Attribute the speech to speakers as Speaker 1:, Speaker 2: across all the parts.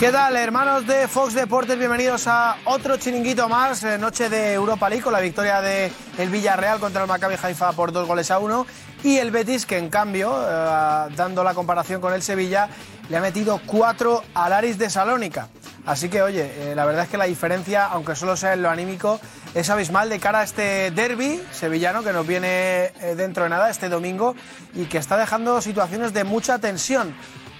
Speaker 1: ¿Qué tal, hermanos de Fox Deportes? Bienvenidos a otro chiringuito más, eh, noche de Europa League, con la victoria de el Villarreal contra el Maccabi Haifa por dos goles a uno. Y el Betis, que en cambio, eh, dando la comparación con el Sevilla, le ha metido cuatro al Aris de Salónica. Así que, oye, eh, la verdad es que la diferencia, aunque solo sea en lo anímico, es abismal de cara a este derby sevillano que nos viene eh, dentro de nada este domingo y que está dejando situaciones de mucha tensión.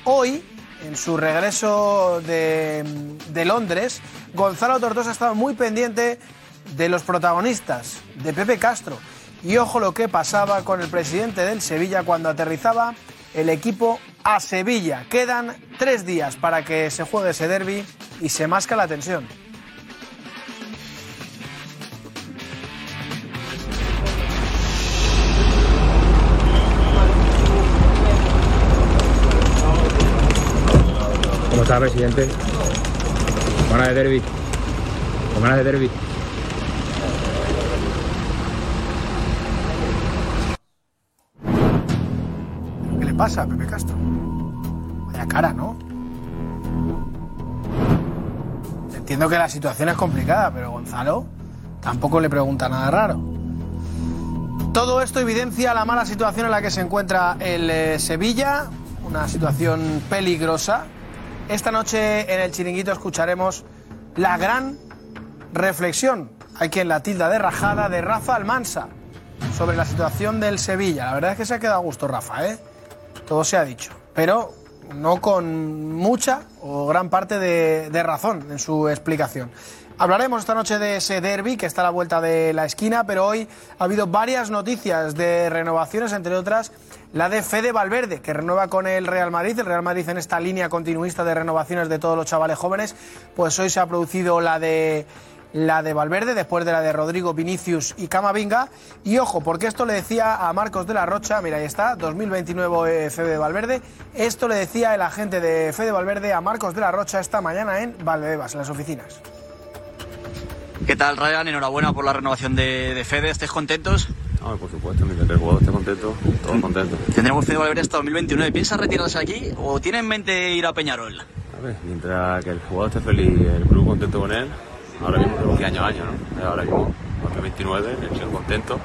Speaker 1: Hoy, en su regreso de, de Londres, Gonzalo Tortosa ha estado muy pendiente de los protagonistas, de Pepe Castro. Y ojo lo que pasaba con el presidente del Sevilla cuando aterrizaba el equipo a Sevilla. Quedan tres días para que se juegue ese derby y se masca la tensión.
Speaker 2: ¿Cómo está, presidente? Con ganas de derby. Con ganas de derby.
Speaker 1: ¿Qué le pasa a Pepe Castro? Vaya cara, ¿no? Entiendo que la situación es complicada, pero Gonzalo tampoco le pregunta nada raro. Todo esto evidencia la mala situación en la que se encuentra el eh, Sevilla, una situación peligrosa. Esta noche en el chiringuito escucharemos la gran reflexión. Hay quien la tilda de rajada de Rafa Almansa sobre la situación del Sevilla. La verdad es que se ha quedado a gusto Rafa, ¿eh? Todo se ha dicho, pero no con mucha o gran parte de, de razón en su explicación. Hablaremos esta noche de ese derby que está a la vuelta de la esquina, pero hoy ha habido varias noticias de renovaciones, entre otras la de Fede Valverde, que renueva con el Real Madrid. El Real Madrid en esta línea continuista de renovaciones de todos los chavales jóvenes, pues hoy se ha producido la de la de Valverde, después de la de Rodrigo Vinicius y Camavinga. Y ojo, porque esto le decía a Marcos de la Rocha, mira, ahí está, 2029 eh, Fede Valverde. Esto le decía el agente de Fede Valverde a Marcos de la Rocha esta mañana en Valdebebas, en las oficinas.
Speaker 3: ¿Qué tal, Ryan? Enhorabuena por la renovación de, de Fede. ¿Estáis contentos?
Speaker 4: No, Ah, por supuesto, mi el jugador está contento, todos contentos.
Speaker 3: Tendremos Fede Valverde hasta 2029. ¿Piensa retirarse aquí o tiene en mente ir a Peñarol?
Speaker 4: A ver, Pues, mientras que el jugador esté feliz y el club contento con él, ahora mismo, creo que año a año, ¿no? eh, Ahora mismo, 2029, eh, estoy contento.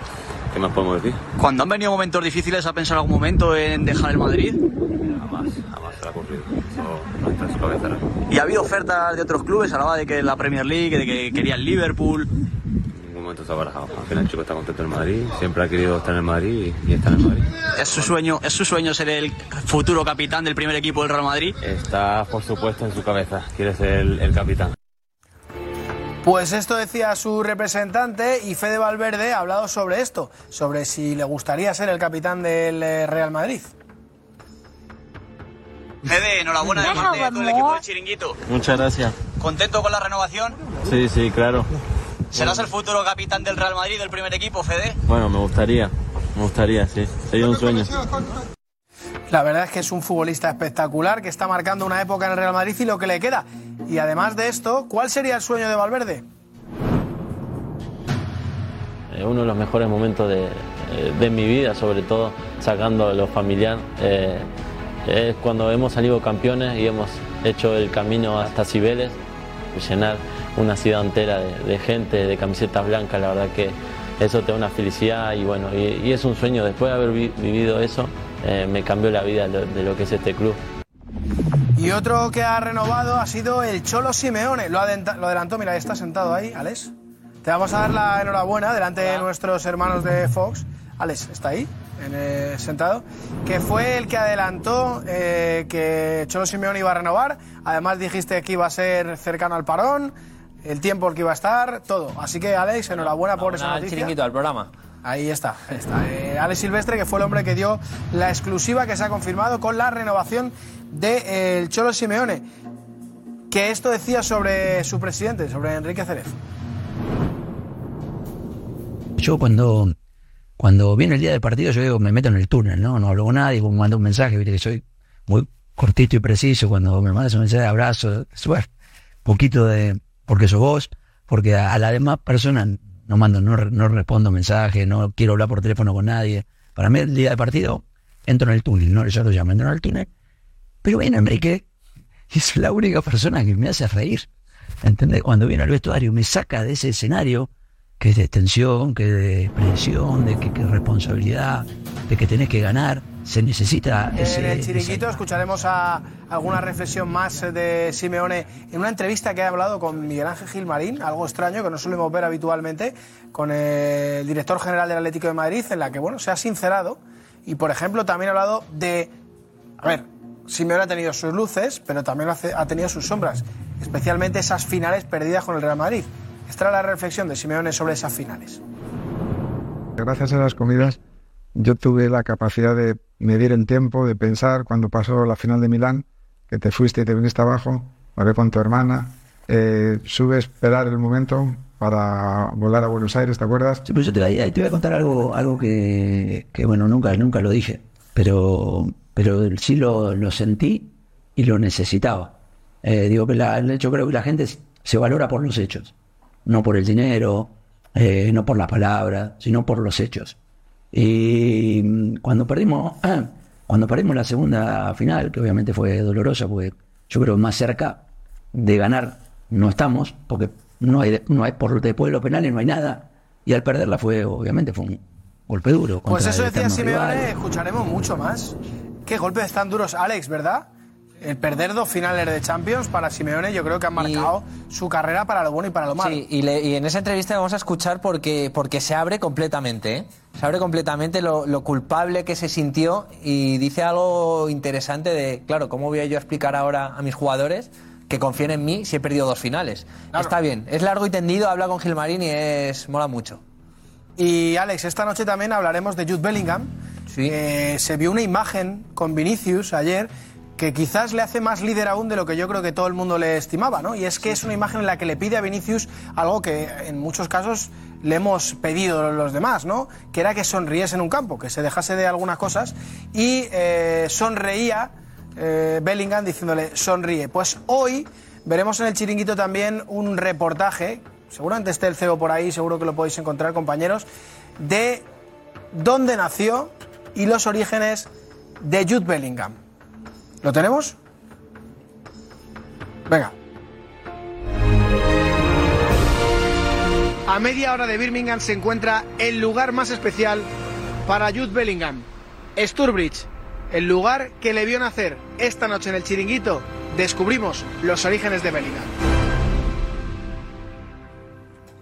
Speaker 4: ¿Qué más podemos decir?
Speaker 3: Cuando han venido momentos difíciles, ¿ha pensado algún momento en dejar el Madrid?
Speaker 4: Jamás, jamás se le ha ocurrido. Eso no está en su cabeza. ¿no?
Speaker 3: Y ha habido ofertas de otros clubes, hablaba de que la Premier League, de que quería el Liverpool.
Speaker 4: En ningún momento se ha barajado. Al final el chico está contento en Madrid, siempre ha querido estar en Madrid y, y está en el Madrid.
Speaker 3: ¿Es su sueño, es su sueño ser el futuro capitán del primer equipo del Real Madrid?
Speaker 4: Está, por supuesto, en su cabeza, quiere ser el, el capitán.
Speaker 1: Pues esto decía su representante y Fede Valverde ha hablado sobre esto, sobre si le gustaría ser el capitán del eh, Real Madrid.
Speaker 3: Fede, enhorabuena de parte de todo el equipo del Chiringuito.
Speaker 5: Muchas gracias.
Speaker 3: ¿Contento con la renovación?
Speaker 5: Sí, sí, claro.
Speaker 3: ¿Serás el futuro capitán del Real Madrid, del primer equipo, Fede?
Speaker 5: Bueno, me gustaría, me gustaría, sí. Sería un sueño.
Speaker 1: La verdad es que es un futbolista espectacular que está marcando una época en el Real Madrid y lo que le queda. Y además de esto, ¿cuál sería el sueño de Valverde?
Speaker 5: Eh, Uno de los mejores momentos de, eh, de mi vida, sobre todo sacando lo familiar, eh, es cuando hemos salido campeones y hemos hecho el camino hasta Cibeles, llenar una ciudad entera de, de gente, de camisetas blancas, la verdad que eso te da una felicidad y bueno, y, y es un sueño, después de haber vi- vivido eso, eh, me cambió la vida lo- de lo que es este club.
Speaker 1: Y otro que ha renovado ha sido el Cholo Simeone. Lo, adenta- lo adelantó, mira, está sentado ahí, Alex. Te vamos a dar la enhorabuena delante de nuestros hermanos de Fox. Alex está ahí, en, eh, sentado, que fue el que adelantó eh, que Cholo Simeone iba a renovar. Además dijiste que iba a ser cercano al parón, el tiempo al que iba a estar, todo. Así que Alex, enhorabuena por esa
Speaker 6: Al
Speaker 1: noticia.
Speaker 6: chiringuito, al programa.
Speaker 1: Ahí está, ahí está. Eh, Alex Silvestre, que fue el hombre que dio la exclusiva que se ha confirmado con la renovación del de, eh, el Cholo Simeone. que esto decía sobre su presidente, sobre Enrique Cerezo.
Speaker 7: Yo cuando, cuando viene el día del partido, yo digo, me meto en el túnel, ¿no? No hablo con nadie, me mando un mensaje, viste que soy muy cortito y preciso, cuando me mandas un mensaje de abrazo, bueno, poquito de, porque sos vos, porque a, a la demás persona no mando, no, no respondo mensajes, no quiero hablar por teléfono con nadie. Para mí el día del partido, entro en el túnel, ¿no? Ya lo llamo, entro en el túnel. Pero viene Enrique, y es la única persona que me hace reír. ¿Entendés? Cuando viene al vestuario, me saca de ese escenario que es de tensión, que es de presión, de que, que responsabilidad, de que tenés que ganar. Se necesita ese.
Speaker 1: En el Eh, chiringuito escucharemos a alguna reflexión más de Simeone en una entrevista que ha hablado con Miguel Ángel Gilmarín, algo extraño que no solemos ver habitualmente, con el director general del Atlético de Madrid, en la que bueno se ha sincerado y por ejemplo también ha hablado de, a ver, Simeone ha tenido sus luces, pero también ha tenido sus sombras, especialmente esas finales perdidas con el Real Madrid. Esta era la reflexión de Simeone sobre esas finales.
Speaker 8: Gracias a las comidas, yo tuve la capacidad de medir el tiempo, de pensar cuando pasó la final de Milán, que te fuiste y te viniste abajo, hablé con tu hermana, eh, sube esperar el momento para volar a Buenos Aires, ¿te acuerdas?
Speaker 7: Sí, pero yo te, eh, te voy a contar algo, algo que, que, bueno, nunca, nunca lo dije, pero, pero sí lo, lo sentí y lo necesitaba. Eh, digo que la, yo creo que la gente se valora por los hechos no por el dinero, eh, no por las palabras, sino por los hechos. Y mm, cuando perdimos, ah, cuando perdimos la segunda final, que obviamente fue dolorosa, porque yo creo que más cerca de ganar no estamos, porque no hay, no hay por, después de los penales no hay nada. Y al perderla fue, obviamente, fue un golpe duro.
Speaker 1: Pues eso decía Simeone, escucharemos mucho más. Qué golpes tan duros, Alex, ¿verdad? el perder dos finales de Champions para Simeone yo creo que han marcado y, su carrera para lo bueno y para lo malo.
Speaker 6: Sí, y, le, y en esa entrevista vamos a escuchar porque, porque se abre completamente, ¿eh? se abre completamente lo, lo, culpable que se sintió y dice algo interesante de, claro, ¿cómo voy a yo explicar ahora a mis jugadores? Que confíen en mí si he perdido dos finales. Claro. Está bien, es largo y tendido, habla con Gilmarín y es mola mucho.
Speaker 1: Y Alex, esta noche también hablaremos de Jude Bellingham. Sí. Eh, se vio una imagen con Vinicius ayer que quizás le hace más líder aún de lo que yo creo que todo el mundo le estimaba, ¿no? Y es que es una imagen en la que le pide a Vinicius algo que en muchos casos le hemos pedido los demás, ¿no? Que era que sonriese en un campo, que se dejase de algunas cosas y eh, sonreía eh, Bellingham diciéndole sonríe. Pues hoy veremos en el chiringuito también un reportaje, seguramente esté el CEO por ahí, seguro que lo podéis encontrar, compañeros, de dónde nació y los orígenes de Jude Bellingham. ¿Lo tenemos? Venga. A media hora de Birmingham se encuentra el lugar más especial para Jude Bellingham, Sturbridge, el lugar que le vio nacer. Esta noche en el chiringuito descubrimos los orígenes de Bellingham.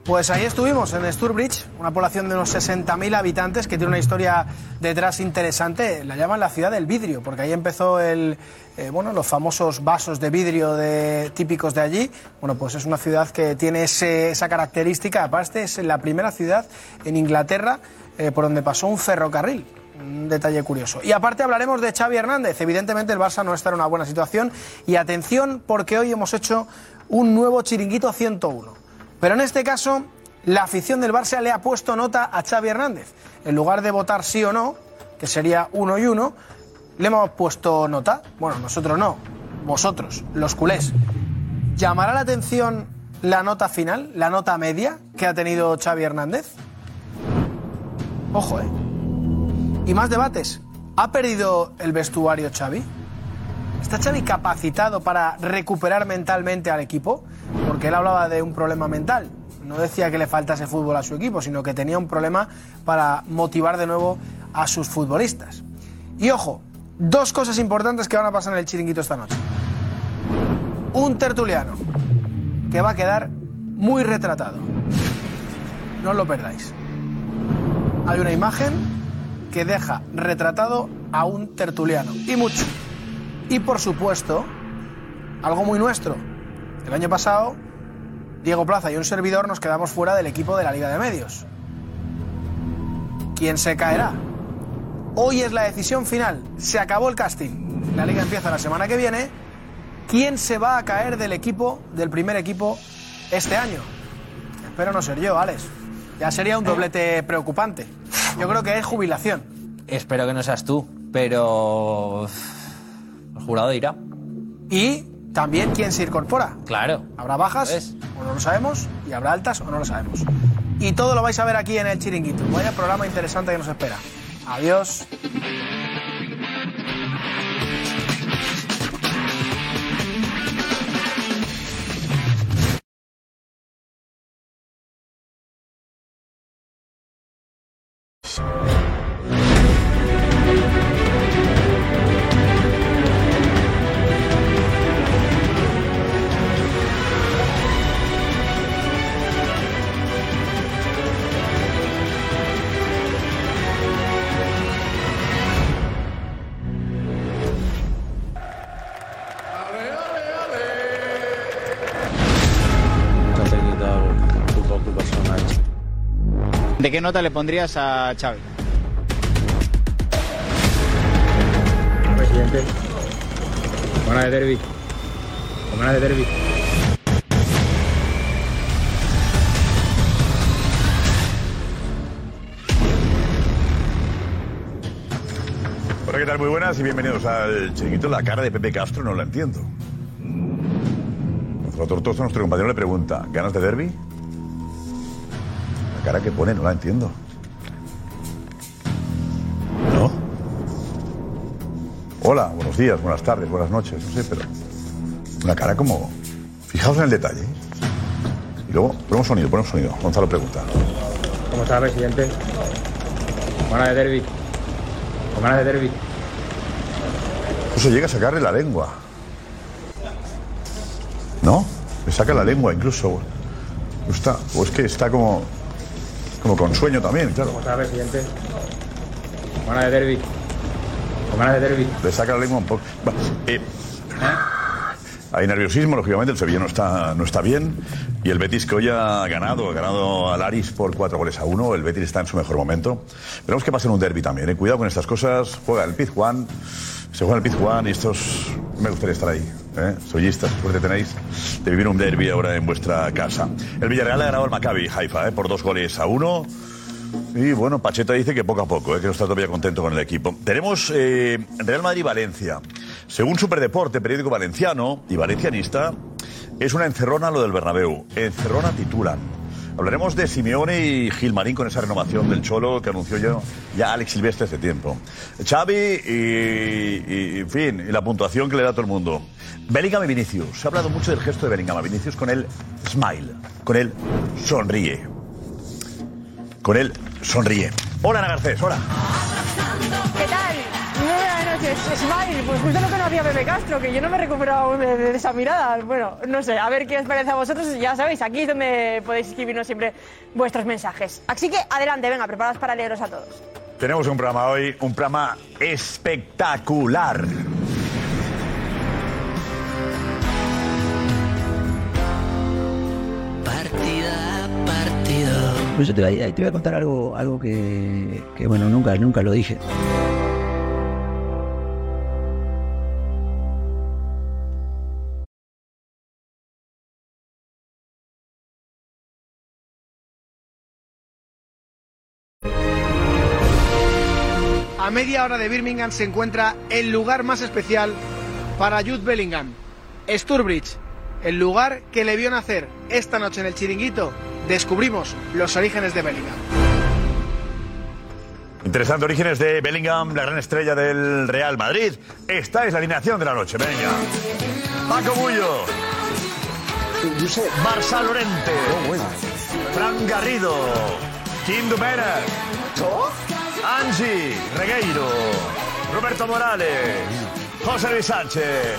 Speaker 1: Pues ahí estuvimos, en Sturbridge, una población de unos 60.000 habitantes que tiene una historia detrás interesante. La llaman la ciudad del vidrio, porque ahí empezó el, eh, bueno, los famosos vasos de vidrio de, típicos de allí. Bueno, pues es una ciudad que tiene ese, esa característica. Aparte, es la primera ciudad en Inglaterra eh, por donde pasó un ferrocarril un detalle curioso. Y aparte hablaremos de Xavi Hernández. Evidentemente el Barça no está en una buena situación. Y atención porque hoy hemos hecho un nuevo chiringuito 101. Pero en este caso, la afición del Barça le ha puesto nota a Xavi Hernández. En lugar de votar sí o no, que sería uno y uno, le hemos puesto nota. Bueno, nosotros no, vosotros, los culés. ¿Llamará la atención la nota final, la nota media que ha tenido Xavi Hernández? Ojo, ¿eh? Y más debates. ¿Ha perdido el vestuario Xavi? ¿Está Xavi capacitado para recuperar mentalmente al equipo? Porque él hablaba de un problema mental. No decía que le faltase fútbol a su equipo, sino que tenía un problema para motivar de nuevo a sus futbolistas. Y ojo, dos cosas importantes que van a pasar en el chiringuito esta noche. Un tertuliano que va a quedar muy retratado. No os lo perdáis. Hay una imagen que deja retratado a un tertuliano. Y mucho. Y por supuesto, algo muy nuestro. El año pasado, Diego Plaza y un servidor nos quedamos fuera del equipo de la Liga de Medios. ¿Quién se caerá? Hoy es la decisión final. Se acabó el casting. La liga empieza la semana que viene ¿Quién se va a caer del equipo, del primer equipo, este año? Espero no ser yo, Alex. Ya sería un doblete preocupante. Yo creo que es jubilación.
Speaker 8: Espero que no seas tú, pero. El jurado dirá.
Speaker 1: Y también quién se incorpora.
Speaker 8: Claro.
Speaker 1: Habrá bajas, o no lo sabemos, y habrá altas, o no lo sabemos. Y todo lo vais a ver aquí en el chiringuito. Vaya programa interesante que nos espera. Adiós.
Speaker 2: Esta técnica ocupa, ocupa zona este.
Speaker 9: ¿De qué nota le pondrías a Xavi?
Speaker 2: Presidente. Con ganas de derby. Con ganas de derby.
Speaker 10: Hola, ¿qué tal? Muy buenas y bienvenidos al chiquito. La cara de Pepe Castro no la entiendo. Nuestro tortoso, nuestro compañero, le pregunta: ¿Ganas de derby? La cara que pone no la entiendo. ¿No? Hola, buenos días, buenas tardes, buenas noches, no sé, pero. Una cara como. Fijaos en el detalle. ¿eh? Y luego, ponemos sonido, ponemos sonido. Gonzalo pregunta.
Speaker 2: ¿Cómo está, presidente? Con ganas de derby. Con ganas de derby.
Speaker 10: José llega a sacarle la lengua. ¿No? Le saca la lengua incluso. O está, o es que está como. como con sueño también, claro.
Speaker 2: ¿Cómo está, presidente? Con ganas de derby. Con ganas de derby.
Speaker 10: Le saca la lengua un poco. Va, eh, Hay nerviosismo, lógicamente, el Sevilla no está, no está bien. Y el Betis que hoy ha ganado, ha ganado al Aris por cuatro goles a uno. El Betis está en su mejor momento. Veremos qué pasa en un derby también. eh. Cuidado con estas cosas. Juega el Pizjuán. Se juega el Pizjuán y estos. Me gustaría estar ahí. ¿eh? Sollistas, qué suerte tenéis de vivir un derby ahora en vuestra casa. El Villarreal ha ganado al Maccabi Haifa eh, por dos goles a uno. Y bueno, Pacheta dice que poco a poco, eh, que no está todavía contento con el equipo. Tenemos eh, Real Madrid-Valencia. Según Superdeporte, periódico valenciano y valencianista, es una encerrona lo del Bernabéu. Encerrona titulan. Hablaremos de Simeone y Gilmarín con esa renovación del Cholo que anunció ya, ya Alex Silvestre hace tiempo. Xavi y, y, en fin, y la puntuación que le da todo el mundo. Bellingham y Vinicius. Se ha hablado mucho del gesto de Bellingham a Vinicius con el smile, con el sonríe. Con el sonríe. Hola, Ana Garcés, hola.
Speaker 11: ¿Qué tal? Muy buenas noches, Smile. Pues justo lo que no había Pepe Castro, que yo no me recuperaba aún de, de esa mirada. Bueno, no sé, a ver qué os parece a vosotros. Ya sabéis, aquí es donde podéis escribirnos siempre vuestros mensajes. Así que adelante, venga, preparados para leeros a todos.
Speaker 10: Tenemos un programa hoy, un programa espectacular.
Speaker 12: Por eso te, voy a- te voy a contar algo, algo que, que, bueno, nunca, nunca lo dije.
Speaker 1: A media hora de Birmingham se encuentra el lugar más especial para Jude Bellingham, Sturbridge, el lugar que le vio nacer. Esta noche en el chiringuito descubrimos los orígenes de Bellingham.
Speaker 10: Interesante orígenes de Bellingham, la gran estrella del Real Madrid. Esta es la alineación de la noche, venga. Paco Bullo. Barça Lorente. Fran Garrido. Kim Dumera. Angie Regueiro. Roberto Morales. José Luis Sánchez.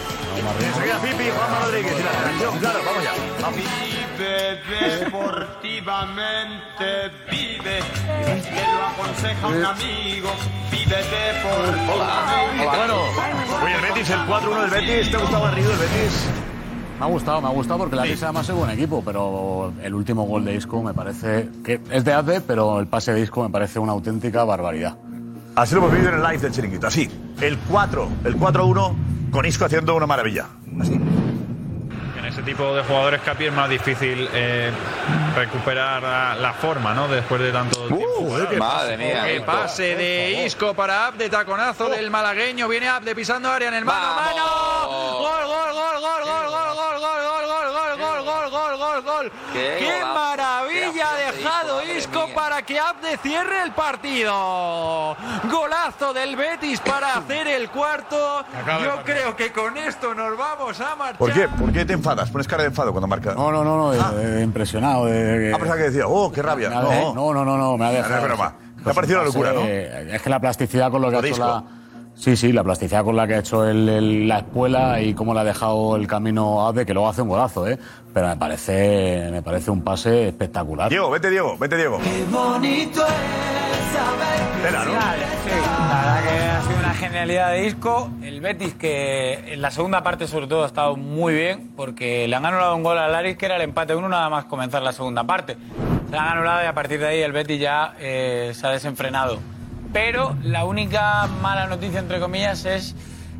Speaker 10: Enseguida Pipi, Juan Rodríguez. Y la alineación, claro, vamos ya. Vamos.
Speaker 7: deportivamente, vive, te lo aconseja un amigo, vive deportivamente.
Speaker 10: Bueno, hoy el Betis, el 4-1 del Betis. ¿Te ha gustado Garrido el Betis?
Speaker 13: Me ha gustado, me ha gustado porque la Risa además es buen equipo, pero el último gol de Isco me parece que es de Ade, pero el pase de Isco me parece una auténtica barbaridad.
Speaker 10: Así lo hemos vivido en el live del chiringuito. Así, el 4, el 4-1, con Isco haciendo una maravilla.
Speaker 1: Así.
Speaker 14: En ese tipo de jugadores, Capi, es más difícil eh, recuperar la, la forma, ¿no? Después de tanto
Speaker 15: Uh,
Speaker 14: tiempo.
Speaker 16: qué Madre pase. mía, Oh.
Speaker 14: Que
Speaker 16: Isco.
Speaker 14: pase de Isco para Abde, taconazo del malagueño. Viene Abde pisando área en el mano. a mano. Gol, gol, gol, gol, gol, gol, gol, gol, gol, gol, gol, gol, gol, gol, gol, gol.
Speaker 16: Qué
Speaker 14: ¡Qué
Speaker 16: golazo. Qué
Speaker 14: maravilla ha
Speaker 16: acción de Isco,
Speaker 14: dejado
Speaker 16: madre
Speaker 14: Isco para que Abde cierre el partido! Golazo del Betis para hacer el cuarto.
Speaker 10: Acaba el
Speaker 14: Yo
Speaker 10: partido.
Speaker 14: creo que con esto nos vamos a marchar.
Speaker 10: ¿Por qué? ¿Por qué te enfadas? Pones cara de enfado cuando marca.
Speaker 13: No, no, no, no, de- de- impresionado. De,
Speaker 10: Ah, pensaba que decía, oh, qué rabia.
Speaker 13: Me ha de-
Speaker 10: No.
Speaker 13: eh, no, no, no, no, me ha
Speaker 10: No, no,
Speaker 13: dejado.
Speaker 10: es broma.
Speaker 13: Pues
Speaker 10: Te ha parecido una
Speaker 13: un
Speaker 10: locura,
Speaker 13: pase- Es que la plasticidad con lo que ha
Speaker 10: Lo
Speaker 13: hecho
Speaker 10: disco.
Speaker 13: la. Sí, sí, la plasticidad con la que ha hecho el- el- la espuela y cómo le ha dejado el camino a Abde, que luego hace un golazo, ¿eh? Pero me parece, me parece un pase espectacular.
Speaker 10: Diego, vete, Diego, vete, Diego.
Speaker 7: bonito es saber
Speaker 10: Tela, ¿no?
Speaker 15: La verdad que ha sido una genialidad de disco. El Betis, que en la segunda parte, sobre todo, ha estado muy bien, porque le han anulado un gol al Aris, que era el empate uno, nada más comenzar la segunda parte. Se la han anulado y a partir de ahí el Betis ya eh, se ha desenfrenado. Pero la única mala noticia, entre comillas, es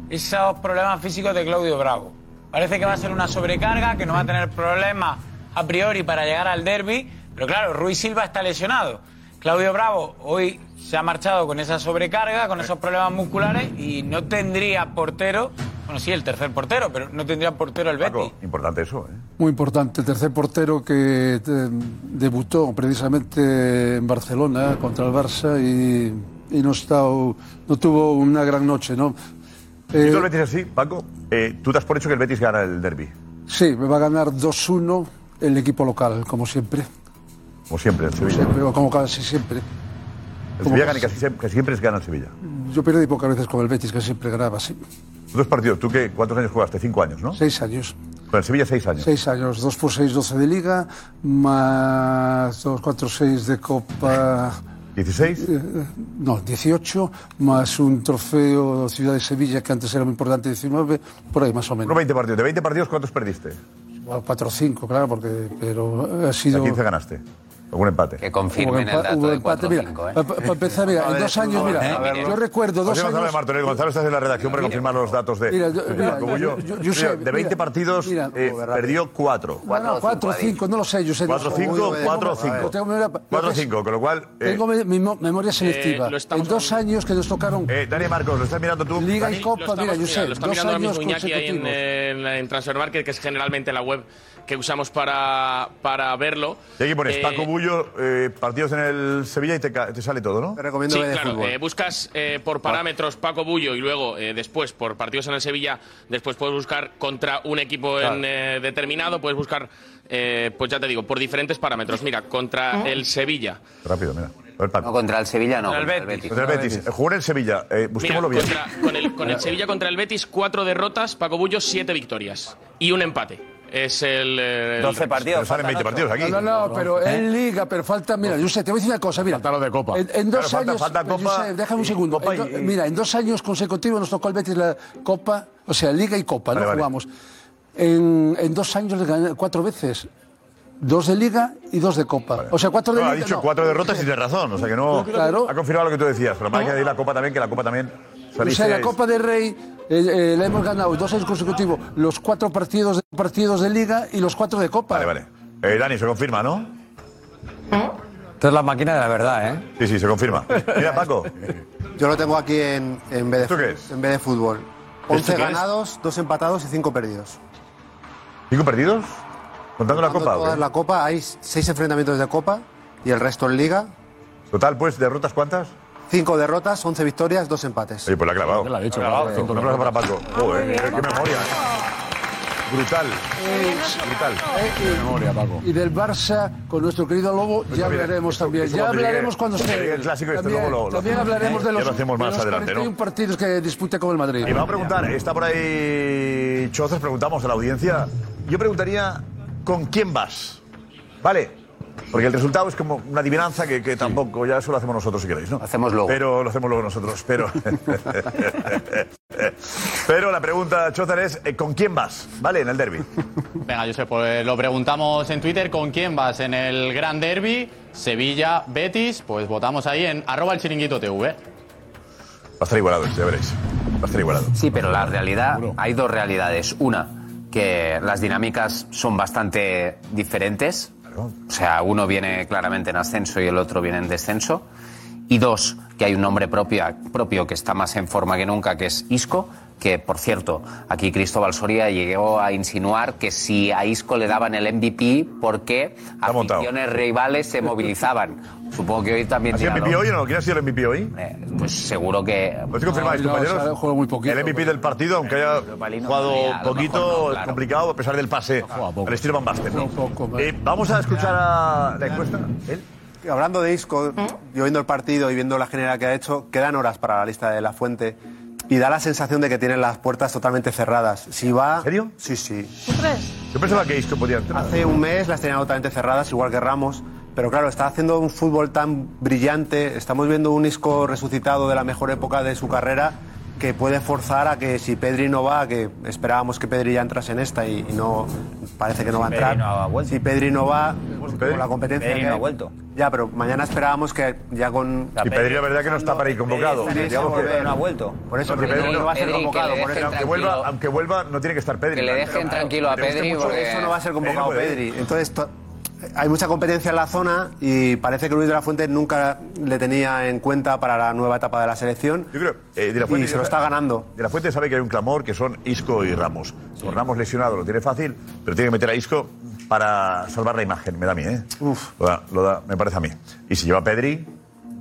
Speaker 15: esos problemas físicos de Claudio Bravo. Parece que va a ser una sobrecarga, que no va a tener problemas a priori para llegar al derby, pero claro, Ruiz Silva está lesionado. Claudio Bravo hoy se ha marchado con esa sobrecarga, con esos problemas musculares y no tendría portero, bueno, sí, el tercer portero, pero no tendría portero el Betis.
Speaker 10: Importante eso, ¿eh?
Speaker 17: Muy importante. El tercer portero que eh, debutó precisamente en Barcelona contra el Barça y, y no, ha estado- no tuvo una gran noche, ¿no?
Speaker 10: ¿Y
Speaker 17: Eh,
Speaker 10: tú el Betis así, Paco? Eh, tú te has por hecho que el Betis gana el derby.
Speaker 17: sí, me va a ganar 2-1 el equipo local, como siempre.
Speaker 10: Como siempre, el Sevilla.
Speaker 17: Siempre, o como casi siempre.
Speaker 10: El
Speaker 17: Como
Speaker 10: Sevilla
Speaker 17: casi
Speaker 10: gana, casi, siempre- casi siempre es gana el Sevilla.
Speaker 17: Yo perdí pocas veces con el Betis, que siempre ganaba, sí.
Speaker 10: Dos partidos, ¿tú qué? ¿Cuántos años jugaste? Cinco años, ¿no?
Speaker 17: Seis años.
Speaker 10: Con el Sevilla seis años.
Speaker 17: Seis años, dos por seis, doce de liga, más dos, cuatro, seis de copa. Eh,
Speaker 10: ¿16?
Speaker 17: no, 18, más un trofeo Ciudad de Sevilla que antes era muy importante, 19, por ahí más o menos.
Speaker 10: Unos 20 partidos. ¿De 20 partidos cuántos perdiste?
Speaker 17: Bueno, Cuatro o cinco, claro, porque pero ha
Speaker 10: ¿De
Speaker 17: sido.
Speaker 10: 15 ganaste? ¿Algún empate? Que
Speaker 17: confirmen el dato de cuatro o
Speaker 10: mira.
Speaker 17: cinco, ¿eh? pa- pa- pa- empezar, mira, en
Speaker 10: Joder,
Speaker 17: dos años,
Speaker 10: tú,
Speaker 17: mira,
Speaker 10: a verlo.
Speaker 17: yo recuerdo dos
Speaker 10: José González
Speaker 17: años-
Speaker 10: Martorell, González, estás en la redacción para confirmar los datos de.
Speaker 17: Mira, yo-
Speaker 10: de
Speaker 17: mira,
Speaker 10: Paco
Speaker 17: yo-
Speaker 10: Bullo.
Speaker 17: yo- yo sé,
Speaker 10: Mira, de 20
Speaker 17: mira,
Speaker 10: partidos
Speaker 17: mira.
Speaker 10: eh,
Speaker 17: Joder,
Speaker 10: perdió 4.
Speaker 17: No, no, cuatro, cinco, no lo sé, yo sé.
Speaker 10: 4
Speaker 17: no sé.
Speaker 10: 5, 4
Speaker 17: Lo
Speaker 10: 5.
Speaker 17: tengo memoria-
Speaker 10: 4 5, con lo cual eh,
Speaker 17: Tengo me- mi mo- memoria selectiva.
Speaker 10: lo
Speaker 17: en dos años que nos tocaron.
Speaker 10: Eh, Dani Marcos, lo estás mirando tú.
Speaker 17: Liga y
Speaker 10: Dani.
Speaker 17: Copa, mira, yo sé.
Speaker 18: lo está
Speaker 17: Dos
Speaker 18: mirando ahora
Speaker 17: años
Speaker 18: mismo Iñaki ahí en, eh,
Speaker 17: consecutivos.
Speaker 18: en- en Transfer Market, que es generalmente la web que usamos para, para verlo.
Speaker 10: Y aquí pones
Speaker 18: Eh,
Speaker 10: Paco Bullo, eh, partidos en el Sevilla y te, ca- te sale todo, ¿no? Te recomiendo
Speaker 18: Sí, claro. eh, buscas eh, por parámetros Paco Bullo y luego eh, después por partidos en el Sevilla, después puedes buscar contra un equipo
Speaker 10: Claro.
Speaker 18: en, eh, determinado, puedes buscar, eh, pues ya te digo, por diferentes parámetros. Mira,
Speaker 10: Ah.
Speaker 18: contra el Sevilla.
Speaker 10: Rápido, mira. A ver, Paco.
Speaker 18: No, contra el Sevilla no,
Speaker 10: Contra
Speaker 18: contra
Speaker 10: el
Speaker 18: el
Speaker 10: Betis.
Speaker 18: Betis.
Speaker 10: Contra el Betis. Eh, Jugó en el Sevilla, eh, busquémoslo
Speaker 18: Mira,
Speaker 10: bien.
Speaker 18: contra- con, el, con el Sevilla contra el Betis, cuatro derrotas, Paco Bullo, siete victorias y un empate. Es el. eh, el-
Speaker 10: Pero salen 20 partidos aquí. ¿Eh?
Speaker 17: No,
Speaker 10: Pues
Speaker 17: no, no, pero en Liga, pero falta. Mira, yo sé, te voy a decir una cosa, mira. Falta
Speaker 13: lo de Copa.
Speaker 17: En, en dos
Speaker 10: Claro, falta-
Speaker 17: años.
Speaker 10: falta
Speaker 17: pero,
Speaker 10: Copa
Speaker 17: Josep, déjame un segundo.
Speaker 10: Copa
Speaker 17: En do-
Speaker 10: y-
Speaker 17: Mira, en dos años consecutivos nos tocó el Betis la Copa, o sea, Liga y Copa,
Speaker 10: Vale,
Speaker 17: no
Speaker 10: vale.
Speaker 17: jugamos. En, en dos años le gané cuatro veces. Dos de Liga y dos de Copa. O sea, cuatro de
Speaker 10: No, Ah, ha
Speaker 17: Liga.
Speaker 10: dicho
Speaker 17: no.
Speaker 10: cuatro derrotas y tienes razón. O sea que no.
Speaker 17: Yo creo que- Claro.
Speaker 10: Ha confirmado lo que tú decías. Pero hay que decir la Copa también, que la Copa también.
Speaker 17: O sea, la
Speaker 10: salisteis-
Speaker 17: Copa del Rey eh, eh, la hemos ganado dos años consecutivos, los cuatro partidos de, partidos de Liga y los cuatro de Copa.
Speaker 10: Vale, vale. Eh, Dani, se confirma, ¿no?
Speaker 19: Esto es la máquina de la verdad, ¿eh?
Speaker 10: Sí, sí, se confirma. Mira, Paco.
Speaker 20: Yo lo tengo aquí en, en vez de,
Speaker 10: ¿Esto qué es?
Speaker 20: en vez de fútbol. 11
Speaker 10: qué es?
Speaker 20: ganados, 2 empatados y 5 perdidos.
Speaker 10: ¿Cinco perdidos? ¿Contando la Copa? o
Speaker 20: Toda
Speaker 10: qué?
Speaker 20: la Copa hay 6 enfrentamientos de Copa y el resto en Liga.
Speaker 10: Total, pues, derrotas cuántas?
Speaker 20: 5 derrotas, 11 victorias, 2 empates.
Speaker 10: Oye, pues la ha clavado.
Speaker 20: Lo ha dicho,
Speaker 10: La ha clavado.
Speaker 20: claro.
Speaker 10: Un aplauso para Paco. Joder, qué memoria. Brutal. Brutal.
Speaker 13: Memoria, Paco.
Speaker 17: Y del Barça con nuestro querido Lobo
Speaker 10: Pues
Speaker 17: ya hablaremos también.
Speaker 10: eso
Speaker 17: Ya
Speaker 10: cuando
Speaker 17: hablaremos
Speaker 10: llegue-
Speaker 17: cuando
Speaker 10: cuando llegue
Speaker 17: esté.
Speaker 10: el clásico este,
Speaker 17: también,
Speaker 10: luego lo- lo
Speaker 17: también
Speaker 10: hacemos.
Speaker 17: hablaremos de
Speaker 10: Ya lo
Speaker 17: los,
Speaker 10: hacemos más
Speaker 17: de los
Speaker 10: adelante, ¿no?
Speaker 17: 41 partidos que disputa con el Madrid.
Speaker 10: Y vamos a preguntar, está por ahí Chozas, preguntamos a la audiencia. Yo preguntaría, ¿con quién vas? ¿Vale? Porque el resultado es como una adivinanza que, que tampoco, ya eso lo hacemos nosotros si queréis, ¿no? Hacemos luego. Pero lo hacemos luego nosotros, pero. pero la pregunta, Chozas, es: eh, ¿con quién vas? ¿Vale? En el derby.
Speaker 9: Venga, Josep, pues lo preguntamos en Twitter. ¿Con quién vas en el Gran Derby? Sevilla, Betis. Pues votamos ahí en arroba el chiringuito TV.
Speaker 10: Va a estar igualado, ya veréis. Va a estar igualado.
Speaker 16: Sí, pero la realidad, hay dos realidades. Una, que las dinámicas son bastante diferentes. O sea, uno viene claramente en ascenso y el otro viene en descenso. Y dos, que hay un nombre propia- propio que está más en forma que nunca, que es Isco, que por cierto, aquí Cristóbal Soria llegó a insinuar que si a Isco le daban el MVP porque aficiones rivales se movilizaban. Supongo que hoy también...
Speaker 10: ¿Ha sido
Speaker 16: dirá lo-
Speaker 10: MVP hoy o no? ¿Quién ha sido el MVP hoy?
Speaker 16: Pues seguro que...
Speaker 10: ¿Lo confirmáis, compañeros? el MVP del partido, aunque haya jugado
Speaker 16: jugaría, a lo
Speaker 10: poquito,
Speaker 16: mejor no,
Speaker 10: es
Speaker 16: claro.
Speaker 10: complicado, a pesar del pase al estilo Van Basten. ¿no? Eh, vamos a escuchar a la encuesta. ¿Él?
Speaker 20: Hablando de Isco, yo viendo el partido y viendo la general que ha hecho, quedan horas para la lista de La Fuente y da la sensación de que tienen las puertas totalmente cerradas. Si va... serio? Sí, sí.
Speaker 10: Yo pensaba que Isco podía entrar.
Speaker 20: Hace un mes las tenían totalmente cerradas, igual que Ramos. Pero claro, está haciendo un fútbol tan brillante. Estamos viendo un Isco resucitado de la mejor época de su carrera que puede forzar a que si Pedri no va, que esperábamos que Pedri ya entrase en esta y, y no parece que no va a
Speaker 21: Pedri
Speaker 20: entrar.
Speaker 21: no ha vuelto.
Speaker 20: si Pedri no va,
Speaker 21: Pedri-
Speaker 20: con la competencia
Speaker 21: Pedri
Speaker 20: que
Speaker 21: no ha
Speaker 20: hay-
Speaker 21: vuelto.
Speaker 20: Ya, pero mañana esperábamos que ya con
Speaker 10: Y Pedri, la verdad, que no está para ir convocado.
Speaker 20: Pedri está
Speaker 10: Digamos que-
Speaker 20: volver, no ha vuelto.
Speaker 10: Por eso,
Speaker 20: Porque
Speaker 10: Pedri,
Speaker 20: Pedri,
Speaker 10: no va a ser
Speaker 20: Pedri, que le
Speaker 10: convocado.
Speaker 20: dejen
Speaker 10: por eso. Aunque
Speaker 20: tranquilo.
Speaker 10: vuelva, aunque vuelva, no tiene que estar Pedri.
Speaker 16: Que le dejen
Speaker 10: Pero,
Speaker 16: tranquilo a
Speaker 10: te guste
Speaker 16: Pedri,
Speaker 10: mucho, Eh,
Speaker 16: porque-
Speaker 20: Eso no va a ser convocado Pedri. Pedri. Eh, Entonces, to- hay mucha competencia en la zona y parece que Luis de la Fuente nunca le tenía en cuenta para la nueva etapa de la selección.
Speaker 10: Yo creo, eh, de la Fuente
Speaker 20: y se lo está ganando.
Speaker 10: De la Fuente sabe que hay un clamor que son Isco y Ramos. Con Ramos lesionado lo tiene fácil, pero tiene que meter a Isco para salvar la imagen, me da a mí, ¿eh? Lo da, lo da- me parece a mí. Y si lleva a Pedri,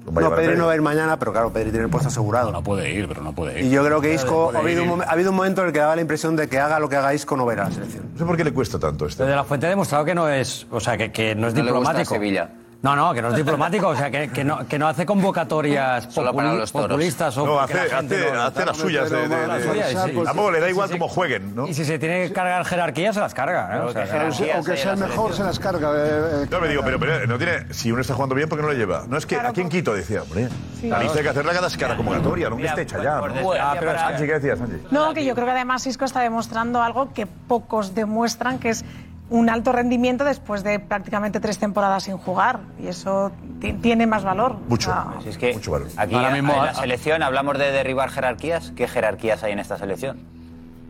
Speaker 10: lo va a
Speaker 20: No,
Speaker 10: llevar
Speaker 20: Pedri no va a ir mañana, pero claro, Pedri tiene el puesto asegurado. No puede ir, pero no puede
Speaker 10: ir.
Speaker 20: Y yo creo que
Speaker 10: Claro,
Speaker 20: Isco,
Speaker 10: puede
Speaker 20: ha habido,
Speaker 10: ir.
Speaker 20: un momen- ha habido un momento en el que daba la impresión de que haga lo que haga Isco, no verá la selección.
Speaker 10: No sé por qué le cuesta tanto esto.
Speaker 19: Pero de la fuente ha demostrado que no es, o sea, que, que no es
Speaker 20: No le gusta
Speaker 19: diplomático.
Speaker 20: Sevilla.
Speaker 19: No, no, que no es diplomático, o sea, que, que no, que no hace convocatorias populi- populistas o
Speaker 10: No,
Speaker 19: porque
Speaker 10: hace,
Speaker 19: la gente
Speaker 10: hace-
Speaker 19: no-
Speaker 10: hace las suyas. De, de-
Speaker 19: Las
Speaker 10: de-
Speaker 19: suyas, y sí.
Speaker 10: Tampoco le da igual cómo jueguen, ¿no?
Speaker 19: Y si se tiene que cargar jerarquías, se las carga. ¿eh? O sea, que no-
Speaker 17: Aunque sea el mejor, se las carga. eh, eh,
Speaker 10: Yo me digo, pero, pero no tiene, si uno está jugando bien, ¿por qué no lo lleva? No es que, ¿a quién quito? Decía, hombre.
Speaker 11: Sí.
Speaker 10: La lista hay que hacerla cada, cada convocatoria, no que esté hecha ya. ¿no?
Speaker 11: desgracia,
Speaker 10: Ah, pero
Speaker 11: para-
Speaker 10: Sanchi, ¿qué decías, Sanchi?
Speaker 11: No, que yo creo que además Isco está demostrando algo que pocos demuestran, que es un alto rendimiento después de prácticamente tres temporadas sin jugar. Y eso ti- tiene más valor.
Speaker 10: Mucho.
Speaker 22: Ah,
Speaker 21: es que aquí Ahora a- mismo- ah. en la selección hablamos de derribar jerarquías. ¿Qué jerarquías hay en esta selección?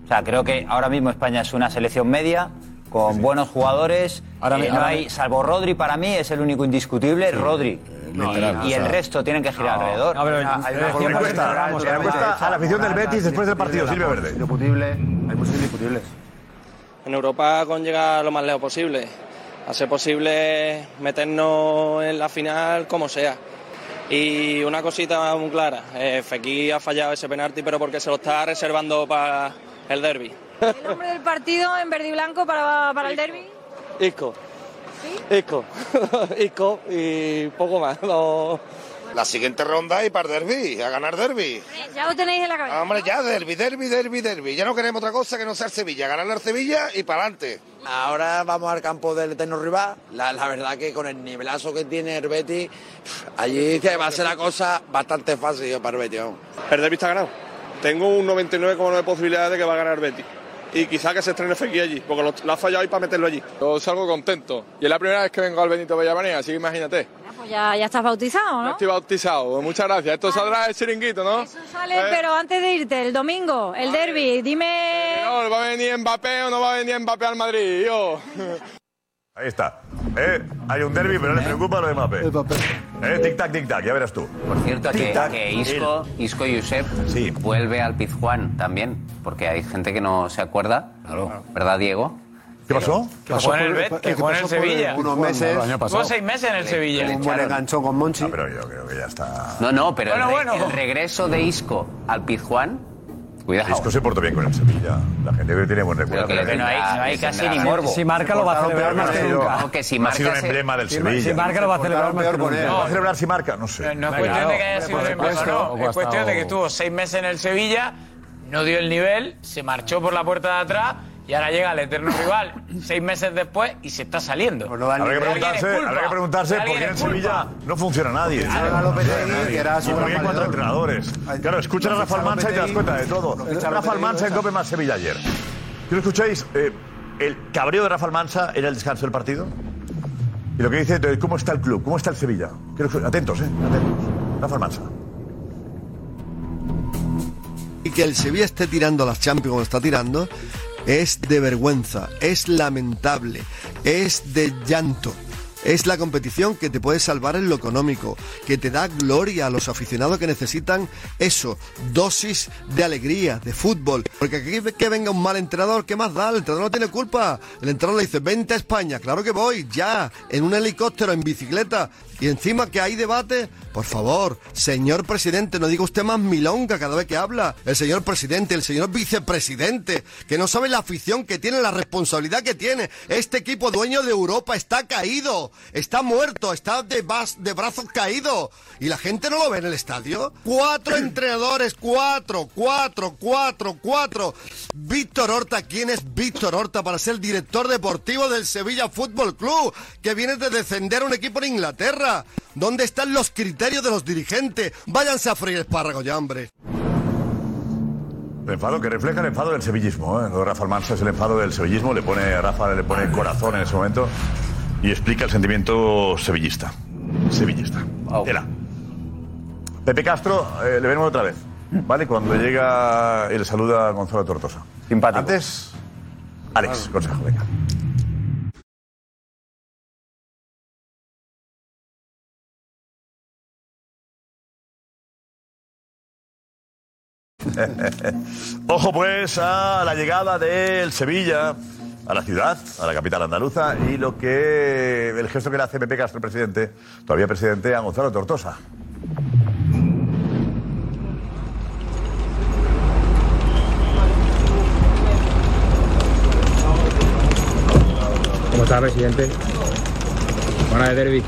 Speaker 21: O sea, creo que ahora mismo España es una selección media con buenos jugadores.
Speaker 19: Ahora
Speaker 21: Eh,
Speaker 19: mi-
Speaker 21: no
Speaker 19: ahora mi-
Speaker 21: hay, salvo Rodri, para mí es el único indiscutible, Rodri.
Speaker 19: no,
Speaker 21: y,
Speaker 19: eh, literal,
Speaker 21: y
Speaker 19: o
Speaker 21: el
Speaker 19: sea,
Speaker 21: resto tienen que girar
Speaker 19: no.
Speaker 21: alrededor.
Speaker 19: No, pero eh, el- Hay una el columna
Speaker 10: encuesta, de Ramos, la encuesta totalmente a la afición del hecha. Betis después del partido, Silvia Verde.
Speaker 20: Indiscutible, hay muchos indiscutibles.
Speaker 4: En Europa con llegar lo más lejos posible, a ser posible meternos en la final como sea. Y una cosita muy clara, eh, Fekir ha fallado ese penalti pero porque se lo está reservando para el derby.
Speaker 23: ¿El nombre del partido en verde y blanco para, para el derby?
Speaker 4: Isco. Isco. Isco y poco más.
Speaker 23: La siguiente ronda y para derby, a ganar derby. Ya lo tenéis en la cabeza. Ah, Hombre, ya derby, derby, derby, derby. Ya no queremos otra cosa que no ser Sevilla, ganar al Sevilla y para adelante.
Speaker 24: Ahora vamos al campo del eterno rival. La, la verdad que con el nivelazo que tiene el Betis, pf, allí se va a ser la cosa bastante fácil para el Betis. vamos.
Speaker 25: El derbi está ganado. Tengo un 99,9 posibilidades de que va a ganar Betty. Y quizá que se estrene Fekir allí, porque lo, lo ha fallado ahí para meterlo allí. Yo salgo contento. Y es la primera vez que vengo al Benito Bellamanía, así que imagínate.
Speaker 23: Pues ya, ya estás bautizado,
Speaker 19: Eh.
Speaker 23: ¿no?
Speaker 25: Estoy bautizado. Pues Muchas gracias. Esto saldrá del chiringuito, ¿no?
Speaker 12: ¿Eh?
Speaker 23: Vale, pero antes de irte, el domingo, el derby, dime...
Speaker 25: No, va a venir Mbappé o no va a venir Mbappé al Madrid, yo.
Speaker 10: Ahí está. Eh, hay un derby, pero le preocupa lo de Mbappé. Eh, tic tac, tic tac, ya verás tú.
Speaker 21: Por cierto, que,
Speaker 10: Tic-tac.
Speaker 21: que Isco, Isco Josep
Speaker 16: vuelve al Pizjuán también, porque hay gente que no se acuerda, ¿verdad, Diego?
Speaker 10: ¿Qué pasó?
Speaker 16: Que
Speaker 10: pasó
Speaker 16: juega en
Speaker 10: por-
Speaker 16: el Bet-
Speaker 10: que
Speaker 16: que juega en
Speaker 10: pasó
Speaker 16: el
Speaker 10: por
Speaker 16: Sevilla.
Speaker 10: Unos
Speaker 16: Juan,
Speaker 10: meses.
Speaker 16: el año pasado. Estuvo seis meses en el Sevilla.
Speaker 20: Un buen
Speaker 16: Echaron.
Speaker 20: enganchón con Monchi. pero
Speaker 10: yo creo que ya está.
Speaker 16: No, no, pero
Speaker 20: Bueno,
Speaker 16: el, re-
Speaker 20: bueno.
Speaker 16: el regreso de Isco al Pizjuán, cuidado.
Speaker 10: Isco se portó bien con el Sevilla. La gente que tiene buen recuerdo.
Speaker 16: Pero que le
Speaker 10: Pero
Speaker 16: tenga-
Speaker 10: no hay- no hay
Speaker 16: que
Speaker 10: casi
Speaker 16: tenga-
Speaker 10: ni morbo.
Speaker 16: Si marca lo va a
Speaker 10: Portaron
Speaker 16: celebrar
Speaker 10: peor
Speaker 16: más
Speaker 10: que
Speaker 16: que
Speaker 10: ha sido-
Speaker 16: nunca. No, que si
Speaker 10: ha
Speaker 16: marca
Speaker 10: sido un
Speaker 16: se-
Speaker 10: emblema del
Speaker 16: si-
Speaker 10: Sevilla.
Speaker 16: si marca lo va a celebrar
Speaker 10: Portaron
Speaker 16: más
Speaker 10: peor
Speaker 16: que
Speaker 10: con
Speaker 16: nunca.
Speaker 10: él.
Speaker 16: No,
Speaker 10: ¿Va a celebrar si marca? No sé.
Speaker 15: No es cuestión de que haya sido
Speaker 10: Por
Speaker 15: un empate o
Speaker 10: supuesto.
Speaker 15: no, es cuestión de que estuvo seis meses en el Sevilla, no dio el nivel, se marchó por la puerta de atrás y ahora llega el eterno rival seis meses después y se está saliendo.
Speaker 10: Habrá que preguntarse,
Speaker 15: Alguien es culpa.
Speaker 10: habrá que preguntarse por
Speaker 15: Alguien
Speaker 10: qué en
Speaker 15: es culpa.
Speaker 10: Sevilla no funciona nadie.
Speaker 15: Ficharon a
Speaker 10: No funciona
Speaker 20: Lopetegui,
Speaker 10: nadie.
Speaker 20: que era
Speaker 10: Y
Speaker 20: su
Speaker 10: porque hay
Speaker 20: gran
Speaker 10: cuatro
Speaker 20: valedor.
Speaker 10: entrenadores. Claro, escuchan a
Speaker 20: Lo
Speaker 10: Rafael
Speaker 20: ficharon
Speaker 10: Mancha y te das
Speaker 20: Lopetegui,
Speaker 10: cuenta de todo.
Speaker 20: lo ficharon
Speaker 10: Rafael
Speaker 20: Lopetegui,
Speaker 10: Mancha en
Speaker 20: ¿verdad?
Speaker 10: Cope más Sevilla ayer. ¿Qué lo escucháis? Eh, el cabreo de Rafael Mancha era el descanso del partido. Y lo que dice, eh, ¿cómo está el club? ¿Cómo está el Sevilla? Quiero escu- Atentos, ¿eh? Atentos. Rafael Mancha.
Speaker 26: y que el Sevilla esté tirando las Champions como está tirando
Speaker 27: es de vergüenza, es lamentable, es de llanto. Es la competición que te puede salvar en lo económico, que te da gloria a los aficionados que necesitan eso, dosis de alegría, de fútbol. Porque aquí que venga un mal entrenador, ¿qué más da? El entrenador no tiene culpa. El entrenador le dice, vente a España, claro que voy, ya, en un helicóptero, en bicicleta. Y encima que hay debate, por favor, señor presidente, no diga usted más milonga cada vez que habla. El señor presidente, el señor vicepresidente, que no sabe la afición que tiene, la responsabilidad que tiene. Este equipo dueño de Europa está caído, está muerto, está de, bas- de brazos caídos. Y la gente no lo ve en el estadio. Cuatro entrenadores, cuatro, cuatro, cuatro, cuatro. Víctor Horta, ¿quién es Víctor Horta para ser director deportivo del Sevilla Fútbol Club? Que viene de descender a un equipo en Inglaterra. ¿Dónde están los criterios de los dirigentes? Váyanse a freír espárragos ya, hombre.
Speaker 10: El enfado que refleja el enfado del sevillismo. ¿eh? Lo de Rafa Almansa es el enfado del sevillismo. Le pone a Rafa, le pone el corazón en ese momento y explica el sentimiento sevillista. Sevillista. Era. Pepe Castro, eh, le vemos otra vez. ¿Vale? Cuando llega y le saluda a Gonzalo Tortosa. Simpático. Antes, Alex, consejo, venga. Ojo pues a la llegada del Sevilla a la ciudad, a la capital andaluza y lo que el gesto que le hace Pepe Castro, presidente, todavía presidente, a Gonzalo Tortosa.
Speaker 2: ¿Cómo está, presidente? Con ganas de derby.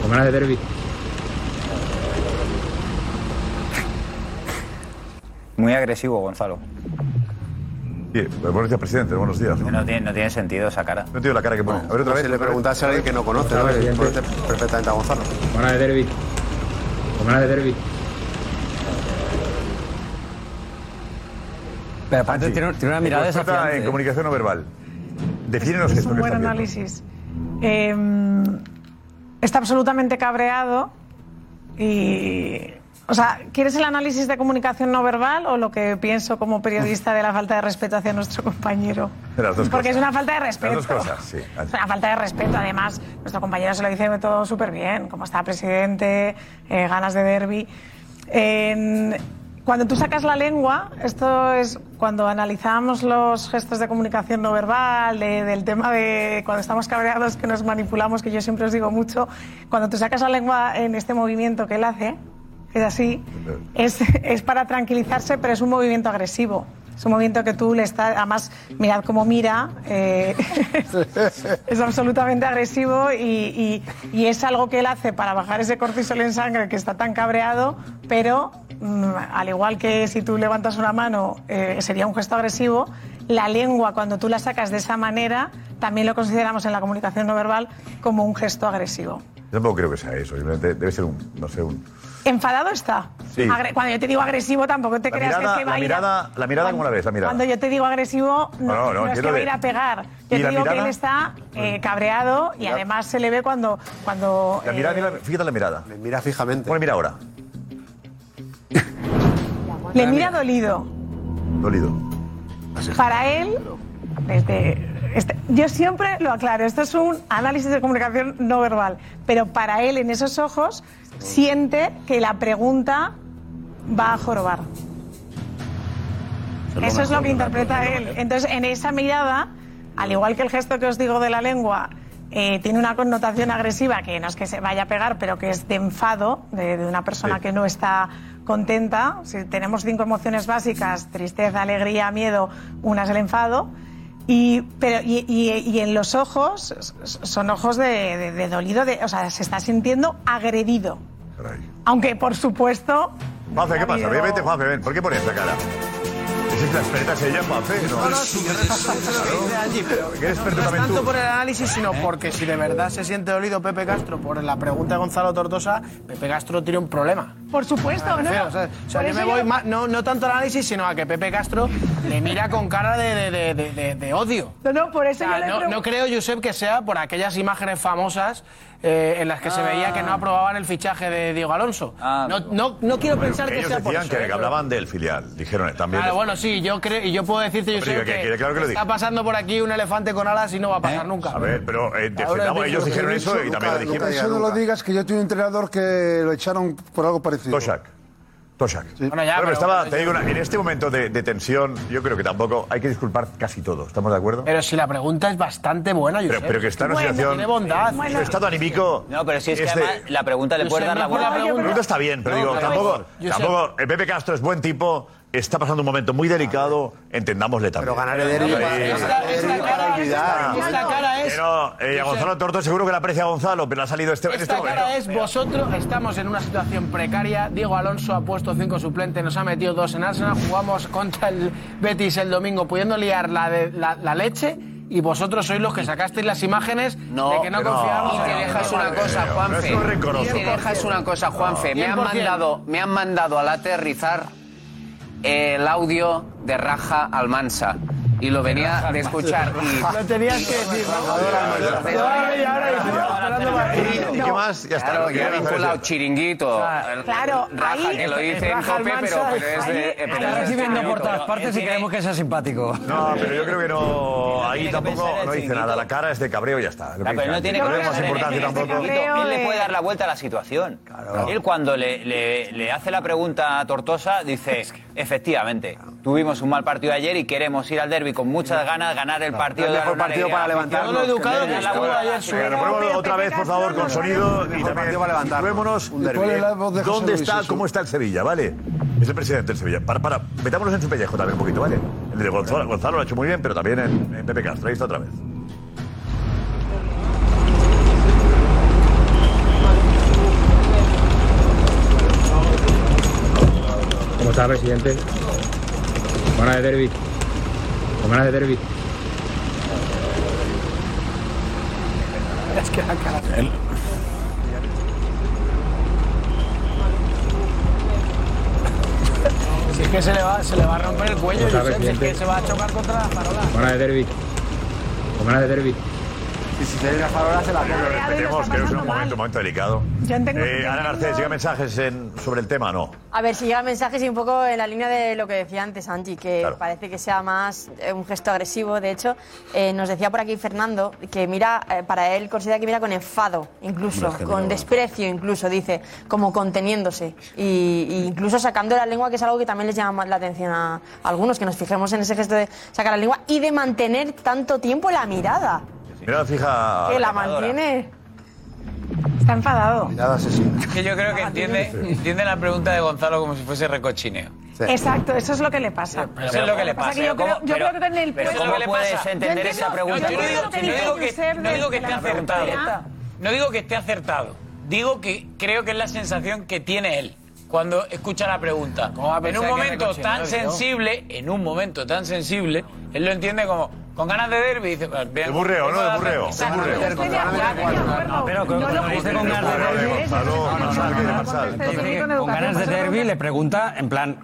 Speaker 2: Con ganas de derby.
Speaker 21: Muy agresivo, Gonzalo.
Speaker 10: Sí, buenos días, presidente. Buenos días. No
Speaker 21: tiene, no tiene sentido esa cara.
Speaker 10: No tiene la cara que pone. A ver, otra
Speaker 20: No,
Speaker 10: vez.
Speaker 20: si le
Speaker 10: otra vez.
Speaker 20: preguntase a alguien que no conoce, ¿no? Que conoce perfectamente a Gonzalo.
Speaker 2: Con ganas de derby. Con ganas de derby.
Speaker 19: Pero aparte tiene, tiene una mirada
Speaker 10: Experta
Speaker 19: Ah, desafiante. ¿eh?
Speaker 10: en comunicación no verbal. Defínenos
Speaker 22: Es
Speaker 10: esto
Speaker 22: un
Speaker 10: que
Speaker 22: buen
Speaker 10: está haciendo.
Speaker 22: análisis. Eh, está absolutamente cabreado y. O sea, ¿quieres el análisis de comunicación no verbal o lo que pienso como periodista de la falta de respeto hacia nuestro compañero?
Speaker 10: Las dos
Speaker 22: Porque
Speaker 10: cosas.
Speaker 22: es una falta de
Speaker 10: Las dos
Speaker 22: respeto.
Speaker 10: cosas, sí.
Speaker 22: Es una falta de respeto, además, nuestro compañero se lo dice todo súper bien, como está presidente, eh, ganas de derby. cuando tú sacas la lengua, esto es cuando analizamos los gestos de comunicación no verbal, de- del tema de cuando estamos cabreados que nos manipulamos, que yo siempre os digo mucho, cuando tú sacas la lengua en este movimiento que él hace, que es así, es, es para tranquilizarse, pero es un movimiento agresivo. Es un movimiento que tú le estás. Además, mirad cómo mira. eh, es, es absolutamente agresivo y, y- y es algo que él hace para bajar ese cortisol en sangre que está tan cabreado, pero mm, al igual que si tú levantas una mano eh, sería un gesto agresivo, la lengua, cuando tú la sacas de esa manera, también lo consideramos en la comunicación no verbal como un gesto agresivo.
Speaker 10: Yo tampoco creo que sea eso. Simplemente debe ser un, no sé, un...
Speaker 22: Enfadado está.
Speaker 10: Sí.
Speaker 22: Agre- Cuando yo te digo agresivo, tampoco te
Speaker 10: La
Speaker 22: creas
Speaker 10: mirada-
Speaker 22: que es que va
Speaker 10: la
Speaker 22: a ir a-
Speaker 10: mirada- la mirada, ¿cómo la ves, la mirada?
Speaker 22: Cuando yo te digo agresivo, no,
Speaker 10: No, no, no,
Speaker 22: no es que
Speaker 10: entiendo
Speaker 22: va a
Speaker 10: de-
Speaker 22: ir a pegar. Yo
Speaker 10: ¿Y
Speaker 22: te
Speaker 10: la
Speaker 22: digo que
Speaker 10: mirada?
Speaker 22: él está eh, cabreado y
Speaker 10: Mirada.
Speaker 22: además se le ve cuando. cuando
Speaker 10: La
Speaker 22: eh,
Speaker 10: mirada, mira- fíjate la mirada. Le
Speaker 20: mira fijamente.
Speaker 10: Bueno, mira ahora.
Speaker 22: eh, le mira dolido.
Speaker 10: Dolido.
Speaker 22: Para él, desde. este- yo siempre lo aclaro, esto es un análisis de comunicación no verbal, pero para él en esos ojos siente que la pregunta va a jorobar. Eso es lo que interpreta él. Entonces, en esa mirada, al igual que el gesto que os digo de la lengua, eh, tiene una connotación agresiva que no es que se vaya a pegar, pero que es de enfado, de, de una persona que no está contenta. Si tenemos cinco emociones básicas, tristeza, alegría, miedo, una es el enfado. Y, pero, y, y- y en los ojos, s- s- son ojos de, de- de dolido, de, o sea, se está sintiendo agredido. Aunque, por supuesto,
Speaker 10: Juanfe, ¿qué pasa? Ven, Vete, Juanfe, ven. ¿Por qué pones esa cara? ¿Es que la experta es ella, Juanfe? No, ¿Eres experto
Speaker 1: No es
Speaker 10: también
Speaker 1: tanto
Speaker 10: tú? ¿Eh?
Speaker 1: por el análisis, sino porque si de verdad se siente dolido Pepe Castro por la pregunta de Gonzalo Tortosa, Pepe Castro tiene un problema. Ah,
Speaker 22: Por supuesto,
Speaker 1: Me
Speaker 22: no,
Speaker 1: refiero,
Speaker 22: no.
Speaker 1: o sea, o sea,
Speaker 22: Por
Speaker 1: yo
Speaker 22: eso
Speaker 1: me voy más- no, no tanto al análisis, sino a que Pepe Castro le mira con cara de, de- de- de- de- de odio.
Speaker 22: No, no, por eso
Speaker 1: O sea,
Speaker 22: yo le
Speaker 1: no,
Speaker 22: pregun-
Speaker 1: no creo, Josep, que sea por aquellas imágenes famosas eh, en las que se
Speaker 22: Ah.
Speaker 1: veía que no aprobaban el fichaje de Diego Alonso. no, no, no quiero
Speaker 10: Ah, Bueno,
Speaker 1: pensar que
Speaker 10: ellos
Speaker 1: sea por
Speaker 10: decían
Speaker 1: eso.
Speaker 10: que
Speaker 1: ¿eh?
Speaker 10: hablaban del filial, dijeron eh, también.
Speaker 1: Claro, bueno, sí, yo creo y yo puedo decirte,
Speaker 10: Hombre,
Speaker 1: Josep,
Speaker 10: que-
Speaker 1: que,
Speaker 10: que claro que lo
Speaker 1: está
Speaker 10: dijo.
Speaker 1: pasando por aquí un elefante con alas y no va a pasar nunca.
Speaker 10: A ver, pero eh, defendamos,
Speaker 1: dice
Speaker 10: ellos
Speaker 1: lo que
Speaker 10: dijeron
Speaker 1: he
Speaker 10: eso
Speaker 1: dicho,
Speaker 10: y
Speaker 1: Luca,
Speaker 10: también lo
Speaker 1: Luca,
Speaker 10: dijimos.
Speaker 17: Eso no lo digas, que yo tuve un entrenador que lo echaron por algo parecido.
Speaker 10: Toshak. Toshak.
Speaker 17: Bueno, ya,
Speaker 10: Bueno,
Speaker 17: pero-
Speaker 10: estaba, te digo, una- en este momento de, de tensión, yo creo que tampoco hay que disculpar casi todo. ¿Estamos de acuerdo?
Speaker 1: Pero si la pregunta es bastante buena, Josep.
Speaker 10: Pero- pero que está en una
Speaker 1: Bueno,
Speaker 10: situación-
Speaker 1: Tiene bondad.
Speaker 10: Bueno. Su estado anímico
Speaker 1: No, pero
Speaker 10: si es que es de- además
Speaker 21: la pregunta le puedes dar la vuelta.
Speaker 10: La pregunta está bien, pero
Speaker 21: No,
Speaker 10: digo,
Speaker 21: pero-
Speaker 10: tampoco,
Speaker 21: Josep-
Speaker 10: tampoco. El Pepe Castro es buen tipo, está pasando un momento muy delicado, entendámosle también. Pero ganar el
Speaker 20: derbi- ganar el derbi para olvidar.
Speaker 1: Esta cara es-
Speaker 10: Pero eh, a Gonzalo Torto seguro que le aprecia a Gonzalo, pero le ha salido este, este
Speaker 1: Esta cara es vosotros, estamos en una situación precaria. Diego Alonso ha puesto cinco suplentes, nos ha metido dos en Arsenal, jugamos contra el Betis el domingo, pudiendo liar la, de- la, la leche. Y vosotros sois los que sacasteis las imágenes de que no, confiábamos.
Speaker 21: Y te dejas una cosa, Juanfe. Y te dejas una cosa, Juanfe. Me han
Speaker 1: 100%.
Speaker 21: mandado, me han mandado al aterrizar el audio de Raja Almansa. Y lo venía de escuchar. Y...
Speaker 1: Lo tenías que decir.
Speaker 21: ¿Y qué más?
Speaker 10: Ya está,
Speaker 21: Claro,
Speaker 10: lo que
Speaker 21: yo he
Speaker 10: querían hacer
Speaker 21: vinculado chiringuito.
Speaker 12: Ah.
Speaker 22: Claro,
Speaker 21: Raja,
Speaker 22: ahí-
Speaker 21: que lo dice en
Speaker 22: Raja
Speaker 21: tope, pero,
Speaker 22: Almansa,
Speaker 21: pero es de.
Speaker 22: ahí-
Speaker 21: pero
Speaker 22: ahí
Speaker 21: es de
Speaker 19: recibiendo por
Speaker 21: chiringuito.
Speaker 19: todas partes y queremos que sea simpático.
Speaker 10: No, pero yo creo que no. Ahí tampoco no dice nada. La cara es de cabreo y ya está. Lo
Speaker 21: No,
Speaker 10: que
Speaker 21: Ah, pero
Speaker 10: dice
Speaker 21: no
Speaker 10: antes.
Speaker 21: tiene
Speaker 10: No
Speaker 21: que
Speaker 10: le demos importancia tampoco.
Speaker 21: Él le puede dar la vuelta a la situación. Él cuando le, le- le hace la pregunta a Tortosa dice, efectivamente, tuvimos un mal partido ayer y queremos ir al derby con muchas ganas, ganar el partido.
Speaker 20: El
Speaker 21: de
Speaker 20: mejor partido para levantarnos.
Speaker 21: que
Speaker 20: Pero-
Speaker 10: Bueno, ponemos otra vez, por favor, con sonido y también situémonos.
Speaker 17: cuál es la voz de José
Speaker 10: ¿Dónde
Speaker 17: Luis,
Speaker 10: está,
Speaker 17: eso?
Speaker 10: cómo está el Sevilla, vale? Es el presidente del Sevilla. Para, para, metámonos en su pellejo también un poquito, ¿vale? El de Gonzalo, Gonzalo lo ha hecho muy bien, pero también en, en Pepe Castro. Ahí está otra vez.
Speaker 2: ¿Cómo está, presidente? Con ganas de derby. Con ganas de derby.
Speaker 1: Es que la cara. Si es que se le va, se le va a romper el cuello,
Speaker 10: Pues
Speaker 2: Otra
Speaker 1: Josep,
Speaker 2: vez,
Speaker 1: si es que
Speaker 2: siguiente.
Speaker 1: se va a chocar contra la farola.
Speaker 2: Con ganas de derby. Con ganas de derby.
Speaker 20: Y si se la farola, se la
Speaker 10: Lo Repetemos que es un momento, un momento delicado.
Speaker 11: Yo tengo-
Speaker 10: Eh, Ana Garcés, ¿llega mensajes en- sobre el tema no?
Speaker 11: A ver, si llega mensajes y un poco en la línea de lo que decía antes Angie, que parece que sea más eh, un gesto agresivo. De hecho, eh, nos decía por aquí Fernando que mira, eh, para él considera que mira con enfado, incluso,
Speaker 28: Hombre, es que
Speaker 11: con
Speaker 28: no.
Speaker 11: desprecio, incluso, dice, como conteniéndose. Y, y incluso sacando la lengua, que es algo que también les llama más la atención a, a algunos, que nos fijemos en ese gesto de sacar la lengua y de mantener tanto tiempo la mirada,
Speaker 10: Mira, fija.
Speaker 11: que la mantiene.
Speaker 22: Está enfadado.
Speaker 15: Es que yo creo que entiende, entiende la pregunta de Gonzalo como si fuese recochineo.
Speaker 22: Exacto, eso es lo que le pasa.
Speaker 15: Eso es lo que le pasa.
Speaker 22: yo, creo, yo creo que con el
Speaker 15: pero
Speaker 22: puesto-
Speaker 15: ¿cómo
Speaker 22: Yo
Speaker 15: puedes
Speaker 22: entiendo-
Speaker 15: entender esa
Speaker 22: yo
Speaker 15: pregunta?
Speaker 22: entiendo
Speaker 15: Yo
Speaker 22: lo que
Speaker 15: no
Speaker 22: dice
Speaker 15: digo que-
Speaker 22: Josep
Speaker 15: no
Speaker 22: de-
Speaker 15: digo que
Speaker 22: de la
Speaker 15: esté
Speaker 22: pregunta
Speaker 15: acertado.
Speaker 22: directa.
Speaker 15: No digo que esté acertado. Digo que creo que es la sensación que tiene él cuando escucha la pregunta.
Speaker 1: va a
Speaker 15: En
Speaker 1: pensar
Speaker 15: un
Speaker 1: que
Speaker 15: momento
Speaker 1: recochineo,
Speaker 15: tan
Speaker 1: yo?
Speaker 15: sensible, en un momento tan sensible, él lo entiende como con ganas de derbi. Dice, pues, bien,
Speaker 10: De burreo, ¿no? De burreo. De
Speaker 15: Exacto.
Speaker 10: burreo.
Speaker 15: Estoy de acuerdo.
Speaker 19: Pero con- cuando dice con ganas de derbi, con ganas de derbi le pregunta en plan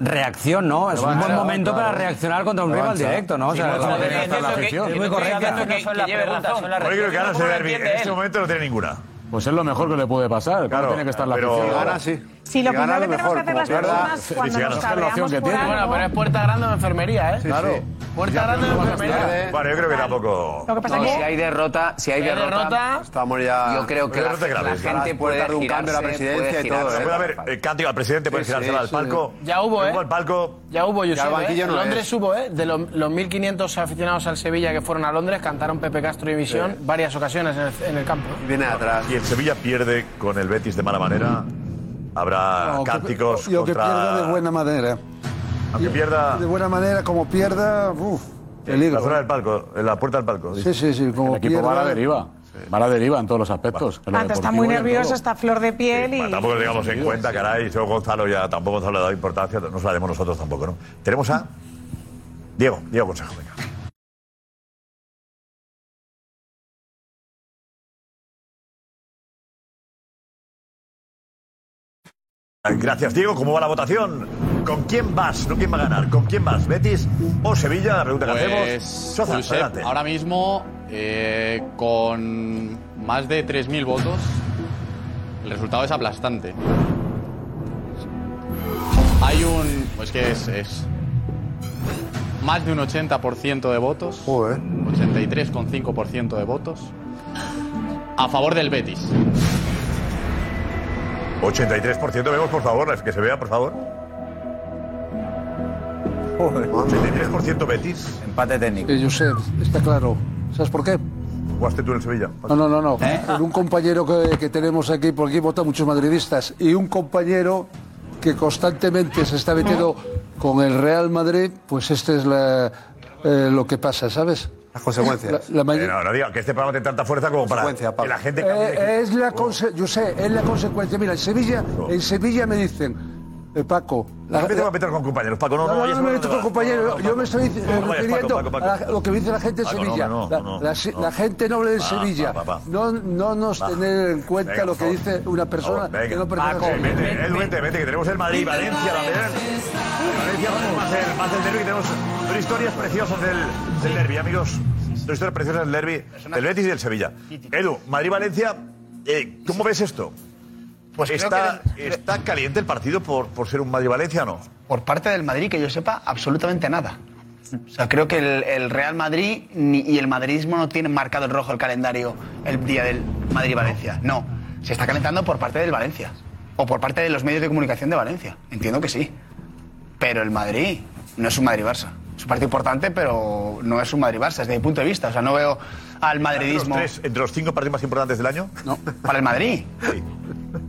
Speaker 19: reacción, ¿no? Es un buen
Speaker 15: Avanza,
Speaker 19: momento
Speaker 15: claro.
Speaker 19: para reaccionar contra un rival
Speaker 15: Avanza.
Speaker 19: directo, ¿no? O sea,
Speaker 15: Sí, no,
Speaker 19: como
Speaker 15: no,
Speaker 19: que
Speaker 15: no,
Speaker 19: hasta
Speaker 15: no,
Speaker 19: la
Speaker 15: que-
Speaker 19: afición.
Speaker 15: que-
Speaker 19: Muy
Speaker 15: que-
Speaker 19: correcta.
Speaker 15: que- que lleve razón.
Speaker 10: Yo creo que ganas de derbi en este momento no tiene ninguna.
Speaker 13: Pues es lo mejor que le puede pasar. ¿Cómo
Speaker 10: Claro,
Speaker 13: tiene que estar la
Speaker 10: pero-
Speaker 13: afición?
Speaker 10: Si gana, sí.
Speaker 22: Sí, lo primero que tenemos que hacer las personas cuando nos cabreamos por
Speaker 13: pues
Speaker 1: Bueno,
Speaker 22: algo-
Speaker 1: pero es puerta grande de enfermería, ¿eh?
Speaker 10: Claro.
Speaker 1: Puerta grande de enfermería.
Speaker 10: Bueno, yo creo que tampoco.
Speaker 1: Lo que pasa
Speaker 21: No,
Speaker 1: es que-
Speaker 21: si hay
Speaker 10: Ah,
Speaker 21: derrota, si
Speaker 20: Eh,
Speaker 21: hay
Speaker 1: Si hay
Speaker 21: derrota,
Speaker 1: derrota,
Speaker 20: estamos ya.
Speaker 21: Yo creo que
Speaker 10: Pero
Speaker 21: la,
Speaker 10: no te
Speaker 21: la
Speaker 10: claves,
Speaker 21: gente
Speaker 10: ya.
Speaker 21: puede
Speaker 10: dar un cambio a la
Speaker 21: girarse,
Speaker 10: presidencia
Speaker 21: puede
Speaker 10: y todo.
Speaker 21: girarse.
Speaker 10: Puede haber eh, cántico al presidente, puede
Speaker 1: Sí,
Speaker 10: girársela
Speaker 1: sí,
Speaker 10: al
Speaker 1: sí.
Speaker 10: palco.
Speaker 1: Ya hubo,
Speaker 10: Luego
Speaker 1: ¿eh?
Speaker 10: al palco.
Speaker 1: Ya hubo, yo
Speaker 10: Ya el banquillo no
Speaker 1: Londres
Speaker 10: es.
Speaker 1: hubo, ¿eh? De los, los 1.500 aficionados al Sevilla que fueron a Londres, cantaron Pepe Castro y Visión varias ocasiones en el, en el campo.
Speaker 10: Viene atrás. Y el Sevilla pierde con el Betis de mala manera. Habrá
Speaker 17: No, que-
Speaker 10: cánticos
Speaker 17: Yo que
Speaker 10: contra.
Speaker 17: pierda de buena manera.
Speaker 10: Aunque pierda.
Speaker 17: De buena manera, como pierda, uff,
Speaker 10: peligro.
Speaker 13: ¿eh?
Speaker 10: La zona del palco, en la puerta del palco.
Speaker 17: sí, sí, sí, como
Speaker 13: El equipo va a la
Speaker 17: pierda.
Speaker 13: deriva. Va a la deriva en todos los aspectos. en lo
Speaker 22: Antes Ah, está
Speaker 13: deportivo
Speaker 22: muy
Speaker 13: y en
Speaker 22: nervioso,
Speaker 13: todo.
Speaker 22: está flor de piel y...
Speaker 10: Bueno, tampoco le digamos en cuenta, caray. Yo Gonzalo ya tampoco Gonzalo le ha dado importancia, no se la demos nosotros tampoco, ¿no? Tenemos a Diego, Diego Consejo, venga. Gracias, Diego. ¿Cómo va la votación? ¿Con quién vas? No quién va a ganar. ¿Con quién vas? ¿Betis o Sevilla? La pregunta que hacemos.
Speaker 9: Pues,
Speaker 10: Soza,
Speaker 9: Josep,
Speaker 10: adelante.
Speaker 9: ahora mismo, eh, con más de 3.000 votos, el resultado es aplastante. Hay un... Pues que es... es más de un 80% de votos. 83,5% de votos. A favor del Betis.
Speaker 10: 83% vemos, por favor, que se vea, por favor. 83% Betis.
Speaker 21: Empate técnico.
Speaker 17: Sí, Eh, Josep, está claro. ¿Sabes por qué?
Speaker 10: Jugaste tú en el Sevilla.
Speaker 17: No, no, no, no. Por Un compañero que, que tenemos aquí, por aquí votan muchos madridistas, y un compañero que constantemente se está metiendo con el Real Madrid, pues este es la- eh, lo que pasa, ¿sabes? Las
Speaker 10: Consecuencias. no, no diga que este programa tiene tanta fuerza como para que la gente cambie de
Speaker 17: Eh, es la conse- yo sé, es la consecuencia. Mira, en Sevilla, en Sevilla me dicen, eh, Paco,
Speaker 10: No
Speaker 17: la,
Speaker 10: empecemos a meter con compañeros, Paco. No,
Speaker 17: No, no,
Speaker 10: ahí
Speaker 17: no,
Speaker 10: es
Speaker 17: me
Speaker 10: donde
Speaker 17: meto
Speaker 10: va.
Speaker 17: con compañeros.
Speaker 10: No, no,
Speaker 17: yo me estoy eh,
Speaker 10: Paco, Paco, vayas,
Speaker 17: refiriendo
Speaker 10: Paco, Paco,
Speaker 17: a la-
Speaker 10: Paco.
Speaker 17: lo que dice la gente de
Speaker 10: Paco, no,
Speaker 17: Sevilla.
Speaker 10: no,
Speaker 17: la,
Speaker 10: no,
Speaker 17: la se-
Speaker 10: no.
Speaker 17: la gente noble de
Speaker 10: Va,
Speaker 17: Sevilla.
Speaker 10: va, va, va.
Speaker 17: No, no nos
Speaker 10: Va.
Speaker 17: tener en cuenta
Speaker 10: Venga,
Speaker 17: lo
Speaker 10: por
Speaker 17: que
Speaker 10: favor.
Speaker 17: dice una persona
Speaker 10: Venga,
Speaker 17: que no
Speaker 10: Paco,
Speaker 17: pertenece
Speaker 10: vete, Edu, vete, vete, que tenemos el Madrid, Valencia, la verdad. Valencia va a ser más del derbi. Tenemos dos historias preciosas del, del derbi, amigos. Dos historias preciosas del derbi, del Betis y del Sevilla. Edu, Madrid-Valencia, eh, ¿cómo ves esto? Pues
Speaker 28: creo
Speaker 10: está, está caliente el partido por, por ser un Madrid-Valencia, o ¿no?
Speaker 28: Por parte del Madrid, que yo sepa, absolutamente nada. O sea, creo que el, el Real Madrid ni- y el madridismo no tienen marcado el rojo el calendario el día del Madrid-Valencia. No, se está calentando por parte del Valencia o por parte de los medios de comunicación de Valencia. Entiendo que sí. Pero el Madrid no es un Madrid-Barça. Es un partido importante, pero no es un Madrid-Barça desde mi punto de vista. O sea, no veo al madridismo...
Speaker 10: ¿Entre los, tres- entre los cinco partidos más importantes del año?
Speaker 28: No. ¿Para el Madrid?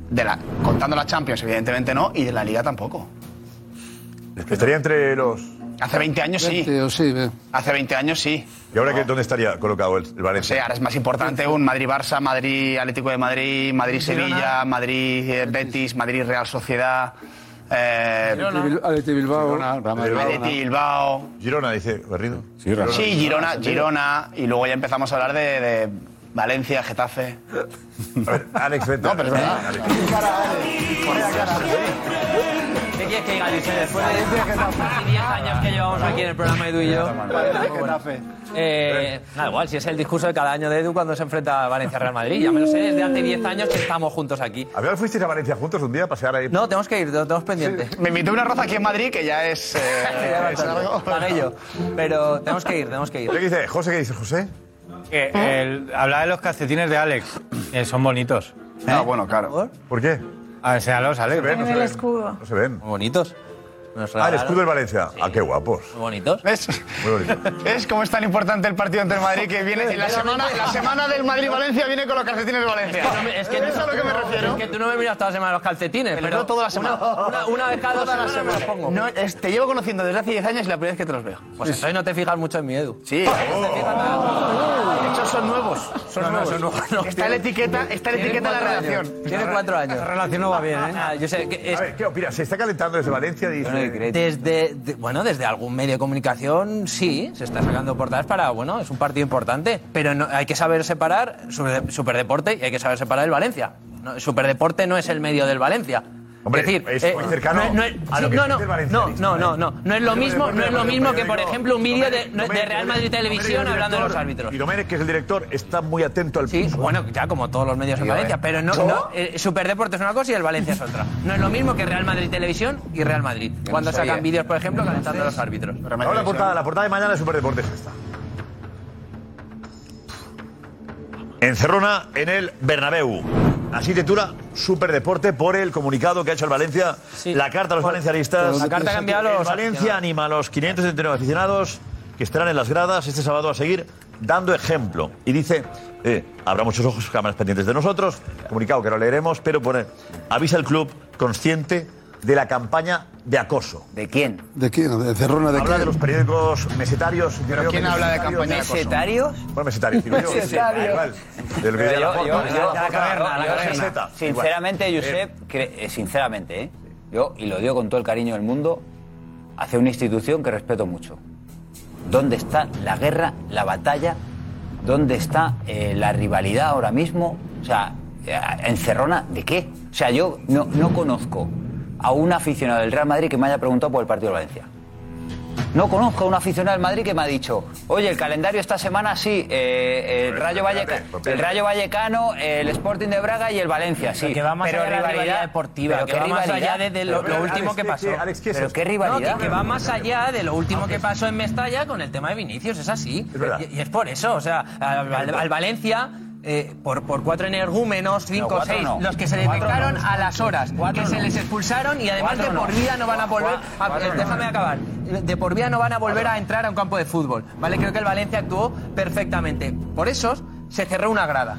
Speaker 28: De la, contando la Champions, evidentemente no, y de la Liga tampoco.
Speaker 10: Estaría entre los...
Speaker 28: Hace 20 años sí. Hace 20 años sí.
Speaker 10: ¿Y ahora qué, dónde estaría colocado el, el
Speaker 28: O
Speaker 10: Valencia?
Speaker 28: sea, ahora es más importante un Madrid-Barça, Madrid-Atlético de Madrid, Madrid-Sevilla, Madrid-Betis, Madrid-Real Sociedad. Eh,
Speaker 17: Aleti Bilbao.
Speaker 28: Atleti, Bilbao.
Speaker 10: Girona, dice Berrido.
Speaker 28: Sí, Girona, Girona. Y luego ya empezamos a hablar de, de Valencia, Getafe.
Speaker 10: A ver, Alex, vete.
Speaker 28: No, pero es verdad.
Speaker 6: ¿Qué quieres que diga, José? Después de 10 años que llevamos aquí en el programa Edu y yo. Eh, da igual, si es el discurso de cada año de Edu cuando se enfrenta a Valencia Real Madrid. Ya me lo sé desde hace 10 años que estamos juntos aquí.
Speaker 10: ¿A ver, fuisteis a Valencia juntos un día a pasear ahí?
Speaker 6: No, tenemos que ir, tenemos pendiente.
Speaker 28: Me invitó una roza aquí en Madrid que ya es. eh, es algo.
Speaker 6: Pagué yo. Pero tenemos que ir, tenemos que ir.
Speaker 10: ¿Qué dice José? ¿Qué dice José?
Speaker 15: Que el- hablaba de los calcetines de Alex. Eh, son bonitos. ¿Eh?
Speaker 28: Ah, bueno, claro.
Speaker 10: ¿Por qué?
Speaker 15: A ver, séalos, Alex.
Speaker 22: en el escudo.
Speaker 10: No se ven.
Speaker 6: Muy bonitos.
Speaker 10: Ah, el escudo del Valencia. Ah, qué guapos. Muy
Speaker 6: bonitos.
Speaker 28: ¿Ves?
Speaker 10: Muy bonitos.
Speaker 28: ¿Ves cómo es tan importante el partido entre el Madrid que viene? en La semana, la semana del Madrid-Valencia viene con los calcetines de Valencia.
Speaker 6: Es que,
Speaker 28: ¿Eso es a lo que me refiero?
Speaker 6: Es que tú no me miras toda la semana los calcetines, pero.
Speaker 28: no toda la semana.
Speaker 6: Una, una- una vez cada dos
Speaker 28: Toda la
Speaker 6: semanas me los pongo.
Speaker 28: No, es- te llevo conociendo desde hace 10 años y la primera vez que te los veo.
Speaker 6: Pues entonces no te fijas mucho en mi Edu.
Speaker 28: Sí. Oh. De hecho, son nuevos. Son
Speaker 6: No, no,
Speaker 28: nuevos.
Speaker 6: son nuevos, no.
Speaker 28: está la etiqueta, está la etiqueta en la redacción.
Speaker 6: Tiene cuatro años. La relación no va bien, ¿eh? yo sé que es-
Speaker 10: A ver, ¿qué opinas? ¿Se está calentando desde Valencia? Dice...
Speaker 6: Desde, de- bueno, desde algún medio de comunicación, sí, se está sacando portadas para, bueno, es un partido importante, pero no- hay que saber separar super- Superdeporte y hay que saber separar el Valencia. No, superdeporte no es el medio del Valencia.
Speaker 10: Hombre,
Speaker 6: es decir, eh,
Speaker 10: es muy cercano
Speaker 6: no es- no es-
Speaker 10: a lo
Speaker 6: sí,
Speaker 10: que dice
Speaker 6: no, no,
Speaker 10: el
Speaker 6: no,
Speaker 10: valencianista,
Speaker 6: no,
Speaker 10: ¿eh?
Speaker 6: no, no, no es lo
Speaker 10: Superdeporte,
Speaker 6: mismo, no es lo
Speaker 10: pero
Speaker 6: mismo
Speaker 10: yo
Speaker 6: que,
Speaker 10: digo,
Speaker 6: por ejemplo, un vídeo de,
Speaker 10: Domenech,
Speaker 6: de Real Madrid
Speaker 10: Domenech,
Speaker 6: Televisión
Speaker 10: Domenech, el
Speaker 6: hablando de los
Speaker 10: director,
Speaker 6: árbitros.
Speaker 10: Y Domenech, que es el director, está muy atento al sí,
Speaker 6: Bueno, ya como todos los medios en Valencia, pero no, no eh, Superdeporte es una cosa y el Valencia es otra. No es lo mismo que Real Madrid Televisión y Real Madrid. Cuando
Speaker 10: soy, eh.
Speaker 6: sacan vídeos, por ejemplo, calentando a los árbitros.
Speaker 10: Ahora la portada, la portada de mañana de Superdeportes es esta. Encerrona en el Bernabéu. Así titula Superdeporte por el comunicado que ha hecho el Valencia. La carta a los valencianistas.
Speaker 6: La carta que ha enviado a los
Speaker 10: El Valencia
Speaker 6: aficionados.
Speaker 10: anima a los 579 aficionados que estarán en las gradas este sábado a seguir dando ejemplo. Y dice, eh, habrá muchos ojos, cámaras pendientes de nosotros. Comunicado que no leeremos, pero pone, avisa al club consciente de la campaña de acoso.
Speaker 6: ¿De quién?
Speaker 17: ¿De quién? ¿De Cerrona de
Speaker 10: Habla de
Speaker 17: quién?
Speaker 10: los periódicos mesetarios. yo creo
Speaker 6: quién
Speaker 10: que
Speaker 6: habla de
Speaker 10: mesetarios-
Speaker 6: campaña de acoso? ¿Mesetarios?
Speaker 10: Bueno, mesetarios. digo yo.
Speaker 6: Mesetarios.
Speaker 10: Sí, da igual. De lo que diría la
Speaker 6: Yo-
Speaker 10: foto,
Speaker 6: yo-
Speaker 10: de
Speaker 6: yo-
Speaker 10: la
Speaker 6: la
Speaker 10: foto,
Speaker 6: caverna, la
Speaker 10: de
Speaker 6: caverna.
Speaker 10: meseta.
Speaker 21: Sinceramente,
Speaker 10: Igual.
Speaker 21: Josep, cre- eh, sinceramente, ¿eh? yo, y lo digo con todo el cariño del mundo, hacia una institución que respeto mucho. ¿Dónde está la guerra, la batalla? ¿Dónde está eh, la rivalidad ahora mismo? O sea, eh, ¿encerrona de qué? O sea, yo no, no conozco a un aficionado del Real Madrid que me haya preguntado por el partido de Valencia. No conozco a un aficionado del Madrid que me ha dicho, oye, el calendario esta semana sí, eh, el, Rayo Vallecano, el Rayo Vallecano, el Sporting de Braga y el Valencia, sí.
Speaker 6: Que va más allá de la rivalidad deportiva,
Speaker 21: pero
Speaker 6: que
Speaker 21: qué
Speaker 6: va más
Speaker 21: rivalidad.
Speaker 6: allá de, de lo,
Speaker 21: Pero,
Speaker 6: lo
Speaker 21: pero,
Speaker 6: último
Speaker 21: Alex,
Speaker 6: que
Speaker 21: ¿qué-
Speaker 6: pasó.
Speaker 21: qué- Alex, ¿qué es Pero esto? qué rivalidad.
Speaker 6: No, que, que va más allá de lo último que pasó en Mestalla con el tema de Vinicius, es así. y, y es por eso, o sea, al, al- al Valencia... eh, por, por cuatro energúmenos, cinco,
Speaker 21: cuatro
Speaker 6: seis,
Speaker 21: no.
Speaker 6: los que se
Speaker 21: Cuatro
Speaker 6: detectaron
Speaker 21: no.
Speaker 6: a las horas,
Speaker 21: Cuatro
Speaker 6: que se
Speaker 21: no.
Speaker 6: les expulsaron y además
Speaker 21: Cuatro
Speaker 6: de por
Speaker 21: no.
Speaker 6: vida no van a volver. a-
Speaker 21: Cuatro
Speaker 6: eh,
Speaker 21: no.
Speaker 6: déjame acabar. De por vida no van a volver a entrar a un campo de fútbol, ¿vale? Creo que el Valencia actuó perfectamente. Por esos se cerró una grada.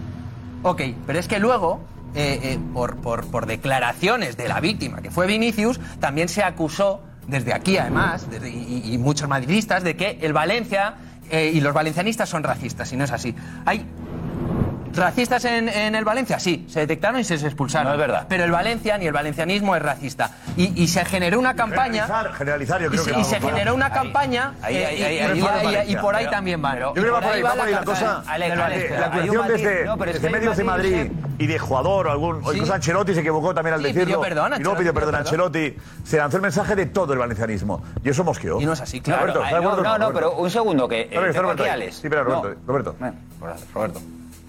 Speaker 6: Ok, pero es que luego, eh, eh, por, por- por declaraciones de la víctima, que fue Vinicius, también se acusó, desde aquí además, desde- y, y- y muchos madridistas, de que el Valencia eh, y los valencianistas son racistas, y no es así. Hay ¿Racistas en, en el Valencia? Sí, se detectaron y se les expulsaron. No es verdad. Pero el Valencia ni el valencianismo es racista. Y, y se generó una campaña.
Speaker 10: Generalizar, generalizar, yo
Speaker 6: y
Speaker 10: creo
Speaker 6: se,
Speaker 10: que
Speaker 6: y
Speaker 10: la-
Speaker 6: se generó una campaña.
Speaker 10: ahí,
Speaker 6: eh,
Speaker 10: ahí,
Speaker 6: y-
Speaker 10: ahí,
Speaker 6: y-
Speaker 10: ahí,
Speaker 6: y-
Speaker 10: fuera
Speaker 6: y-
Speaker 10: Valencia.
Speaker 6: y por ahí
Speaker 10: Pero-
Speaker 6: también van.
Speaker 10: Yo creo que va por ahí, va por ahí la cosa.
Speaker 6: Alex,
Speaker 10: la-
Speaker 6: Alex,
Speaker 10: la
Speaker 6: hay un
Speaker 10: acusación
Speaker 6: Madrid-
Speaker 10: desde,
Speaker 6: No, pero es
Speaker 10: desde
Speaker 6: que hay un
Speaker 10: medios de
Speaker 6: Madrid
Speaker 10: Madrid y de jugador o algún. o Incluso Ancelotti se equivocó también al
Speaker 6: Sí, pidió
Speaker 10: decirlo.
Speaker 6: perdón,
Speaker 10: y luego pidió
Speaker 6: Ancelotti,
Speaker 10: perdón a
Speaker 6: pidió
Speaker 10: Ancelotti. Se lanzó el mensaje de todo el valencianismo. Y eso mosqueó. Y no
Speaker 6: es así,
Speaker 21: claro.
Speaker 10: Roberto, ¿estás de
Speaker 21: Ay, no,
Speaker 10: acuerdo o
Speaker 21: no, no,
Speaker 10: Roberto?
Speaker 21: pero un segundo, que, eh,
Speaker 10: Espera,
Speaker 21: tengo
Speaker 10: Roberto.
Speaker 21: aquí a Alex.
Speaker 10: Sí, espera, Roberto. Roberto.
Speaker 21: Roberto.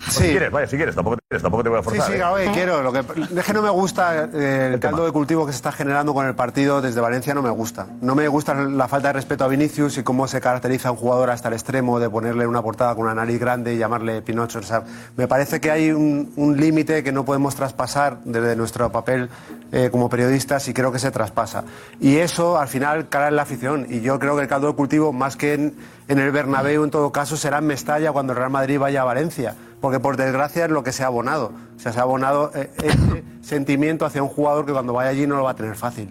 Speaker 10: Si quieres, vaya, si quieres, tampoco te quieres, tampoco te voy a
Speaker 20: Sí,
Speaker 10: forzar.
Speaker 20: sí,
Speaker 10: ¿eh?
Speaker 20: oye, quiero. Lo que, es que no me gusta eh, el caldo de cultivo que se está generando con el partido desde Valencia, no me gusta. No me gusta la falta de respeto a Vinicius y cómo se caracteriza a un jugador hasta el extremo de ponerle una portada con una nariz grande y llamarle Pinocho. O sea, me parece que hay un, un límite que no podemos traspasar desde nuestro papel eh, como periodistas y creo que se traspasa. Y eso al final cara en la afición. Y yo creo que el caldo de cultivo, más que en, en el Bernabéu en todo caso, será en Mestalla cuando el Real Madrid vaya a Valencia. Porque por desgracia es lo que se ha abonado. O sea, se ha abonado eh, ese sentimiento hacia un jugador que cuando vaya allí no lo va a tener fácil.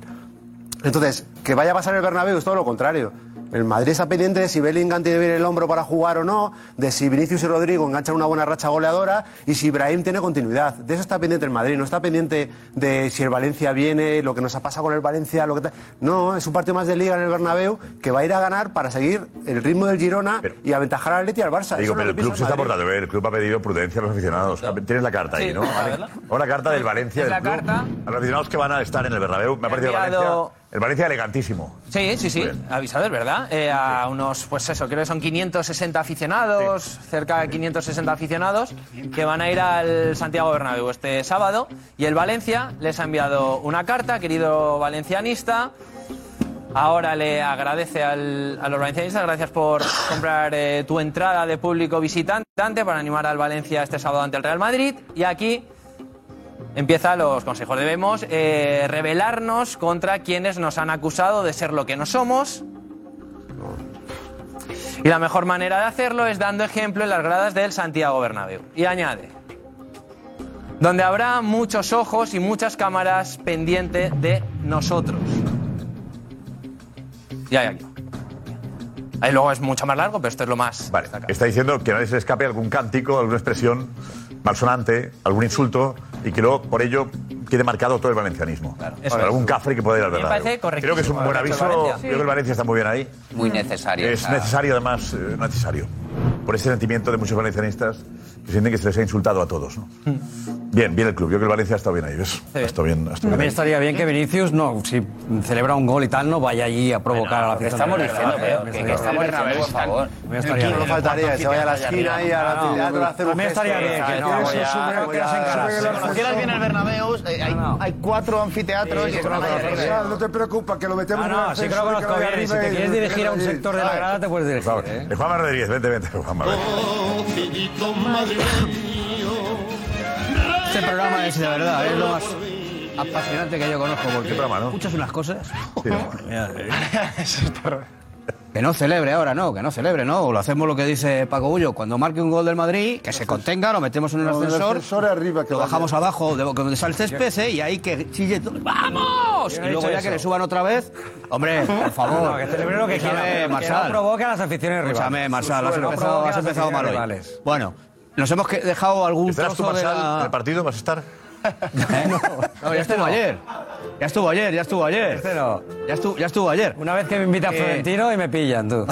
Speaker 20: Entonces, que vaya a pasar el Bernabéu es todo lo contrario. El Madrid está pendiente de si Bellingham tiene bien el hombro para jugar o no, de si Vinicius y Rodrigo enganchan una buena racha goleadora y si Ibrahim tiene continuidad. De eso está pendiente el Madrid, no está pendiente de si el Valencia viene, lo que nos ha pasado con el Valencia, lo que tal. No, es un partido más de liga en el Bernabéu que va a ir a ganar para seguir el ritmo del Girona y aventajar al Atleti y al Barça. Eso
Speaker 10: Digo,
Speaker 20: es
Speaker 10: pero
Speaker 20: lo
Speaker 10: el
Speaker 20: que
Speaker 10: club
Speaker 20: piensa
Speaker 10: se está
Speaker 20: Madrid.
Speaker 10: portando bien. El club ha pedido prudencia a los aficionados. Tienes la carta ahí,
Speaker 20: Sí,
Speaker 10: ¿no?
Speaker 20: a
Speaker 10: Vale.
Speaker 20: verla.
Speaker 10: Una carta del Valencia.
Speaker 6: Es
Speaker 10: del
Speaker 6: la
Speaker 10: club,
Speaker 6: carta.
Speaker 10: A los aficionados que van a estar en el Bernabéu. Me ha parecido el Valencia.
Speaker 6: enviado-
Speaker 10: El Valencia elegantísimo.
Speaker 6: Sí, sí, sí, avisado, es verdad. Eh, a unos, pues eso, creo que son 560 aficionados, cerca de 560 aficionados, que van a ir al Santiago Bernabéu este sábado. Y el Valencia les ha enviado una carta, querido valencianista. Ahora le agradece al, a los valencianistas, gracias por comprar eh, tu entrada de público visitante para animar al Valencia este sábado ante el Real Madrid. Y aquí Empieza los consejos. Debemos eh, rebelarnos contra quienes nos han acusado de ser lo que no somos. Y la mejor manera de hacerlo es dando ejemplo en las gradas del Santiago Bernabéu. Y añade, donde habrá muchos ojos y muchas cámaras pendiente de nosotros. Ya, ya. Ahí luego es mucho más largo, pero esto es lo más. Vale.
Speaker 10: Está diciendo que a nadie se le escape algún cántico, alguna expresión malsonante, algún insulto y que luego por ello quede marcado todo el valencianismo.
Speaker 6: eso
Speaker 10: Vale,
Speaker 6: es.
Speaker 10: algún cafre que pueda ir al
Speaker 6: Me
Speaker 10: Bernabéu.
Speaker 6: parece
Speaker 10: Creo
Speaker 6: correctísimo.
Speaker 10: que es un buen
Speaker 6: Correcto,
Speaker 10: aviso.
Speaker 6: el Valencia.
Speaker 10: Yo creo que el Valencia está muy bien ahí.
Speaker 21: Muy necesario.
Speaker 10: Es
Speaker 21: o sea,
Speaker 10: necesario además, eh, necesario. Por ese sentimiento de muchos valencianistas que sienten que se les ha insultado a todos. ¿no? Bien, bien el club. Yo creo que el Valencia ha estado bien ahí, ¿ves? Ha estado bien, ha estado bien
Speaker 19: También
Speaker 10: ahí.
Speaker 19: estaría bien que Vinicius, no, si celebra un gol y tal, no vaya allí a provocar a la
Speaker 21: que
Speaker 19: fiesta.
Speaker 21: estamos diciendo, pero, que, que estamos diciendo, por favor.
Speaker 19: Me estaría bien.
Speaker 20: faltaría, se vaya a la esquina y a la
Speaker 19: No,
Speaker 20: a hacer un
Speaker 19: también estaría
Speaker 20: gesto.
Speaker 19: bien que no,
Speaker 20: Eso
Speaker 19: voy a-
Speaker 20: sube-
Speaker 19: creo que no se encarase.
Speaker 20: sube el
Speaker 28: Si quieras bien el Bernabéu, eh, hay, hay cuatro anfiteatros y están ahí arriba.
Speaker 17: Gonzalo, No te preocupes, que lo metemos
Speaker 19: Ah, No,
Speaker 17: en el
Speaker 19: no, sí que
Speaker 17: ascenso
Speaker 19: lo
Speaker 17: y
Speaker 19: conozco
Speaker 17: que vaya
Speaker 19: bien. y Si
Speaker 17: arriba
Speaker 19: te
Speaker 17: y-
Speaker 19: quieres dirigir a un sector de la grada, te puedes dirigir. ¿eh?
Speaker 10: Eh, Juanma Rodríguez, vente, vente, Juanma. vente.
Speaker 12: Este programa es de verdad, es lo más apasionante que yo conozco porque escuchas unas cosas. que no celebre ahora, no, que no celebre, no. Lo hacemos lo que dice Paco Bullo. Cuando marque un gol del Madrid, que se contenga, lo metemos en un
Speaker 17: No, el
Speaker 12: ascensor,
Speaker 17: ascensor arriba, que
Speaker 12: lo
Speaker 17: vaya.
Speaker 12: bajamos abajo, de donde sale el césped, ¿eh? y ahí que chille todo, ¡Vamos!
Speaker 19: Yo no
Speaker 12: Y
Speaker 19: he
Speaker 12: luego
Speaker 19: dicho
Speaker 12: ya que
Speaker 19: eso.
Speaker 12: le suban otra vez. Hombre, por favor.
Speaker 19: No, que celebre lo que
Speaker 12: Escúchame,
Speaker 19: quiera. pero que
Speaker 12: Marsal.
Speaker 19: no provoque a las aficiones rivales.
Speaker 12: Escúchame, Marsal, has
Speaker 19: Bueno,
Speaker 12: empezado,
Speaker 19: provoque
Speaker 12: has
Speaker 19: a las
Speaker 12: empezado mal
Speaker 19: aficiones
Speaker 12: hoy.
Speaker 19: rivales.
Speaker 12: Bueno, nos hemos que- dejado algún
Speaker 10: ¿Estarás tú,
Speaker 12: trozo de
Speaker 10: Marsal,
Speaker 12: la-
Speaker 10: en el partido? ¿Vas a estar? Este
Speaker 12: No, ya estuvo ayer. Ya estuvo ayer, ya estuvo ayer.
Speaker 19: Este no.
Speaker 12: Ya estuvo, ya estuvo ayer.
Speaker 19: Una vez que me invita
Speaker 12: Eh,
Speaker 19: Florentino y me pillan, tú.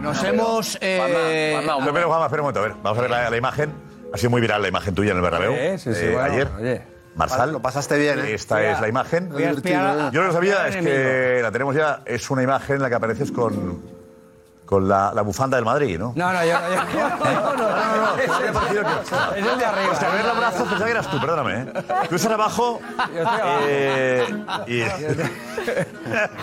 Speaker 12: Nos hemos. eh,
Speaker 10: Juanma, Juanma, espera, Juanma, espera un momento, a ver, vamos a ver la, la imagen. Ha sido muy viral la imagen tuya en el Bernabéu.
Speaker 19: Sí, sí, sí,
Speaker 10: eh,
Speaker 19: bueno,
Speaker 10: ayer.
Speaker 19: oye.
Speaker 10: Marsal.
Speaker 20: Lo pasaste bien, ¿eh?
Speaker 10: Esta
Speaker 20: Mira,
Speaker 10: es la imagen.
Speaker 20: voy a espiar a-
Speaker 10: Yo no lo sabía,
Speaker 20: al
Speaker 10: es
Speaker 20: enemigo.
Speaker 10: que la tenemos ya. Es una imagen en la que apareces con, con la, la bufanda del Madrid, ¿no?
Speaker 12: No, no, yo, yo-
Speaker 10: no, no, no, no, había parecido
Speaker 12: que. Es el de arriba. ¿eh?
Speaker 10: Pues que al ver el abrazo pensaba que eras tú, perdóname. ¿eh? Tú estás abajo.
Speaker 12: Yo estoy abajo.
Speaker 10: eh, y-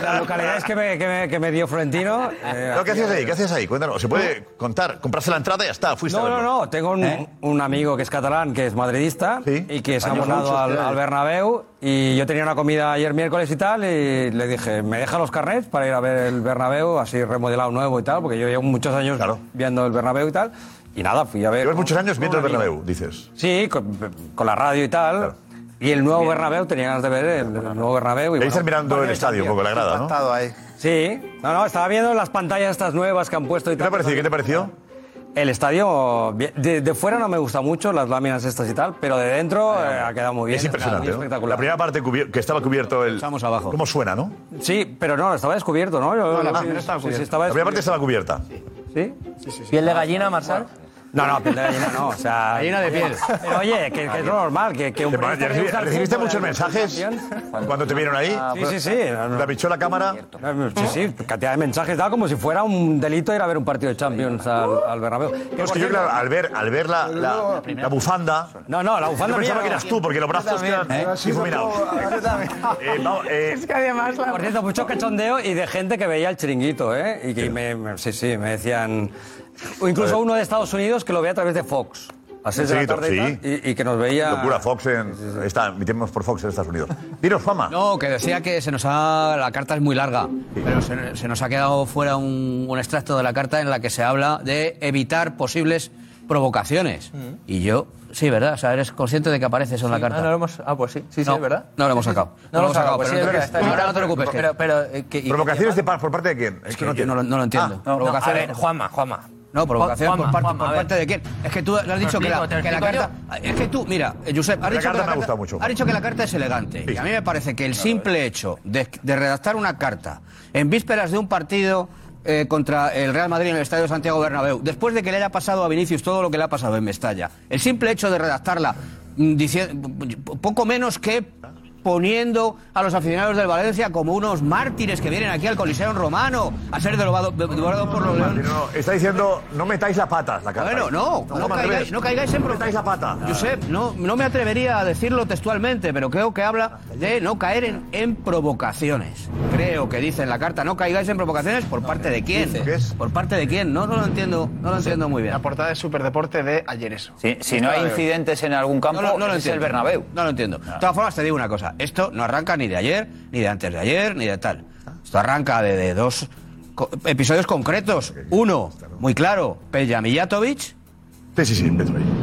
Speaker 19: La localidad es que me, que me- que me dio Florentino. eh,
Speaker 10: No, ¿Qué hacías ahí? ¿Qué hacías ahí? Cuéntanos. ¿Se puede contar? ¿Compraste la entrada y ya está? ¿Fuiste a
Speaker 19: No, no,
Speaker 10: verlo.
Speaker 19: no. Tengo un,
Speaker 10: ¿Eh?
Speaker 19: un amigo que es catalán, que es madridista y que se ha
Speaker 10: Años
Speaker 19: abonado
Speaker 10: muchos,
Speaker 19: al,
Speaker 10: claro.
Speaker 19: al Bernabéu. Y yo tenía una comida ayer miércoles y tal, y le dije, ¿me deja los carnets para ir a ver el Bernabéu, así remodelado nuevo y tal? Porque yo llevo muchos años viendo el Bernabéu y tal. Y nada, fui a ver.
Speaker 10: Llevas muchos años viendo el
Speaker 19: Bernabéu.
Speaker 10: Bernabéu, dices.
Speaker 19: Sí, con, con la radio y tal. Y el nuevo Bernabéu, tenía ganas de ver el, el nuevo Bernabéu. Y
Speaker 10: Ahí
Speaker 19: bueno,
Speaker 10: estás mirando el
Speaker 19: varios
Speaker 10: estadio, un
Speaker 19: también.
Speaker 10: poco la grada, ¿no?
Speaker 19: Sí, no, no, estaba viendo las pantallas estas nuevas que han puesto y tal.
Speaker 10: ¿Qué te pareció?
Speaker 19: El estadio, bien- de, de fuera no me gusta mucho, las láminas estas y tal, pero de dentro eh, ha quedado muy bien.
Speaker 10: Es impresionante,
Speaker 19: está muy
Speaker 10: ¿no?
Speaker 19: espectacular.
Speaker 10: La primera parte cubier- que estaba cubierto el... Estamos
Speaker 19: abajo.
Speaker 10: ¿Cómo suena, no?
Speaker 19: Sí, pero no, estaba descubierto, ¿no? Yo-
Speaker 10: Ah,
Speaker 19: sí, sí, sí,
Speaker 10: la primera parte estaba cubierta.
Speaker 19: ¿Sí? ¿Piel de gallina, Marsal? No, no, piel de gallina no, o sea...
Speaker 10: Gallina de piel.
Speaker 19: Pero oye, que, que es lo normal, que, que un...
Speaker 10: ¿Te pa-
Speaker 19: periodista le gusta el
Speaker 10: ¿Recibiste
Speaker 19: fútbol,
Speaker 10: muchos
Speaker 19: la
Speaker 10: mensajes cuando te vieron ahí?
Speaker 19: Sí, sí, sí.
Speaker 10: ¿Te pichó la cámara?
Speaker 19: Sí, sí, cantidad de mensajes, da como si fuera un delito ir a ver un partido de Champions al, al Bernabéu.
Speaker 10: No, es que yo, claro, al ver, al ver la, la, la bufanda...
Speaker 19: No, no, la bufanda
Speaker 10: Yo pensaba
Speaker 19: mía no.
Speaker 10: que eras tú, porque los brazos
Speaker 19: Yo también.
Speaker 10: quedan ¿Eh? difuminados. Eh, vamos, eh,
Speaker 19: que además Por cierto, mucho cachondeo y de gente que veía el chiringuito, ¿eh? Y que me, me- sí, sí, me decían... O incluso uno de Estados Unidos que lo veía a través de Fox. A las seis de la
Speaker 10: Chiquito,
Speaker 19: tarde y tal, y, y que nos veía...
Speaker 10: Locura, Fox en... Está, emitimos por Fox en Estados Unidos. Dinos, fama.
Speaker 12: No, que decía que se nos ha. La carta es muy larga, pero se, se nos ha quedado fuera un, un extracto de la carta en la que se habla de evitar posibles provocaciones. Y yo, sí, ¿verdad? O sea, eres consciente de que aparece eso en la carta.
Speaker 6: Ah, Mm. no lo hemos- ah, pues sí, sí, sí,
Speaker 12: No,
Speaker 6: es verdad.
Speaker 12: No lo hemos sacado.
Speaker 6: No lo hemos sacado, pues
Speaker 12: pero
Speaker 6: sí, es
Speaker 12: no te-
Speaker 6: verdad, está bien.
Speaker 12: ahora no te preocupes. que-
Speaker 6: Pero- pero, eh, que- y-
Speaker 10: ¿Provocaciones de paz por parte de quién? Es
Speaker 12: que yo no lo, no lo entiendo.
Speaker 6: Ah, No, no, a
Speaker 12: Provocaciones-
Speaker 6: ver, Juanma, Juanma.
Speaker 12: No, provocación
Speaker 6: Juanma,
Speaker 12: por, parte,
Speaker 6: Juanma,
Speaker 12: por
Speaker 6: a ver.
Speaker 12: parte de quién. Es que tú has
Speaker 6: Te
Speaker 12: dicho que,
Speaker 6: explico,
Speaker 12: la,
Speaker 6: te
Speaker 12: que la
Speaker 6: explico
Speaker 12: carta. Es que tú, mira, eh, Josep,
Speaker 10: La
Speaker 12: has dicho
Speaker 10: carta
Speaker 12: que la
Speaker 10: me ha gustado mucho.
Speaker 12: has dicho que la carta es elegante. Y a mí me parece que el simple hecho de, de redactar una carta en vísperas de un partido. eh, contra el Real Madrid en el Estadio Santiago Bernabéu, después de que le haya pasado a Vinicius todo lo que le ha pasado en Mestalla, el simple hecho de redactarla mm, dicie- poco menos que poniendo a los aficionados del Valencia como unos mártires que vienen aquí al Coliseo Romano a ser devorado- devorados por los leones.
Speaker 10: No, está diciendo, no metáis las patas, la carta.
Speaker 12: Bueno, no, no,
Speaker 10: Juanma, al
Speaker 12: caigáis,
Speaker 10: revés.
Speaker 12: no caigáis en provocaciones.
Speaker 10: la pata.
Speaker 12: Josep, no, no me atrevería a decirlo textualmente, pero creo que habla de no caer en, en provocaciones. Creo que dice en la carta, no caigáis en provocaciones por parte de quién. ¿Por parte de quién? No, no lo entiendo, no lo entiendo muy bien.
Speaker 28: La portada de Superdeporte de ayer eso.
Speaker 12: Sí,
Speaker 28: si no hay incidentes
Speaker 12: en algún
Speaker 28: campo, ese es el Bernabéu.
Speaker 12: No lo entiendo. De todas formas, te digo una cosa. Esto no arranca ni de ayer, ni de antes de ayer, ni de tal. Esto arranca de, de dos co- episodios concretos. Uno, muy claro, Peja Mijatovic.
Speaker 10: Sí, sí, sí,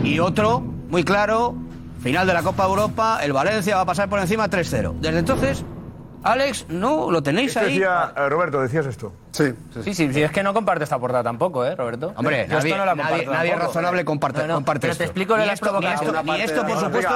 Speaker 12: Y otro, muy claro, final de la Copa Europa, el Valencia va a pasar por encima 3-0. Desde entonces, Alex, no, lo tenéis
Speaker 10: Esto
Speaker 12: ahí.
Speaker 10: decía, eh, Roberto, decías esto.
Speaker 20: Sí,
Speaker 6: Sí, sí, sí, es que no comparte esta portada tampoco, ¿eh, Roberto?
Speaker 12: Hombre,
Speaker 6: Yo
Speaker 12: nadie-
Speaker 6: esto no la
Speaker 12: nadie-
Speaker 6: comparto
Speaker 12: nadie
Speaker 6: tampoco.
Speaker 12: razonable comparte-
Speaker 6: No, no,
Speaker 12: comparte
Speaker 6: pero
Speaker 12: esto.
Speaker 6: te explico lo de
Speaker 12: Ni
Speaker 6: las
Speaker 12: esto- ni
Speaker 6: provocaciones.
Speaker 12: esto- ni esto, por supuesto,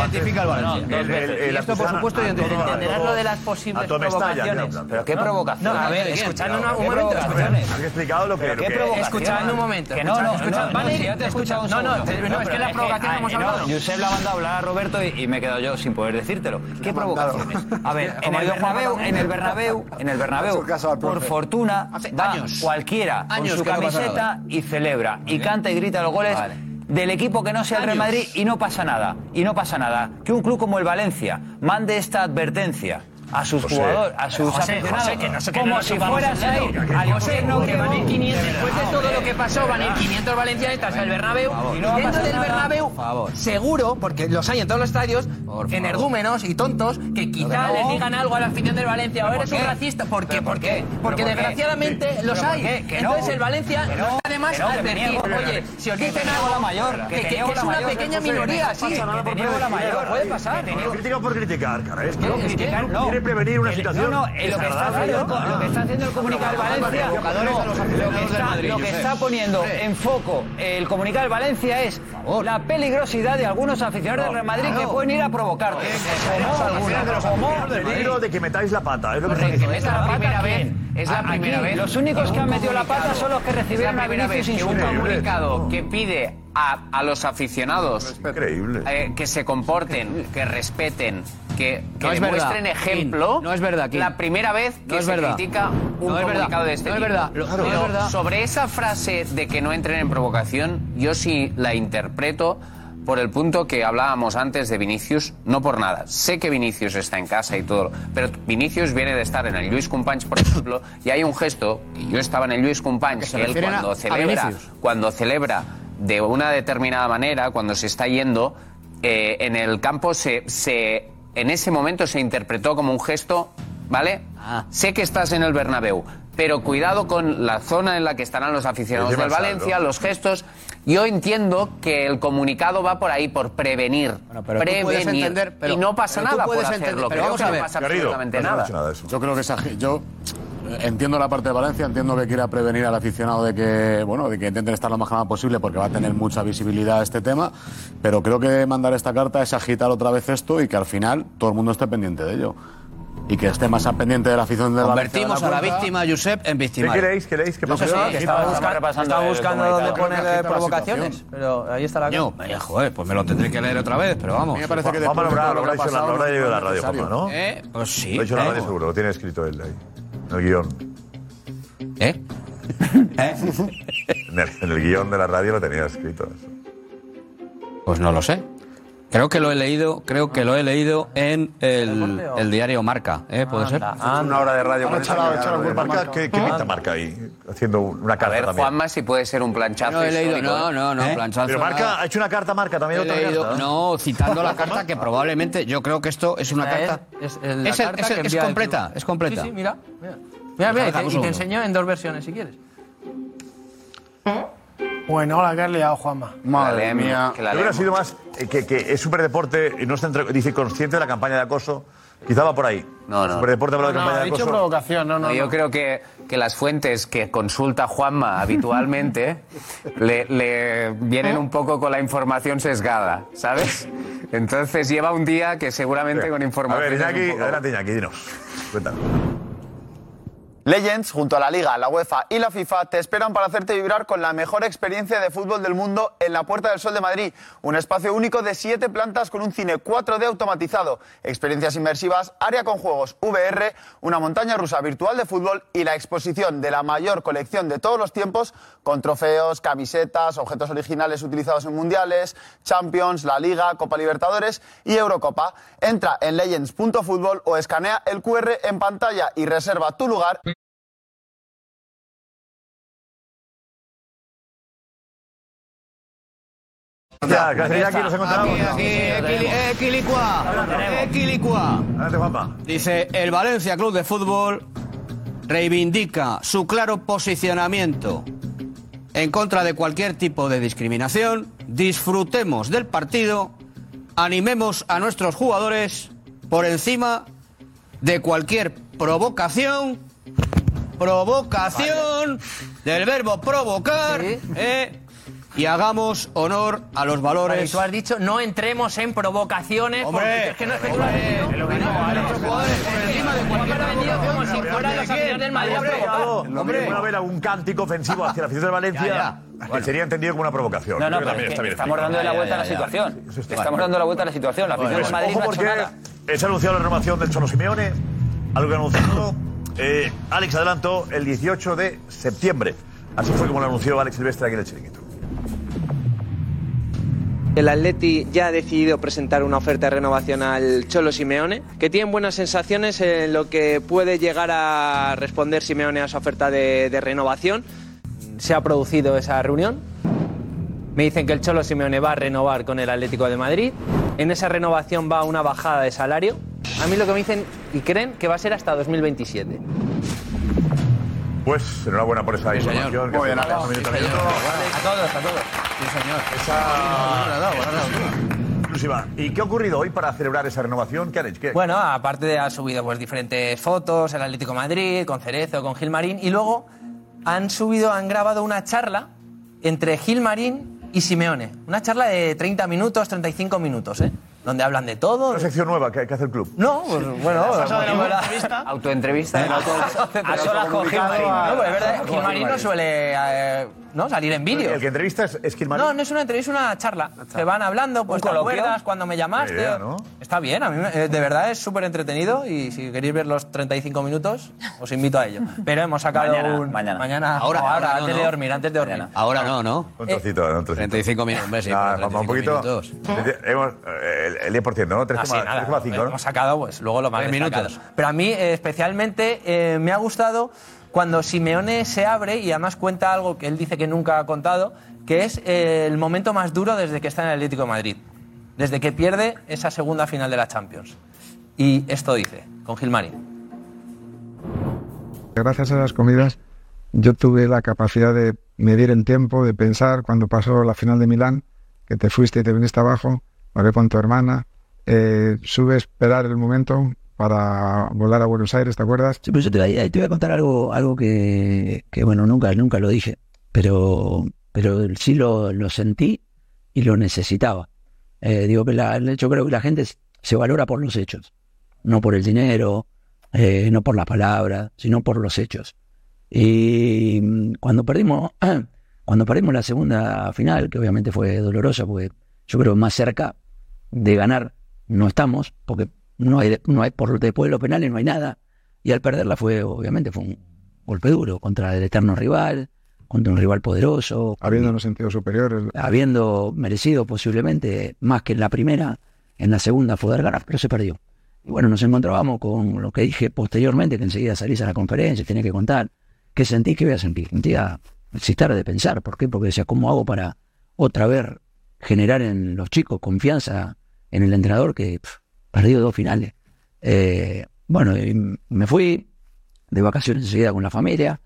Speaker 12: identifica al Valencia.
Speaker 6: No, dos
Speaker 12: El- el-
Speaker 6: veces.
Speaker 12: el-
Speaker 6: Y esto, por
Speaker 12: acusan a-
Speaker 6: supuesto,
Speaker 12: a todo-
Speaker 10: Ah,
Speaker 6: identifica.
Speaker 12: a
Speaker 6: Entenderás
Speaker 12: todo-
Speaker 6: lo de las posibles
Speaker 12: a todo Mestalla,
Speaker 6: provocaciones.
Speaker 12: tío, pero qué provocaciones.
Speaker 6: No, a ver,
Speaker 12: ¿De quién?
Speaker 6: escuchad
Speaker 12: Pero
Speaker 6: una- un
Speaker 12: qué
Speaker 6: momento, escuchad.
Speaker 10: Has explicado lo que...
Speaker 6: Pero
Speaker 10: lo
Speaker 6: qué
Speaker 10: que-
Speaker 6: provocación. Escuchad un momento.
Speaker 10: Que
Speaker 6: escuchad,
Speaker 10: no, no,
Speaker 6: escuchad.
Speaker 10: no,
Speaker 6: Vale,
Speaker 10: no, si ya te he escuchado un
Speaker 6: No, no,
Speaker 10: segundo.
Speaker 6: te- no, es que
Speaker 10: Pero
Speaker 6: la
Speaker 10: es que,
Speaker 6: provocación hemos
Speaker 21: eh, no,
Speaker 6: hablado.
Speaker 21: Josep le ha mandado a hablar a Roberto y, y me he quedado yo sin poder decírtelo. ¿Qué provocaciones? A ver, en
Speaker 6: Como ha
Speaker 21: el
Speaker 6: ido
Speaker 21: Bernabéu,
Speaker 6: Juan
Speaker 21: en el Bernabéu, en el Bernabéu, por fortuna, va cualquiera con
Speaker 12: años
Speaker 21: su
Speaker 12: que no pasa
Speaker 21: camiseta
Speaker 12: nada.
Speaker 21: y celebra, y canta y grita los goles
Speaker 12: Vale.
Speaker 21: del equipo que no sea el Real Madrid y no pasa nada, y no pasa nada. Que un club como el Valencia mande esta advertencia a sus
Speaker 6: José.
Speaker 21: jugadores, a sus
Speaker 6: José,
Speaker 21: aficionados,
Speaker 6: José, que no sé, que no
Speaker 21: como
Speaker 6: nos
Speaker 21: si
Speaker 6: subamos
Speaker 21: fueras
Speaker 6: al
Speaker 21: a
Speaker 6: dedo.
Speaker 21: ir
Speaker 6: Que
Speaker 21: al
Speaker 6: José,
Speaker 21: infierno
Speaker 6: porque
Speaker 21: que
Speaker 6: van a ir
Speaker 21: va.
Speaker 6: 500, después de todo lo que pasó, van a ir
Speaker 21: Hombre,
Speaker 6: 500 valencianistas al Bernabéu,
Speaker 21: por favor.
Speaker 6: y
Speaker 21: No va a
Speaker 6: dentro
Speaker 21: pasar
Speaker 6: del
Speaker 21: nada.
Speaker 6: Bernabéu,
Speaker 21: Por favor.
Speaker 6: seguro, porque los hay en todos los estadios, energúmenos y tontos, que quizá
Speaker 21: no.
Speaker 6: les digan algo a la afición del Valencia, o
Speaker 21: ¿Pero
Speaker 6: eres
Speaker 21: por
Speaker 6: un
Speaker 21: qué?
Speaker 6: racista, ¿por qué?
Speaker 21: ¿Pero
Speaker 6: ¿Por
Speaker 21: por
Speaker 6: qué?
Speaker 21: qué?
Speaker 6: Porque
Speaker 21: ¿Pero por qué?
Speaker 6: desgraciadamente
Speaker 21: Sí.
Speaker 6: los
Speaker 21: ¿Pero por
Speaker 6: hay.
Speaker 21: qué? Que no.
Speaker 6: Entonces el Valencia
Speaker 21: Que
Speaker 6: no
Speaker 21: no,
Speaker 6: está de más
Speaker 21: que no, que me
Speaker 6: advertir.
Speaker 21: niego, que
Speaker 6: Oye,
Speaker 21: me-
Speaker 6: si os
Speaker 21: que me
Speaker 6: dicen
Speaker 21: niego
Speaker 6: algo
Speaker 21: la mayor,
Speaker 6: que-
Speaker 21: que
Speaker 6: que
Speaker 21: me
Speaker 6: que
Speaker 21: niego
Speaker 6: es
Speaker 21: la
Speaker 6: una
Speaker 21: mayor,
Speaker 6: pequeña
Speaker 21: que no
Speaker 6: minoría,
Speaker 21: pasa
Speaker 6: sí,
Speaker 21: nada por
Speaker 6: que
Speaker 21: niego
Speaker 6: niego
Speaker 21: la
Speaker 6: la mayor,
Speaker 21: mayor.
Speaker 6: puede pasar.
Speaker 10: Pero Crítica por criticar, cara. Es que no, criticar
Speaker 21: no.
Speaker 10: no. Quiere prevenir una
Speaker 21: El-
Speaker 10: situación.
Speaker 21: no, no, eh, lo que está
Speaker 10: desagradable,
Speaker 21: haciendo
Speaker 10: ¿no?
Speaker 21: el- lo que está haciendo el comunicado del Valencia,
Speaker 10: Provocadores a los
Speaker 21: lo que
Speaker 10: aficionados del
Speaker 21: está,
Speaker 10: Madrid,
Speaker 21: lo que
Speaker 10: Josep.
Speaker 21: está poniendo en foco el comunicado del Valencia es la peligrosidad de algunos aficionados del Real Madrid que pueden ir a provocarte.
Speaker 10: Los aficionados del Madrid. Peligro de que metáis la pata. Es lo que está
Speaker 21: Correcto,
Speaker 10: diciendo.
Speaker 21: esta es la primera vez.
Speaker 16: Es la
Speaker 21: Aquí,
Speaker 16: primera vez.
Speaker 21: los únicos
Speaker 16: que
Speaker 21: que han
Speaker 16: un
Speaker 21: metido la pata
Speaker 16: comunicado-
Speaker 21: son los que recibieron
Speaker 16: es la
Speaker 21: a
Speaker 16: primera
Speaker 21: Vinicius
Speaker 16: vez que un
Speaker 21: insultando.
Speaker 16: comunicado que pide a, a los aficionados eh, que se comporten, que respeten, que, que
Speaker 12: No es verdad,
Speaker 16: demuestren
Speaker 12: Kim.
Speaker 16: ejemplo.
Speaker 12: No es verdad, Kim.
Speaker 16: La primera vez que
Speaker 12: No es
Speaker 16: se
Speaker 12: verdad.
Speaker 16: critica un
Speaker 12: No es verdad.
Speaker 16: comunicado de este
Speaker 12: No es
Speaker 16: tipo.
Speaker 12: verdad. Lo-
Speaker 16: Pero
Speaker 12: no es verdad.
Speaker 16: sobre esa frase de que no entren en provocación, yo sí la interpreto por el punto que hablábamos antes de Vinicius, no por nada. Sé que Vinicius está en casa y todo, pero Vinicius viene de estar en el Luis Companys, por ejemplo, y hay un gesto, y yo estaba en el Luis
Speaker 21: Que
Speaker 16: Companys,
Speaker 21: se
Speaker 16: que él
Speaker 21: refieren a-
Speaker 16: cuando
Speaker 21: a
Speaker 16: celebra,
Speaker 21: Vinicius.
Speaker 16: cuando celebra de una determinada manera, cuando se está yendo, eh, en el campo se, se- en ese momento se interpretó como un gesto, ¿vale?
Speaker 13: Ah.
Speaker 16: Sé que estás en el Bernabéu, pero cuidado con la zona en la que estarán los aficionados
Speaker 21: Encima
Speaker 16: del
Speaker 21: el saldo.
Speaker 16: Valencia, los gestos. Yo entiendo que el comunicado va por ahí, por prevenir.
Speaker 13: pero tú puedes
Speaker 16: prevenir.
Speaker 13: entender, pero-
Speaker 16: y no pasa
Speaker 13: pero tú
Speaker 16: nada por
Speaker 13: puedes
Speaker 16: hacerlo.
Speaker 13: entender- pero
Speaker 16: Creo
Speaker 13: vamos
Speaker 16: que
Speaker 13: a
Speaker 16: pues no
Speaker 13: ver.
Speaker 16: pasa
Speaker 13: Garrido,
Speaker 16: absolutamente
Speaker 13: no se ha
Speaker 16: nada.
Speaker 13: dicho Yo creo que esa, ge- yo eh, entiendo la parte de Valencia, entiendo que quiera prevenir al aficionado de que, bueno, de que intenten estar lo más calma posible porque va a tener mucha visibilidad este tema, pero creo que mandar esta carta es agitar otra vez esto y que al final todo el mundo esté pendiente de ello. Y que esté más al pendiente de la afición de Valencia.
Speaker 12: Convertimos a la víctima, Josep, en víctima.
Speaker 13: ¿Qué queréis? ¿Qué leéis? ¿Qué
Speaker 12: No sé
Speaker 13: pasó?
Speaker 12: si
Speaker 13: Que
Speaker 12: estaba
Speaker 13: estaba
Speaker 12: buscando-
Speaker 13: repasando
Speaker 12: estaba
Speaker 13: el
Speaker 12: buscando
Speaker 13: comunicado.
Speaker 12: dónde
Speaker 13: Creo que
Speaker 12: poner
Speaker 13: agita
Speaker 12: eh,
Speaker 13: la
Speaker 12: provocaciones.
Speaker 6: Pero ahí está la
Speaker 12: Coño, eh, joder, pues me lo tendré que leer otra vez, pero
Speaker 13: A
Speaker 12: vamos.
Speaker 13: mí me parece que después de todo lo que ha pasado,
Speaker 10: lo habrá
Speaker 13: no es
Speaker 10: leído en la radio,
Speaker 13: necesario.
Speaker 10: Juanma, ¿no?
Speaker 12: ¿Eh? Pues sí.
Speaker 10: Lo ha dicho en la
Speaker 12: ¿eh?
Speaker 10: radio seguro, lo tiene escrito él ahí, en el guión.
Speaker 12: ¿Eh?
Speaker 13: ¿Eh?
Speaker 10: En el, en el guión de la radio lo tenía escrito. eso.
Speaker 12: Pues no lo sé. Creo que lo he leído, creo que lo he leído en el, el diario Marca, ¿eh? ¿Puede ser?
Speaker 10: Una hora de radio.
Speaker 12: Ahora
Speaker 10: con
Speaker 12: echará-
Speaker 10: esa-
Speaker 12: echará un buen
Speaker 10: marca, ¿Qué
Speaker 12: ¿Ah?
Speaker 10: qué pinta marca ahí? Haciendo una
Speaker 16: A
Speaker 10: carta
Speaker 16: ver,
Speaker 10: también.
Speaker 16: Juanma, si puede ser un planchazo.
Speaker 12: No, he leído-
Speaker 16: histórico,
Speaker 12: no,
Speaker 16: ¿eh?
Speaker 12: no, no, planchazo
Speaker 10: Pero marca, ha hecho una carta marca también.
Speaker 12: He
Speaker 10: otra
Speaker 12: leído-
Speaker 10: carta.
Speaker 12: no, citando la carta que probablemente, yo creo que esto es una
Speaker 6: Esta
Speaker 12: carta.
Speaker 6: Es, es la
Speaker 12: Es el-
Speaker 6: carta
Speaker 12: es el-
Speaker 6: que
Speaker 12: es
Speaker 6: envía el
Speaker 12: completa,
Speaker 6: club.
Speaker 12: es completa.
Speaker 6: Sí, sí, mira. Mira, mira, mira, y, te,
Speaker 12: Dejamos
Speaker 6: y te
Speaker 12: uno.
Speaker 6: enseño en dos versiones si quieres.
Speaker 1: Bueno, la que has liado, Juanma.
Speaker 10: Madre mía. Yo hubiera sido más eh, que, que es superdeporte, y no está entre- dice consciente de la campaña de acoso. Quizá va por ahí. No, no. Superdeporte habla de
Speaker 1: No,
Speaker 10: campaña
Speaker 1: ha
Speaker 10: de
Speaker 1: dicho
Speaker 10: acoso.
Speaker 1: provocación, no, no.
Speaker 16: No, yo
Speaker 1: no.
Speaker 16: creo que, que las fuentes que consulta Juanma habitualmente le, le vienen un poco con la información sesgada, ¿sabes? Entonces lleva un día que seguramente con
Speaker 10: A
Speaker 16: información.
Speaker 10: ver, Iñaki,
Speaker 16: un poco-
Speaker 10: adelante Iñaki, dinos. Cuéntanos.
Speaker 28: Legends, junto a la Liga, la UEFA y la FIFA, te esperan para hacerte vibrar con la mejor experiencia de fútbol del mundo en la Puerta del Sol de Madrid. Un espacio único de siete plantas con un cine 4D automatizado, experiencias inmersivas, área con juegos VR, una montaña rusa virtual de fútbol y la exposición de la mayor colección de todos los tiempos con trofeos, camisetas, objetos originales utilizados en mundiales, Champions, la Liga, Copa Libertadores y Eurocopa. Entra en legends.futbol o escanea el QR en pantalla y reserva tu lugar.
Speaker 10: Ah, Ya, gracias Iñaki, nos encontramos.
Speaker 12: Aquí, aquí, eh, Quilicua, eh, Quilicua. Dice, el Valencia Club de Fútbol reivindica su claro posicionamiento en contra de cualquier tipo de discriminación. Disfrutemos del partido, animemos a nuestros jugadores por encima de cualquier provocación. Provocación del verbo provocar. ¿eh? Y hagamos honor a los valores.
Speaker 6: Vale, tú has dicho no entremos en provocaciones porque es que no es que tú lo has dicho.
Speaker 10: Hombre, puede haber algún cántico ofensivo hacia la afición de Valencia
Speaker 21: Ya,
Speaker 10: que sería entendido como una provocación.
Speaker 21: No, no,
Speaker 10: Creo que
Speaker 21: pero
Speaker 10: también
Speaker 21: es
Speaker 10: está
Speaker 21: que
Speaker 10: bien
Speaker 21: estamos
Speaker 10: explicado.
Speaker 21: dando la vuelta a la situación.
Speaker 10: Eso está
Speaker 21: Estamos
Speaker 10: mal.
Speaker 21: dando la vuelta a la situación. La afición de
Speaker 10: Pues,
Speaker 21: Madrid
Speaker 10: ojo
Speaker 21: no ha hecho
Speaker 10: porque
Speaker 21: nada.
Speaker 10: eh, se ha anunciado la renovación del Cholo Simeone, algo que ha anunciado eh, Alex Adelanto el 18 de septiembre. Así fue como lo anunció Alex Silvestre aquí en el chiringuito.
Speaker 29: El Atleti ya ha decidido presentar una oferta de renovación al Cholo Simeone, que tiene buenas sensaciones en lo que puede llegar a responder Simeone a su oferta de, de renovación. Se ha producido esa reunión. Me dicen que el Cholo Simeone va a renovar con el Atlético de Madrid. En esa renovación va una bajada de salario. A mí lo que me dicen y creen que va a ser hasta 2027.
Speaker 10: Pues enhorabuena por esa información. que
Speaker 29: Muy bien,
Speaker 10: hace
Speaker 29: Alex.
Speaker 10: un minuto
Speaker 29: Sí,
Speaker 10: y medio.
Speaker 6: A todos, a todos.
Speaker 12: Sí, señor.
Speaker 10: Exclusiva. ¿Y qué ha ocurrido hoy para celebrar esa renovación? ¿Qué han hecho? ¿Qué-
Speaker 6: Bueno, aparte de ha subido pues diferentes fotos, el Atlético de Madrid, con Cerezo, con Gilmarín, y luego han subido, han grabado una charla entre Gilmarín y Simeone. Una charla de 30 minutos, 35 minutos, ¿eh? donde hablan de todo. Una
Speaker 10: sección nueva que, que hace el club.
Speaker 6: No, pues, bueno. ¿eh?
Speaker 16: Autoentrevista.
Speaker 6: A solas con Gilmarín. No, pues es verdad, Gilmarín no suele eh, ¿no? salir en vídeo.
Speaker 10: El que entrevista es, es Gilmarín.
Speaker 6: No, no es una entrevista, es una charla. Se van hablando, pues te
Speaker 10: coloquio.
Speaker 6: acuerdas cuando me llamaste.
Speaker 10: Buena idea, ¿no?
Speaker 6: Está bien, a mí me- eh, de verdad es súper entretenido y si queréis ver los 35 minutos, os invito a ello. Pero hemos sacado
Speaker 16: Mañana,
Speaker 6: un...
Speaker 16: mañana.
Speaker 6: Ahora,
Speaker 16: Ahora,
Speaker 6: ahora,
Speaker 16: ahora no,
Speaker 6: antes
Speaker 16: ¿no?
Speaker 6: de dormir, antes de dormir.
Speaker 12: Ahora no, ¿no?
Speaker 10: Ah. Un trocito, un trocito.
Speaker 12: 35 minutos, hombre, sí,
Speaker 10: Nada,
Speaker 12: pero
Speaker 10: vamos un
Speaker 12: 35
Speaker 10: poquito. Hemos, eh, el, el 10%, ¿no? 3,5,
Speaker 6: Así, Ah, nada,
Speaker 10: ¿no?
Speaker 6: hemos sacado, pues luego lo más
Speaker 10: Tres
Speaker 6: destacado.
Speaker 10: minutos.
Speaker 6: Pero a mí eh, especialmente eh, me ha gustado cuando Simeone se abre y además cuenta algo que él dice que nunca ha contado, que es eh, el momento más duro desde que está en el Atlético de Madrid, desde que pierde esa segunda final de la Champions. Y esto dice, con Gilmarín.
Speaker 8: Gracias a esas comidas yo tuve la capacidad de medir el tiempo, de pensar cuando pasó la final de Milán, que te fuiste y te viniste abajo, hablé con tu hermana, eh, sube a esperar el momento para volar a Buenos Aires, ¿te acuerdas?
Speaker 7: Sí, pues yo te, ahí te voy a contar algo, algo que, que, bueno, nunca, nunca lo dije, pero, pero sí lo, lo sentí y lo necesitaba. Eh, digo que la, yo creo que la gente se valora por los hechos, no por el dinero, eh, no por las palabras, sino por los hechos. Y mm, cuando perdimos, cuando perdimos la segunda final, que obviamente fue dolorosa, porque yo creo que más cerca de ganar no estamos, porque no hay, no hay por después de los penales no hay nada. Y al perderla fue, obviamente, fue un golpe duro contra el eterno rival, contra un rival poderoso.
Speaker 8: Habiéndonos sentido superiores.
Speaker 7: Habiendo merecido posiblemente más que en la primera, en la segunda poder ganar, pero se perdió. Y bueno, nos encontrábamos con lo que dije posteriormente, que enseguida salís a la conferencia, tenés que contar. ¿Qué sentís? ¿Qué voy a sentir? Sentía necesitar de pensar. ¿Por qué? Porque decía, ¿cómo hago para otra vez generar en los chicos confianza en el entrenador que pf, perdió dos finales? Eh, bueno, y me fui de vacaciones enseguida con la familia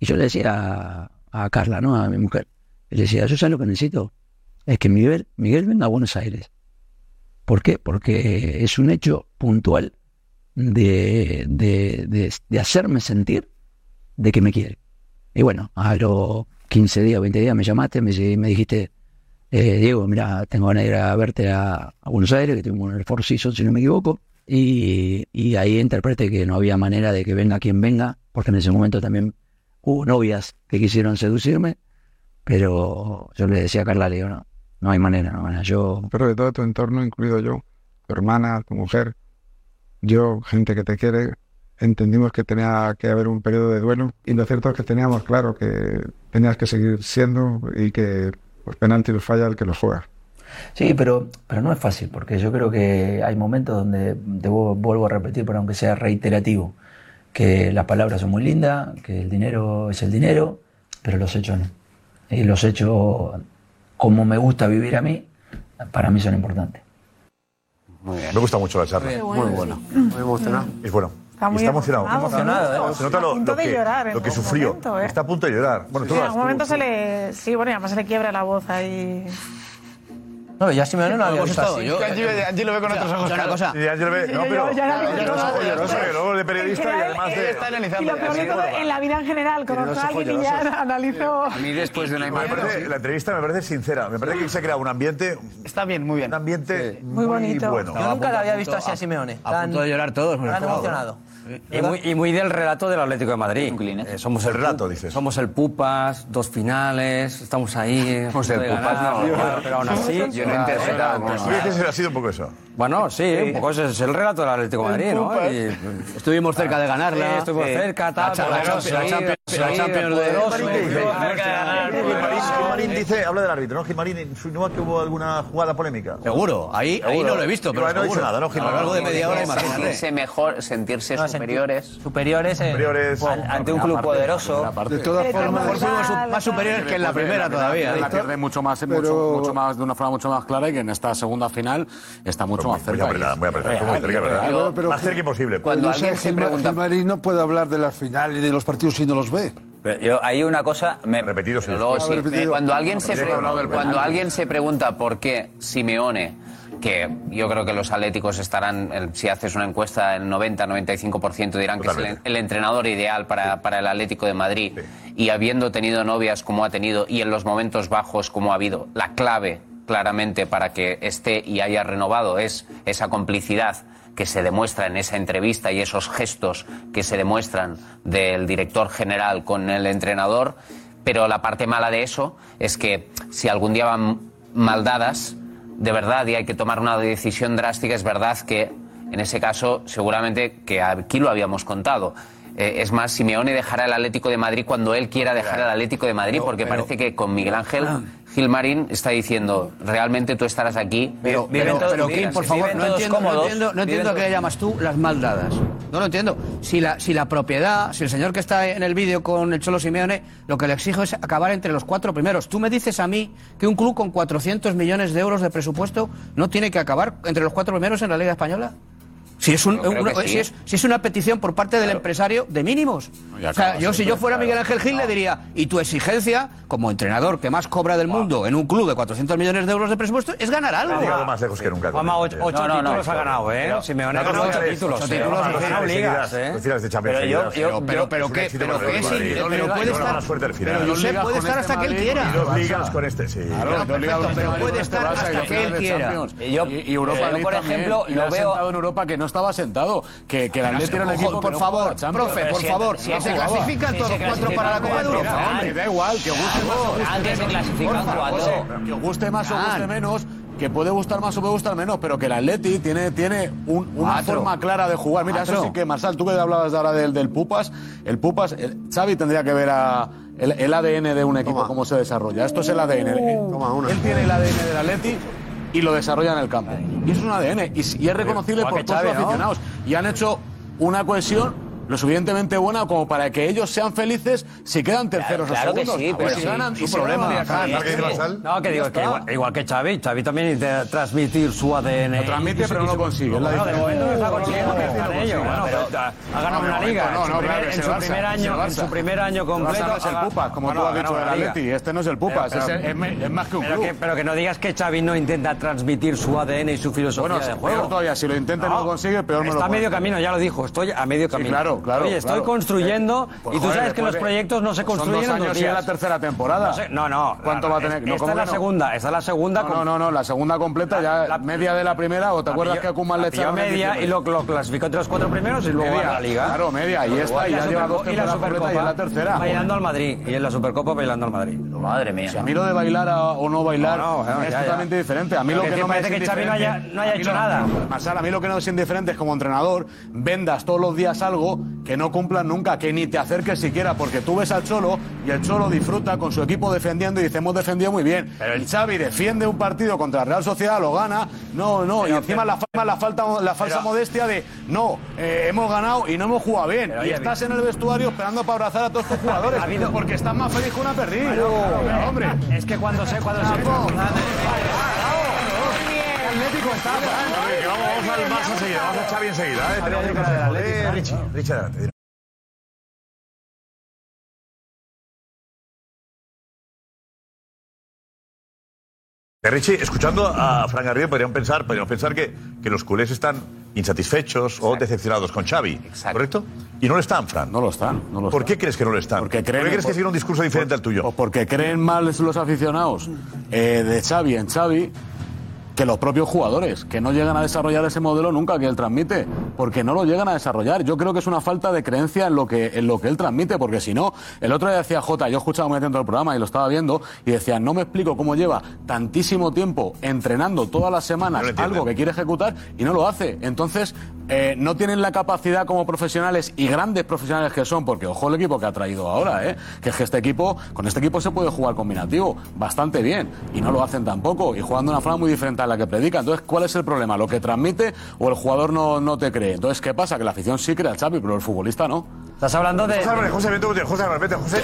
Speaker 7: y yo le decía a, a Carla, ¿no? A mi mujer. Le decía, yo sé lo que necesito. Es que Miguel, Miguel venga a Buenos Aires. ¿Por qué? Porque es un hecho puntual de, de, de- de hacerme sentir de que me quiere. Y bueno, a los 15 días, 20 días me llamaste, me, dice- me dijiste, eh, Diego, mira, tengo ganas de ir a verte a, a Buenos Aires, que tengo el Four Seasons, si no me equivoco. Y, y ahí interpreté que no había manera de que venga quien venga, porque en ese momento también hubo novias que quisieron seducirme, pero yo le decía a Carla, le digo, no, no hay manera, no hay manera. Yo
Speaker 8: Pero de todo tu entorno, incluido yo, tu hermana, tu mujer, yo, gente que te quiere, entendimos que tenía que haber un periodo de duelo y lo cierto es que teníamos claro que tenías que seguir siendo y que pues, penalti lo falla el que lo juega.
Speaker 7: Sí, pero, pero no es fácil, porque yo creo que hay momentos donde, te vu- vuelvo a repetir, pero aunque sea reiterativo, que las palabras son muy lindas, que el dinero es el dinero, pero los hechos no. Y los hechos, como me gusta vivir a mí, para mí son importantes.
Speaker 10: Me gusta mucho la charla.
Speaker 7: Muy
Speaker 10: Muy
Speaker 7: bueno,
Speaker 10: buena.
Speaker 7: sí.
Speaker 10: Muy emocionada. Es bueno.
Speaker 22: Está
Speaker 10: Y
Speaker 22: muy
Speaker 10: está emocionado.
Speaker 22: emocionado. Emocionado, ¿eh?
Speaker 10: Se nota
Speaker 22: Está a
Speaker 10: lo,
Speaker 22: punto
Speaker 10: lo
Speaker 22: de
Speaker 10: que,
Speaker 22: llorar en
Speaker 10: lo que
Speaker 22: algún
Speaker 10: sufrió.
Speaker 22: momento, ¿eh?
Speaker 10: Está a punto de llorar. Bueno,
Speaker 22: Sí,
Speaker 10: tú
Speaker 22: en
Speaker 10: lo has-
Speaker 22: algún momento se le. Sí, bueno, y además se le quiebra la voz ahí.
Speaker 6: No, ya Simeone no lo había
Speaker 22: Pues
Speaker 6: visto
Speaker 22: todo,
Speaker 6: así.
Speaker 22: yo- Angie- Angie lo ve con otros ojos,
Speaker 6: Yo eh, una
Speaker 22: claro.
Speaker 6: cosa-
Speaker 10: Y Ángel ve- no,
Speaker 22: yo-
Speaker 10: pero.
Speaker 22: yo ya la vi
Speaker 10: Ángel
Speaker 22: llorando.
Speaker 10: Rosa, Ángel Rosa, que luego de periodista y además de.
Speaker 22: Y lo peor de todo, en la vida en general,
Speaker 10: Tiene los
Speaker 22: conozco a
Speaker 10: ojos
Speaker 22: alguien y ya
Speaker 10: llorosos.
Speaker 22: analizo.
Speaker 10: después de una
Speaker 22: imagen
Speaker 10: la entrevista me parece sincera. Me parece que se ha creado un ambiente. Está bien, muy bien. Un ambiente muy,
Speaker 6: bonito.
Speaker 10: bueno.
Speaker 6: Yo nunca la había visto así a Simeone.
Speaker 12: A punto de llorar todos, menos
Speaker 6: tan
Speaker 12: Pablo.
Speaker 6: emocionado.
Speaker 12: Y muy, y muy del relato del Atlético de Madrid. Eh, somos el, rato, dices. Somos el Pupas, dos finales, estamos ahí. a punto
Speaker 16: el
Speaker 12: de
Speaker 16: Pupas,
Speaker 12: ganar,
Speaker 16: no.
Speaker 12: claro, pero aún así.
Speaker 16: Yo no he interpretado como
Speaker 12: Bueno,
Speaker 10: Voy a decir si ha sido un poco eso.
Speaker 12: Bueno, sí, un poco ese es el relato del Atlético de
Speaker 10: El
Speaker 12: Madrid, ¿no?
Speaker 10: Pupas.
Speaker 12: Y- estuvimos cerca de ganarla. estuvimos
Speaker 10: Sí.
Speaker 12: cerca, tal.
Speaker 10: La Champions-
Speaker 12: por
Speaker 10: la
Speaker 12: conseguir,
Speaker 10: Champions-
Speaker 12: por
Speaker 10: la
Speaker 12: conseguir,
Speaker 10: Champions de-
Speaker 12: poderoso.
Speaker 10: Gilmarín, ¿qué dice? Gilmarín- Gilmarín dice, habla del árbitro, ¿no? Gilmarín insinúa que hubo alguna jugada polémica.
Speaker 12: Seguro, ahí, ahí
Speaker 10: Seguro.
Speaker 12: no lo he visto, pero
Speaker 10: Igual no dice
Speaker 12: seguro.
Speaker 10: nada, ¿no, Gilmarín?
Speaker 12: A lo largo de media hora, imagínate.
Speaker 16: sentirse mejor, sentirse superiores.
Speaker 6: superiores, en-
Speaker 16: Superiores.
Speaker 6: an- ante un club
Speaker 16: Aparte,
Speaker 6: poderoso.
Speaker 13: De todas
Speaker 6: A lo
Speaker 13: formas-
Speaker 6: mejor fuimos su- más superiores que en la primera todavía.
Speaker 13: La pierde mucho más,
Speaker 6: Pero-
Speaker 13: mucho, mucho más, de una forma mucho más clara y que en esta segunda final está mucho más cerca.
Speaker 10: apretada, muy apretada,
Speaker 13: Real,
Speaker 10: muy cerca, ¿verdad?
Speaker 13: real.
Speaker 10: Pero- Más cerca imposible.
Speaker 13: Cuando
Speaker 17: Pero ese
Speaker 13: alguien se
Speaker 17: Gilma-
Speaker 13: pregunta-
Speaker 17: Gilmarín no puede hablar de las finales y de los partidos si no los ve.
Speaker 21: Pero yo, hay una cosa. Me, repetido,
Speaker 16: Pero luego sí, Eh, cuando alguien se pre- cuando
Speaker 21: alguien
Speaker 16: alguien se pregunta por qué Simeone que yo creo que los atléticos estarán, el- si haces una encuesta, el 90-95% dirán que es el,
Speaker 10: Totalmente.
Speaker 16: el entrenador ideal para, para el Atlético de Madrid. Y habiendo tenido novias como ha tenido y en los momentos bajos como ha habido, la clave claramente para que esté y haya renovado es esa complicidad que se demuestra en esa entrevista y esos gestos que se demuestran del director general con el entrenador. Pero la parte mala de eso es que si algún día van mal dadas, de verdad, y hay que tomar una decisión drástica, es verdad que en ese caso seguramente que aquí lo habíamos contado. Eh, es más, Simeone dejará el Atlético de Madrid cuando él quiera dejar el Atlético de Madrid,
Speaker 14: Pero-
Speaker 16: porque
Speaker 14: pero-
Speaker 16: parece que con Miguel Ángel
Speaker 12: ah.
Speaker 16: Gilmarín está diciendo, realmente tú estarás aquí.
Speaker 12: Pero,
Speaker 16: Viven
Speaker 12: pero,
Speaker 16: todos-
Speaker 12: pero, Kim,
Speaker 16: viven-
Speaker 12: por favor,
Speaker 16: viven
Speaker 12: no
Speaker 16: todos
Speaker 12: entiendo, no
Speaker 16: cómodos,
Speaker 12: entiendo, no
Speaker 16: viven
Speaker 12: entiendo a qué
Speaker 16: todos-
Speaker 12: le llamas tú las maldadas. No lo entiendo. Si la, si la propiedad, si el señor que está en el vídeo con el Cholo Simeone, lo que le exijo es acabar entre los cuatro primeros. Tú me dices a mí que un club con 400 millones de euros de presupuesto no tiene que acabar entre los cuatro primeros en la Liga Española. Si es, un-
Speaker 14: Yo creo
Speaker 12: una-
Speaker 14: que sí.
Speaker 12: si es- si es una petición por parte del empresario de mínimos.
Speaker 14: ya
Speaker 12: O sea,
Speaker 14: acaba
Speaker 12: yo si
Speaker 14: siempre,
Speaker 12: yo fuera
Speaker 14: claro.
Speaker 12: Miguel Ángel Gil le diría, y tu exigencia como entrenador que más cobra del mundo en un club de 400 millones de euros de presupuesto es ganar algo.
Speaker 10: Ha llegado más lejos que nunca. este
Speaker 12: Juanma, ocho- ocho títulos ha ganado, ¿eh?
Speaker 10: Pero-
Speaker 12: Simeone ha
Speaker 10: No,
Speaker 12: ganado
Speaker 10: no,
Speaker 12: ocho
Speaker 10: tres.
Speaker 12: títulos,
Speaker 10: Ocho
Speaker 12: ¿eh?
Speaker 10: títulos,
Speaker 12: Ha
Speaker 10: dos
Speaker 12: ganado
Speaker 10: finales
Speaker 12: ligas,
Speaker 10: seguidas,
Speaker 12: ¿eh?
Speaker 10: dos finales de Champions
Speaker 12: Pero yo-
Speaker 10: seguidas.
Speaker 12: yo- yo- pero
Speaker 10: es un
Speaker 12: qué-
Speaker 10: éxito
Speaker 12: pero
Speaker 10: para el
Speaker 12: qué
Speaker 10: Real
Speaker 12: sí,
Speaker 10: Madrid.
Speaker 12: pero
Speaker 10: Dos ligas
Speaker 12: puede
Speaker 10: con
Speaker 12: estar-
Speaker 10: la suerte del final.
Speaker 12: pero Josep puede estar
Speaker 10: este
Speaker 12: hasta que él quiera.
Speaker 10: Y dos ligas con este, sí.
Speaker 12: Claro,
Speaker 10: Claro,
Speaker 12: dos ligas
Speaker 10: perfecto,
Speaker 12: con este
Speaker 10: pero
Speaker 12: Madrid.
Speaker 10: puede estar
Speaker 13: Barça y
Speaker 10: hasta
Speaker 13: los
Speaker 10: que
Speaker 13: finales
Speaker 10: él
Speaker 13: de
Speaker 10: quiera.
Speaker 13: Champions.
Speaker 10: Y yo-
Speaker 13: Y, y Europa
Speaker 10: yo,
Speaker 13: League
Speaker 10: por
Speaker 13: también.
Speaker 10: ejemplo,
Speaker 13: Y
Speaker 10: lo
Speaker 13: le ha
Speaker 10: veo-
Speaker 13: sentado en Europa que no estaba sentado, que, que el
Speaker 12: Pero
Speaker 13: Atlético era un
Speaker 12: no se-
Speaker 13: equipo
Speaker 12: ojo,
Speaker 13: que
Speaker 12: por
Speaker 13: no
Speaker 12: favor,
Speaker 13: jugaba Champions.
Speaker 12: profe, Pero por si el- favor, si no se se jugaba. clasifican todos cuatro para la Copa de Europa, hombre.
Speaker 13: Que Da igual, que os guste más o os guste
Speaker 12: Antes se
Speaker 13: menos.
Speaker 12: clasifican
Speaker 13: Porfa,
Speaker 12: cuatro.
Speaker 13: José, Que os guste más o os guste
Speaker 12: Ganan.
Speaker 13: menos, que puede gustar más o puede gustar menos, pero que el Atleti tiene, tiene un- una
Speaker 14: Cuatro.
Speaker 13: forma clara de jugar. Mira, eso
Speaker 14: Cuatro.
Speaker 13: sí que, Marsal, tú que hablabas ahora del, del Pupas, el Pupas, el- Xavi tendría que ver a el, el ADN de un equipo, cómo se desarrolla. Esto es el ADN. Él tiene el ADN del Atleti y lo desarrolla en el campo. Y eso es un ADN. Y, si- y es reconocible
Speaker 14: Igual
Speaker 13: por
Speaker 14: que
Speaker 13: todos los
Speaker 14: Xavi, ¿no?
Speaker 13: aficionados. Y han hecho una cohesión lo suficientemente buena como para que ellos sean felices si quedan terceros
Speaker 21: claro
Speaker 13: o
Speaker 21: que
Speaker 13: segundos. Pues
Speaker 21: sí,
Speaker 13: O
Speaker 21: pero
Speaker 13: si
Speaker 21: sí.
Speaker 13: ganan
Speaker 21: Es
Speaker 13: y
Speaker 21: un
Speaker 13: se
Speaker 21: problema.
Speaker 13: van.
Speaker 21: Ah, ¿no? ¿Qué dice Marsal?
Speaker 19: No, que digo,
Speaker 13: Ya
Speaker 19: es que
Speaker 13: está.
Speaker 19: igual, igual que Xavi, Xavi también intenta transmitir su ADN.
Speaker 13: Lo transmite,
Speaker 19: y- y-
Speaker 13: pero no
Speaker 19: y su-
Speaker 13: lo consigue, es la
Speaker 19: Bueno, de
Speaker 13: diferencia.
Speaker 19: momento no está
Speaker 13: No, no,
Speaker 19: consiguiendo,
Speaker 13: no, no,
Speaker 19: pero está ¿eh?
Speaker 13: no,
Speaker 19: en ello.
Speaker 13: no,
Speaker 19: Bueno,
Speaker 13: no,
Speaker 19: pero
Speaker 13: no,
Speaker 19: Ha ganado
Speaker 13: no,
Speaker 19: una
Speaker 13: no,
Speaker 19: liga.
Speaker 13: no,
Speaker 19: en su
Speaker 13: no, claro
Speaker 19: primer-
Speaker 13: que
Speaker 19: En
Speaker 13: es el
Speaker 19: su
Speaker 13: Barça, es
Speaker 19: primer
Speaker 13: el
Speaker 19: año, en su
Speaker 13: Barça.
Speaker 19: primer año
Speaker 13: El Barça
Speaker 19: completo.
Speaker 13: no es el
Speaker 19: ha-
Speaker 13: Pupas, como
Speaker 19: bueno,
Speaker 13: tú
Speaker 19: ha
Speaker 13: has dicho del
Speaker 19: ganado la liga.
Speaker 13: Atleti, este no es el Pupas,
Speaker 19: Pero-
Speaker 13: es
Speaker 19: pero-
Speaker 13: el- es me- es más que un
Speaker 19: pero
Speaker 13: club.
Speaker 19: pero que no digas que Xavi no intenta transmitir su ADN y su filosofía
Speaker 13: Bueno,
Speaker 19: de
Speaker 13: peor
Speaker 19: juego.
Speaker 13: todavía, si lo intenta y no lo consigue, peor me lo
Speaker 19: Está a
Speaker 13: pone.
Speaker 19: medio camino, ya lo dijo, estoy a medio
Speaker 13: Sí,
Speaker 19: camino.
Speaker 13: claro, claro,
Speaker 19: Oye, estoy
Speaker 13: claro.
Speaker 19: construyendo
Speaker 13: Pues,
Speaker 19: y tú
Speaker 13: joder,
Speaker 19: sabes que
Speaker 13: después
Speaker 19: los
Speaker 13: de-
Speaker 19: proyectos no se
Speaker 13: pues, son
Speaker 19: construyen
Speaker 13: dos
Speaker 19: en
Speaker 13: años y
Speaker 19: días.
Speaker 13: es la tercera temporada.
Speaker 19: No, sé- no, no.
Speaker 13: ¿Cuánto
Speaker 19: la-
Speaker 13: va a tener?
Speaker 19: es-
Speaker 13: No,
Speaker 19: Esta
Speaker 13: ¿cómo
Speaker 19: es la
Speaker 13: que no?
Speaker 19: segunda, esta es la segunda.
Speaker 13: No,
Speaker 19: con-
Speaker 13: no, no, no, la segunda completa, ya media de la primera, o te
Speaker 19: la
Speaker 13: acuerdas
Speaker 19: pilló-
Speaker 13: que a Koeman le
Speaker 19: la pilló
Speaker 13: echaron en
Speaker 19: media
Speaker 13: diciembre?
Speaker 19: y lo, lo clasificó entre los cuatro primeros y luego
Speaker 13: Media,
Speaker 19: ganó la liga.
Speaker 13: claro, media, y esta, y ya lleva dos
Speaker 19: Supercopa- y la
Speaker 13: temporadas completas, y es la tercera.
Speaker 19: Bailando al Madrid y en la Supercopa bailando al Madrid. Madre mía.
Speaker 13: Si a mí lo de bailar a- o no bailar
Speaker 19: No, no, no,
Speaker 13: es
Speaker 19: ya, ya.
Speaker 13: totalmente diferente. A mí
Speaker 19: Pero
Speaker 13: lo
Speaker 19: que
Speaker 13: que,
Speaker 19: sí
Speaker 13: no me
Speaker 19: parece
Speaker 13: es
Speaker 19: que Xavi no haya-
Speaker 13: indiferente-
Speaker 19: no haya
Speaker 13: a mí
Speaker 19: hecho
Speaker 13: lo-
Speaker 19: nada.
Speaker 13: Masal, a mí lo que no es indiferente es como entrenador, vendas todos los días algo que no cumplan nunca, que ni te acerques siquiera, porque tú ves al Cholo y el Cholo disfruta con su equipo defendiendo y dice, hemos defendido muy bien. Pero el Xavi defiende un partido contra la Real Sociedad, lo gana. No, no, y encima la, fa- la, falta, la falsa modestia de, no, eh, hemos ganado y no hemos jugado bien. y
Speaker 19: oye,
Speaker 13: estás en el vestuario esperando para abrazar a todos tus jugadores, porque estás más feliz que una perdida. Pero, hombre.
Speaker 19: Es que cuando sé, cuando sé.
Speaker 13: Atlético está.
Speaker 10: Que Vamos vamos al Barça enseguida, vamos a Xavi enseguida. ¿eh? Tenemos que pasar al de Richie. Richie, adelante. Eh, Richie, escuchando a Fran Garrido, pues. podrían pensar, podríamos pensar que, que los culés están insatisfechos o decepcionados con Xavi, ¿correcto? Y no lo están, Fran. No
Speaker 13: lo están. No lo
Speaker 10: ¿Por qué crees que no lo están?
Speaker 13: Porque
Speaker 10: ¿Por qué crees que tiene un discurso diferente al tuyo?
Speaker 13: O porque creen mal los aficionados eh, de Xavi en Xavi que los propios jugadores, que no llegan a desarrollar ese modelo nunca que él transmite, porque no lo llegan a desarrollar. Yo creo que es una falta de creencia en lo que, en lo que él transmite, porque si no, el otro día decía Jota, yo escuchaba muy atento el programa y lo estaba viendo, y decía, no me explico cómo lleva tantísimo tiempo entrenando todas las semanas algo que quiere ejecutar y no lo hace. Entonces, eh, no tienen la capacidad como profesionales y grandes profesionales que son, porque ojo el equipo que ha traído ahora, ¿eh? que es que este equipo, con este equipo se puede jugar combinativo bastante bien y no lo hacen tampoco y jugando una forma muy diferente a la que predica. Entonces, ¿cuál es el problema? ¿Lo que transmite o el jugador no, no te cree? Entonces, ¿qué pasa? Que la afición sí cree al Xavi, pero el futbolista no.
Speaker 19: Estás hablando de...
Speaker 10: José Álvarez, José, vete, vete, José Álvarez, vete, José.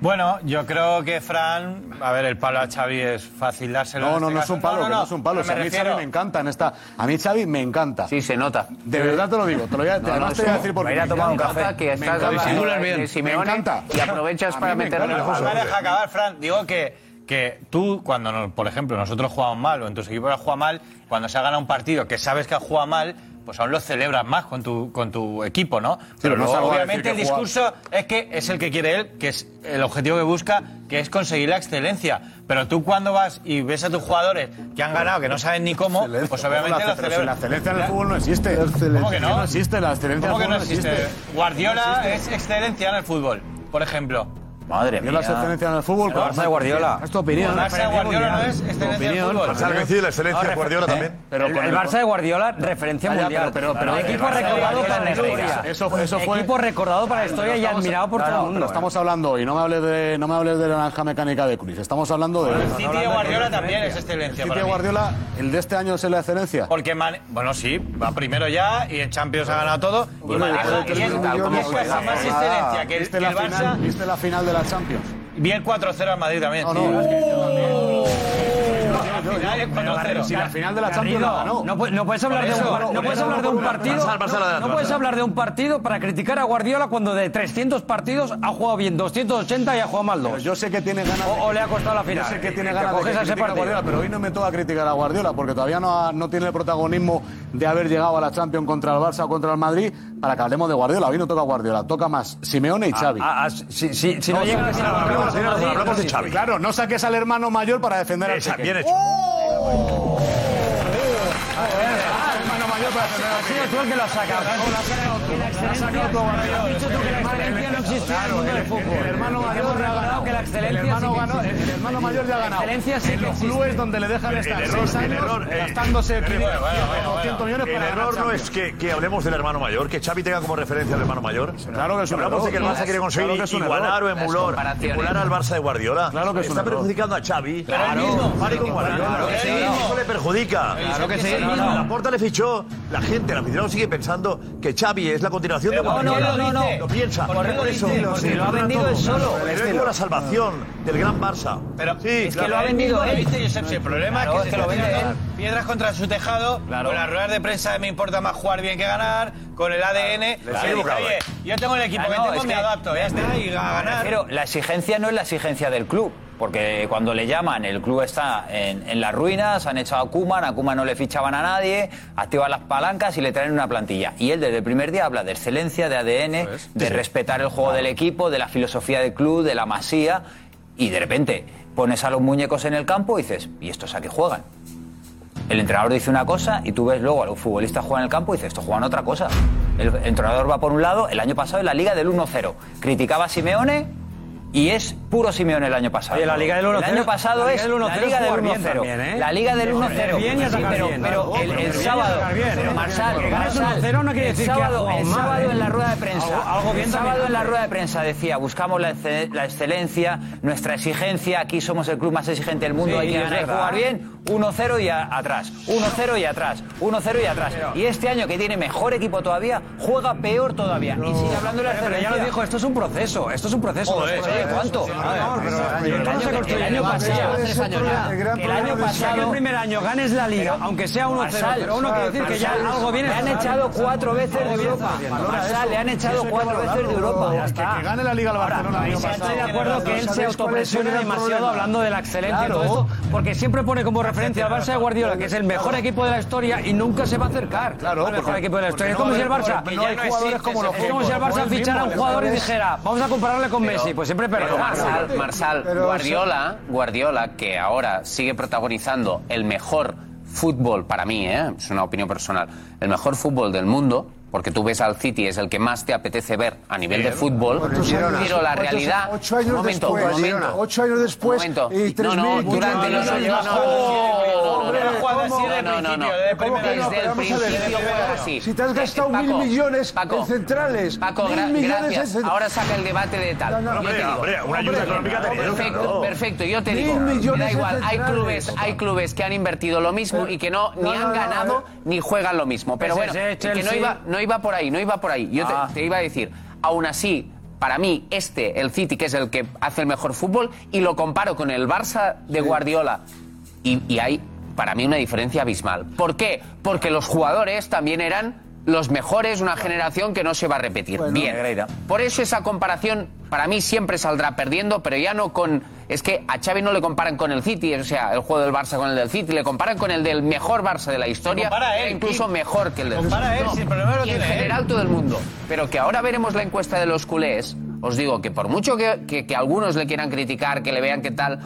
Speaker 15: Bueno, yo creo que Fran. A ver, el palo a Xavi es fácil dárselo.
Speaker 13: No,
Speaker 15: en
Speaker 13: no,
Speaker 15: este
Speaker 13: no es
Speaker 15: caso.
Speaker 13: un palo, que no es un palo.
Speaker 15: pero
Speaker 13: Si a
Speaker 15: me
Speaker 13: mí
Speaker 15: refiero-
Speaker 13: Xavi me encanta en esta. A mí Xavi me encanta. Sí,
Speaker 16: se nota.
Speaker 13: De verdad te lo digo, te lo voy a,
Speaker 16: No,
Speaker 13: además
Speaker 16: no,
Speaker 13: te voy a
Speaker 16: es-
Speaker 13: decir por
Speaker 16: me
Speaker 13: qué.
Speaker 16: iré a tomar
Speaker 13: Me
Speaker 16: un café,
Speaker 13: encanta,
Speaker 16: que
Speaker 13: me
Speaker 16: estás-
Speaker 13: encanta.
Speaker 16: disimulas bien.
Speaker 13: Me
Speaker 16: Simeone,
Speaker 13: encanta.
Speaker 16: y aprovechas
Speaker 13: A mí
Speaker 16: para
Speaker 13: me
Speaker 16: meterle
Speaker 13: encanta.
Speaker 16: el
Speaker 15: No me deja acabar, Fran. Digo que, que tú, cuando, no- por ejemplo, nosotros jugamos mal o en tus equipos has jugado mal, cuando se ha ganado un partido que sabes que has jugado mal,
Speaker 14: pues aún lo celebras más con tu, con tu equipo, ¿no?
Speaker 13: pero no
Speaker 14: luego,
Speaker 13: salgo a decir
Speaker 14: obviamente
Speaker 13: que
Speaker 14: el discurso es que es el que quiere él, que es el objetivo que busca, que es conseguir la excelencia. Pero tú cuando vas y ves a tus jugadores que han ganado, que no saben ni cómo, pues obviamente
Speaker 13: Pero
Speaker 14: lo
Speaker 13: si
Speaker 14: celebras.
Speaker 13: la excelencia en el fútbol no existe. ¿Cómo
Speaker 14: que no?
Speaker 13: existe, la excelencia en
Speaker 14: ¿Cómo
Speaker 13: el
Speaker 14: que
Speaker 13: fútbol
Speaker 14: no existe? Guardiola es excelencia en el fútbol, por ejemplo.
Speaker 13: Madre Guardiola es mía. excelencia en el fútbol, pero Barça de Guardiola. Es tu opinión.
Speaker 14: Barça de Guardiola no es excelencia en el fútbol.
Speaker 10: Pensaba que decía la excelencia de Guardiola también.
Speaker 19: Pero eh, el, el Barça de Guardiola, referencia
Speaker 13: Ya, ya,
Speaker 19: mundial.
Speaker 13: pero- pero- pero-
Speaker 19: el equipo
Speaker 13: el Barça de
Speaker 19: recordado
Speaker 13: Guardiola
Speaker 19: para la
Speaker 13: no es
Speaker 19: historia.
Speaker 13: liga. Eso- eso fue-
Speaker 19: Equipo recordado para la historia y admirado por todo el mundo.
Speaker 13: Pero estamos hablando hoy, no me hables de, no me hables de la naranja mecánica de Cruz. Estamos hablando de.
Speaker 14: El City de Guardiola también es excelencia.
Speaker 13: El City
Speaker 14: para
Speaker 13: de
Speaker 14: mí.
Speaker 13: Guardiola, el de este año es la excelencia.
Speaker 14: Porque Mane- bueno, sí, va primero ya y en Champions ha ganado todo. Y maneja, y es, y es casi más excelencia que el,
Speaker 13: ¿Viste
Speaker 14: que
Speaker 13: la
Speaker 14: el Barça.
Speaker 13: final- ¿Viste la final de la Champions?
Speaker 14: Y el 4-0 a Madrid también. No, no,
Speaker 13: Si la final de la Champions la ganó.
Speaker 19: Garrido, no, pu- no puedes hablar de un, par- no puedes hablar de un partido. no- No puedes hablar de un partido para criticar a Guardiola cuando de 300 partidos ha jugado bien 280 y ha jugado mal dos.
Speaker 13: Yo sé que tiene ganas.
Speaker 19: O, o le ha costado la final.
Speaker 13: Yo sé que
Speaker 19: Y
Speaker 13: tiene
Speaker 19: te
Speaker 13: ganas de
Speaker 19: coges a ese
Speaker 13: criticar a
Speaker 19: partido.
Speaker 13: Guardiola, pero hoy no me toca criticar a Guardiola porque todavía no, ha- no tiene el protagonismo de haber llegado a la Champions contra el Barça o contra el Madrid para que hablemos de Guardiola. Hoy no toca Guardiola, toca más Simeone y Xavi.
Speaker 19: Ah, si, si
Speaker 10: no llega a ser Guardiola, Madrid, no existe.
Speaker 13: Claro, no saques al hermano mayor para defender al
Speaker 10: Esa,
Speaker 13: pequeño.
Speaker 10: bien hecho.
Speaker 13: hermano mayor para defender al
Speaker 19: sido tú el que lo has sacado.
Speaker 13: El hermano mayor ya ha ganado. El hermano, ganó- el hermano mayor ya ha ganado. en los clubes donde le dejan
Speaker 10: El
Speaker 13: estar
Speaker 10: error,
Speaker 13: seis
Speaker 10: el
Speaker 13: años
Speaker 10: error, eh,
Speaker 13: gastándose 500, millones
Speaker 10: El
Speaker 13: para ganar
Speaker 10: error no
Speaker 13: Champions.
Speaker 10: es que, que hablemos del hermano mayor, que Xavi tenga como referencia al hermano mayor.
Speaker 13: Claro que es un
Speaker 10: Hablamos de que el
Speaker 13: error.
Speaker 10: Barça quiere conseguir
Speaker 13: Claro que es un
Speaker 10: igualar o
Speaker 13: error. Las
Speaker 10: emular,
Speaker 13: comparaciones.
Speaker 10: emular al Barça de Guardiola.
Speaker 13: Claro que es un
Speaker 10: Está
Speaker 13: error.
Speaker 10: perjudicando a Xavi. Claro, Vale con Guardiola.
Speaker 13: Claro que sí.
Speaker 10: Eso le perjudica.
Speaker 13: Claro que sí.
Speaker 10: La porta le fichó. La gente, el aficionado sigue pensando que Xavi es la continuación de
Speaker 19: Pero ¿por qué
Speaker 10: Guardiola.
Speaker 19: lo dice?
Speaker 10: Lo piensa.
Speaker 19: ¿Por qué lo
Speaker 10: eso
Speaker 19: dice? Porque
Speaker 10: se
Speaker 19: lo ha
Speaker 10: perdona
Speaker 19: vendido él
Speaker 10: todo.
Speaker 19: solo.
Speaker 10: Pero es como la salvación del gran Barça. Pero
Speaker 14: Es que lo ha vendido él. El problema es que, se está tirando Piedras contra su tejado, con las ruedas de prensa de me importa más jugar bien que ganar, con el ADN.
Speaker 21: Claro.
Speaker 14: Se dice, Oye, yo tengo el equipo
Speaker 21: Ah,
Speaker 14: que
Speaker 21: no,
Speaker 14: tengo,
Speaker 21: es
Speaker 14: me
Speaker 21: que-
Speaker 14: adapto, ya está, y a ganar.
Speaker 21: Pero la exigencia no es la exigencia del club, porque cuando le llaman, el club está en, en las ruinas, han echado a Kuman, a Kuman no le fichaban a nadie, activan las palancas y le traen una plantilla. Y él desde el primer día habla de excelencia, de ADN, de respetar el juego del equipo, de la filosofía del club, de la masía, y de repente pones a los muñecos en el campo y dices, ¿y estos a qué juegan? El entrenador dice una cosa y tú ves luego a los futbolistas juegan en el campo y dices, estos juegan otra cosa. El entrenador va por un lado, el año pasado en la Liga del 1-0. Criticaba a Simeone y es puro Simeone el año pasado.
Speaker 19: Oye, la Liga del 1-0
Speaker 21: El año pasado
Speaker 19: la Liga
Speaker 21: es
Speaker 19: del
Speaker 21: la
Speaker 19: 1-0
Speaker 21: Liga del
Speaker 19: jugar bien
Speaker 21: 1-0.
Speaker 19: también, ¿eh?
Speaker 21: La Liga del
Speaker 19: Defender
Speaker 21: 1-0.
Speaker 19: bien y
Speaker 21: Sí,
Speaker 19: atacar
Speaker 21: pero,
Speaker 19: bien.
Speaker 21: pero
Speaker 19: Claro,
Speaker 21: el,
Speaker 19: pero
Speaker 21: el
Speaker 19: bien y
Speaker 21: sábado,
Speaker 19: atacar bien, ¿eh?
Speaker 21: Marsal,
Speaker 19: Que ganes
Speaker 21: Marsal,
Speaker 19: 1-0 no quiere
Speaker 21: el
Speaker 19: decir que ha
Speaker 21: sábado,
Speaker 19: jugado
Speaker 21: el
Speaker 19: mal,
Speaker 21: sábado
Speaker 19: ¿eh?
Speaker 21: en la rueda de prensa,
Speaker 19: Algo- algo bien también
Speaker 21: el sábado en la
Speaker 19: hace.
Speaker 21: rueda de prensa decía, buscamos la, exce- la excelencia, nuestra exigencia, aquí somos el club más exigente del mundo,
Speaker 19: Sí,
Speaker 21: hay que
Speaker 19: es
Speaker 21: ganar y
Speaker 19: verdad.
Speaker 21: jugar bien, 1-0 y a- atrás, 1-0 y atrás, 1-0 y atrás. Y este año que tiene mejor equipo todavía, juega peor todavía. Y sigue hablando de la
Speaker 19: Pero ya lo
Speaker 21: excelencia.
Speaker 19: dijo, esto es un proceso, esto es un proceso.
Speaker 21: Joder,
Speaker 19: Nosotros-
Speaker 21: oye, ¿cuánto?
Speaker 19: El año- el año pasado,
Speaker 21: Tres años ya.
Speaker 19: el año pasado, el primer año ganes la liga, aunque sea 1-0,
Speaker 21: Marsal,
Speaker 19: pero uno quiere decir que ya
Speaker 21: Marsal,
Speaker 19: algo viene.
Speaker 21: Le han echado cuatro veces de Europa. Marsal, le han echado cuatro veces de Europa. Ya está.
Speaker 13: Que gane la Liga al Barcelona. el año pasado.
Speaker 19: Estoy de acuerdo que él se autopresiona demasiado hablando de la excelencia y todo esto, porque siempre pone como referencia al Barça de Guardiola, que es el mejor equipo de la historia y no Nunca se va a acercar claro, al mejor equipo de la historia. Es como si el Barça.
Speaker 13: porque no hay jugadores como los
Speaker 19: Es como si el
Speaker 13: jugadores
Speaker 19: Barça
Speaker 13: mismos,
Speaker 19: fichara a un
Speaker 13: los
Speaker 19: jugador y
Speaker 13: jugadores-
Speaker 19: dijera, vamos a compararle con
Speaker 16: Pero-
Speaker 19: Messi. Pues siempre
Speaker 16: pero
Speaker 19: perderá.
Speaker 16: Marsal, Marsal, Guardiola, Guardiola, que ahora sigue protagonizando el mejor fútbol para mí, ¿eh? es una opinión personal, el mejor fútbol del mundo, porque tú ves al City, es el que más te apetece ver a nivel de
Speaker 17: Bien.
Speaker 16: fútbol,
Speaker 17: ¿Cuántos años?
Speaker 16: pero la
Speaker 17: ¿Cuántos-
Speaker 16: realidad...
Speaker 17: pues, Ocho años
Speaker 16: Un momento, un
Speaker 17: después.
Speaker 16: momento.
Speaker 17: Ocho años después.
Speaker 16: Un momento.
Speaker 17: Y tres
Speaker 16: No, no,
Speaker 17: mil.
Speaker 16: durante los años- no, no,
Speaker 17: Hombre, ¿cómo?
Speaker 16: No, no,
Speaker 17: ¿Cómo que
Speaker 16: no.
Speaker 17: no?
Speaker 16: Desde
Speaker 17: Pero
Speaker 16: el
Speaker 17: vamos a ver,
Speaker 16: principio fue así.
Speaker 17: Si te has gastado
Speaker 16: Paco,
Speaker 17: mil millones
Speaker 16: Paco,
Speaker 17: en centrales.
Speaker 16: Paco,
Speaker 17: mil
Speaker 16: gra-
Speaker 17: millones en
Speaker 16: gracias.
Speaker 17: centrales.
Speaker 16: Ahora saca el debate de tal.
Speaker 17: No, no,
Speaker 16: Yo
Speaker 17: hombre,
Speaker 16: te digo-
Speaker 17: hombre, una ayuda
Speaker 16: Hombre,
Speaker 17: económica te dieron,
Speaker 16: Perfecto,
Speaker 17: claro.
Speaker 16: perfecto. Yo te
Speaker 17: Mil
Speaker 16: digo, me da
Speaker 17: millones
Speaker 16: igual.
Speaker 17: en
Speaker 16: Hay
Speaker 17: centrales.
Speaker 16: clubes, hay clubes que han invertido lo mismo y que no ni
Speaker 17: no, no,
Speaker 16: han
Speaker 17: no,
Speaker 16: ganado
Speaker 17: eh.
Speaker 16: ni juegan lo mismo. Pero
Speaker 17: PSG,
Speaker 16: bueno, que no
Speaker 17: Chelsea.
Speaker 16: iba, no iba por ahí, no iba por ahí. Yo te-
Speaker 17: Ah.
Speaker 16: te iba a decir, aún así. Para mí, este, el City, que es el que hace el mejor fútbol, y lo comparo con el Barça de Guardiola, y, y hay para mí una diferencia abismal. ¿Por qué? Porque los jugadores también eran los mejores, una generación que no se va a repetir. Bien. Por eso esa comparación para mí siempre saldrá perdiendo, pero ya no con es que a Xavi no le comparan con el City, o sea, el juego del Barça con el del City, le comparan con el del mejor Barça de la historia, e
Speaker 14: compara él,
Speaker 16: incluso
Speaker 14: Kim.
Speaker 16: mejor que el del
Speaker 14: Compara él, si el problema lo
Speaker 16: y en
Speaker 14: tiene él.
Speaker 16: general todo el mundo. Pero que ahora veremos la encuesta de los culés, os digo que por mucho que, que- que algunos le quieran criticar, que le vean qué tal,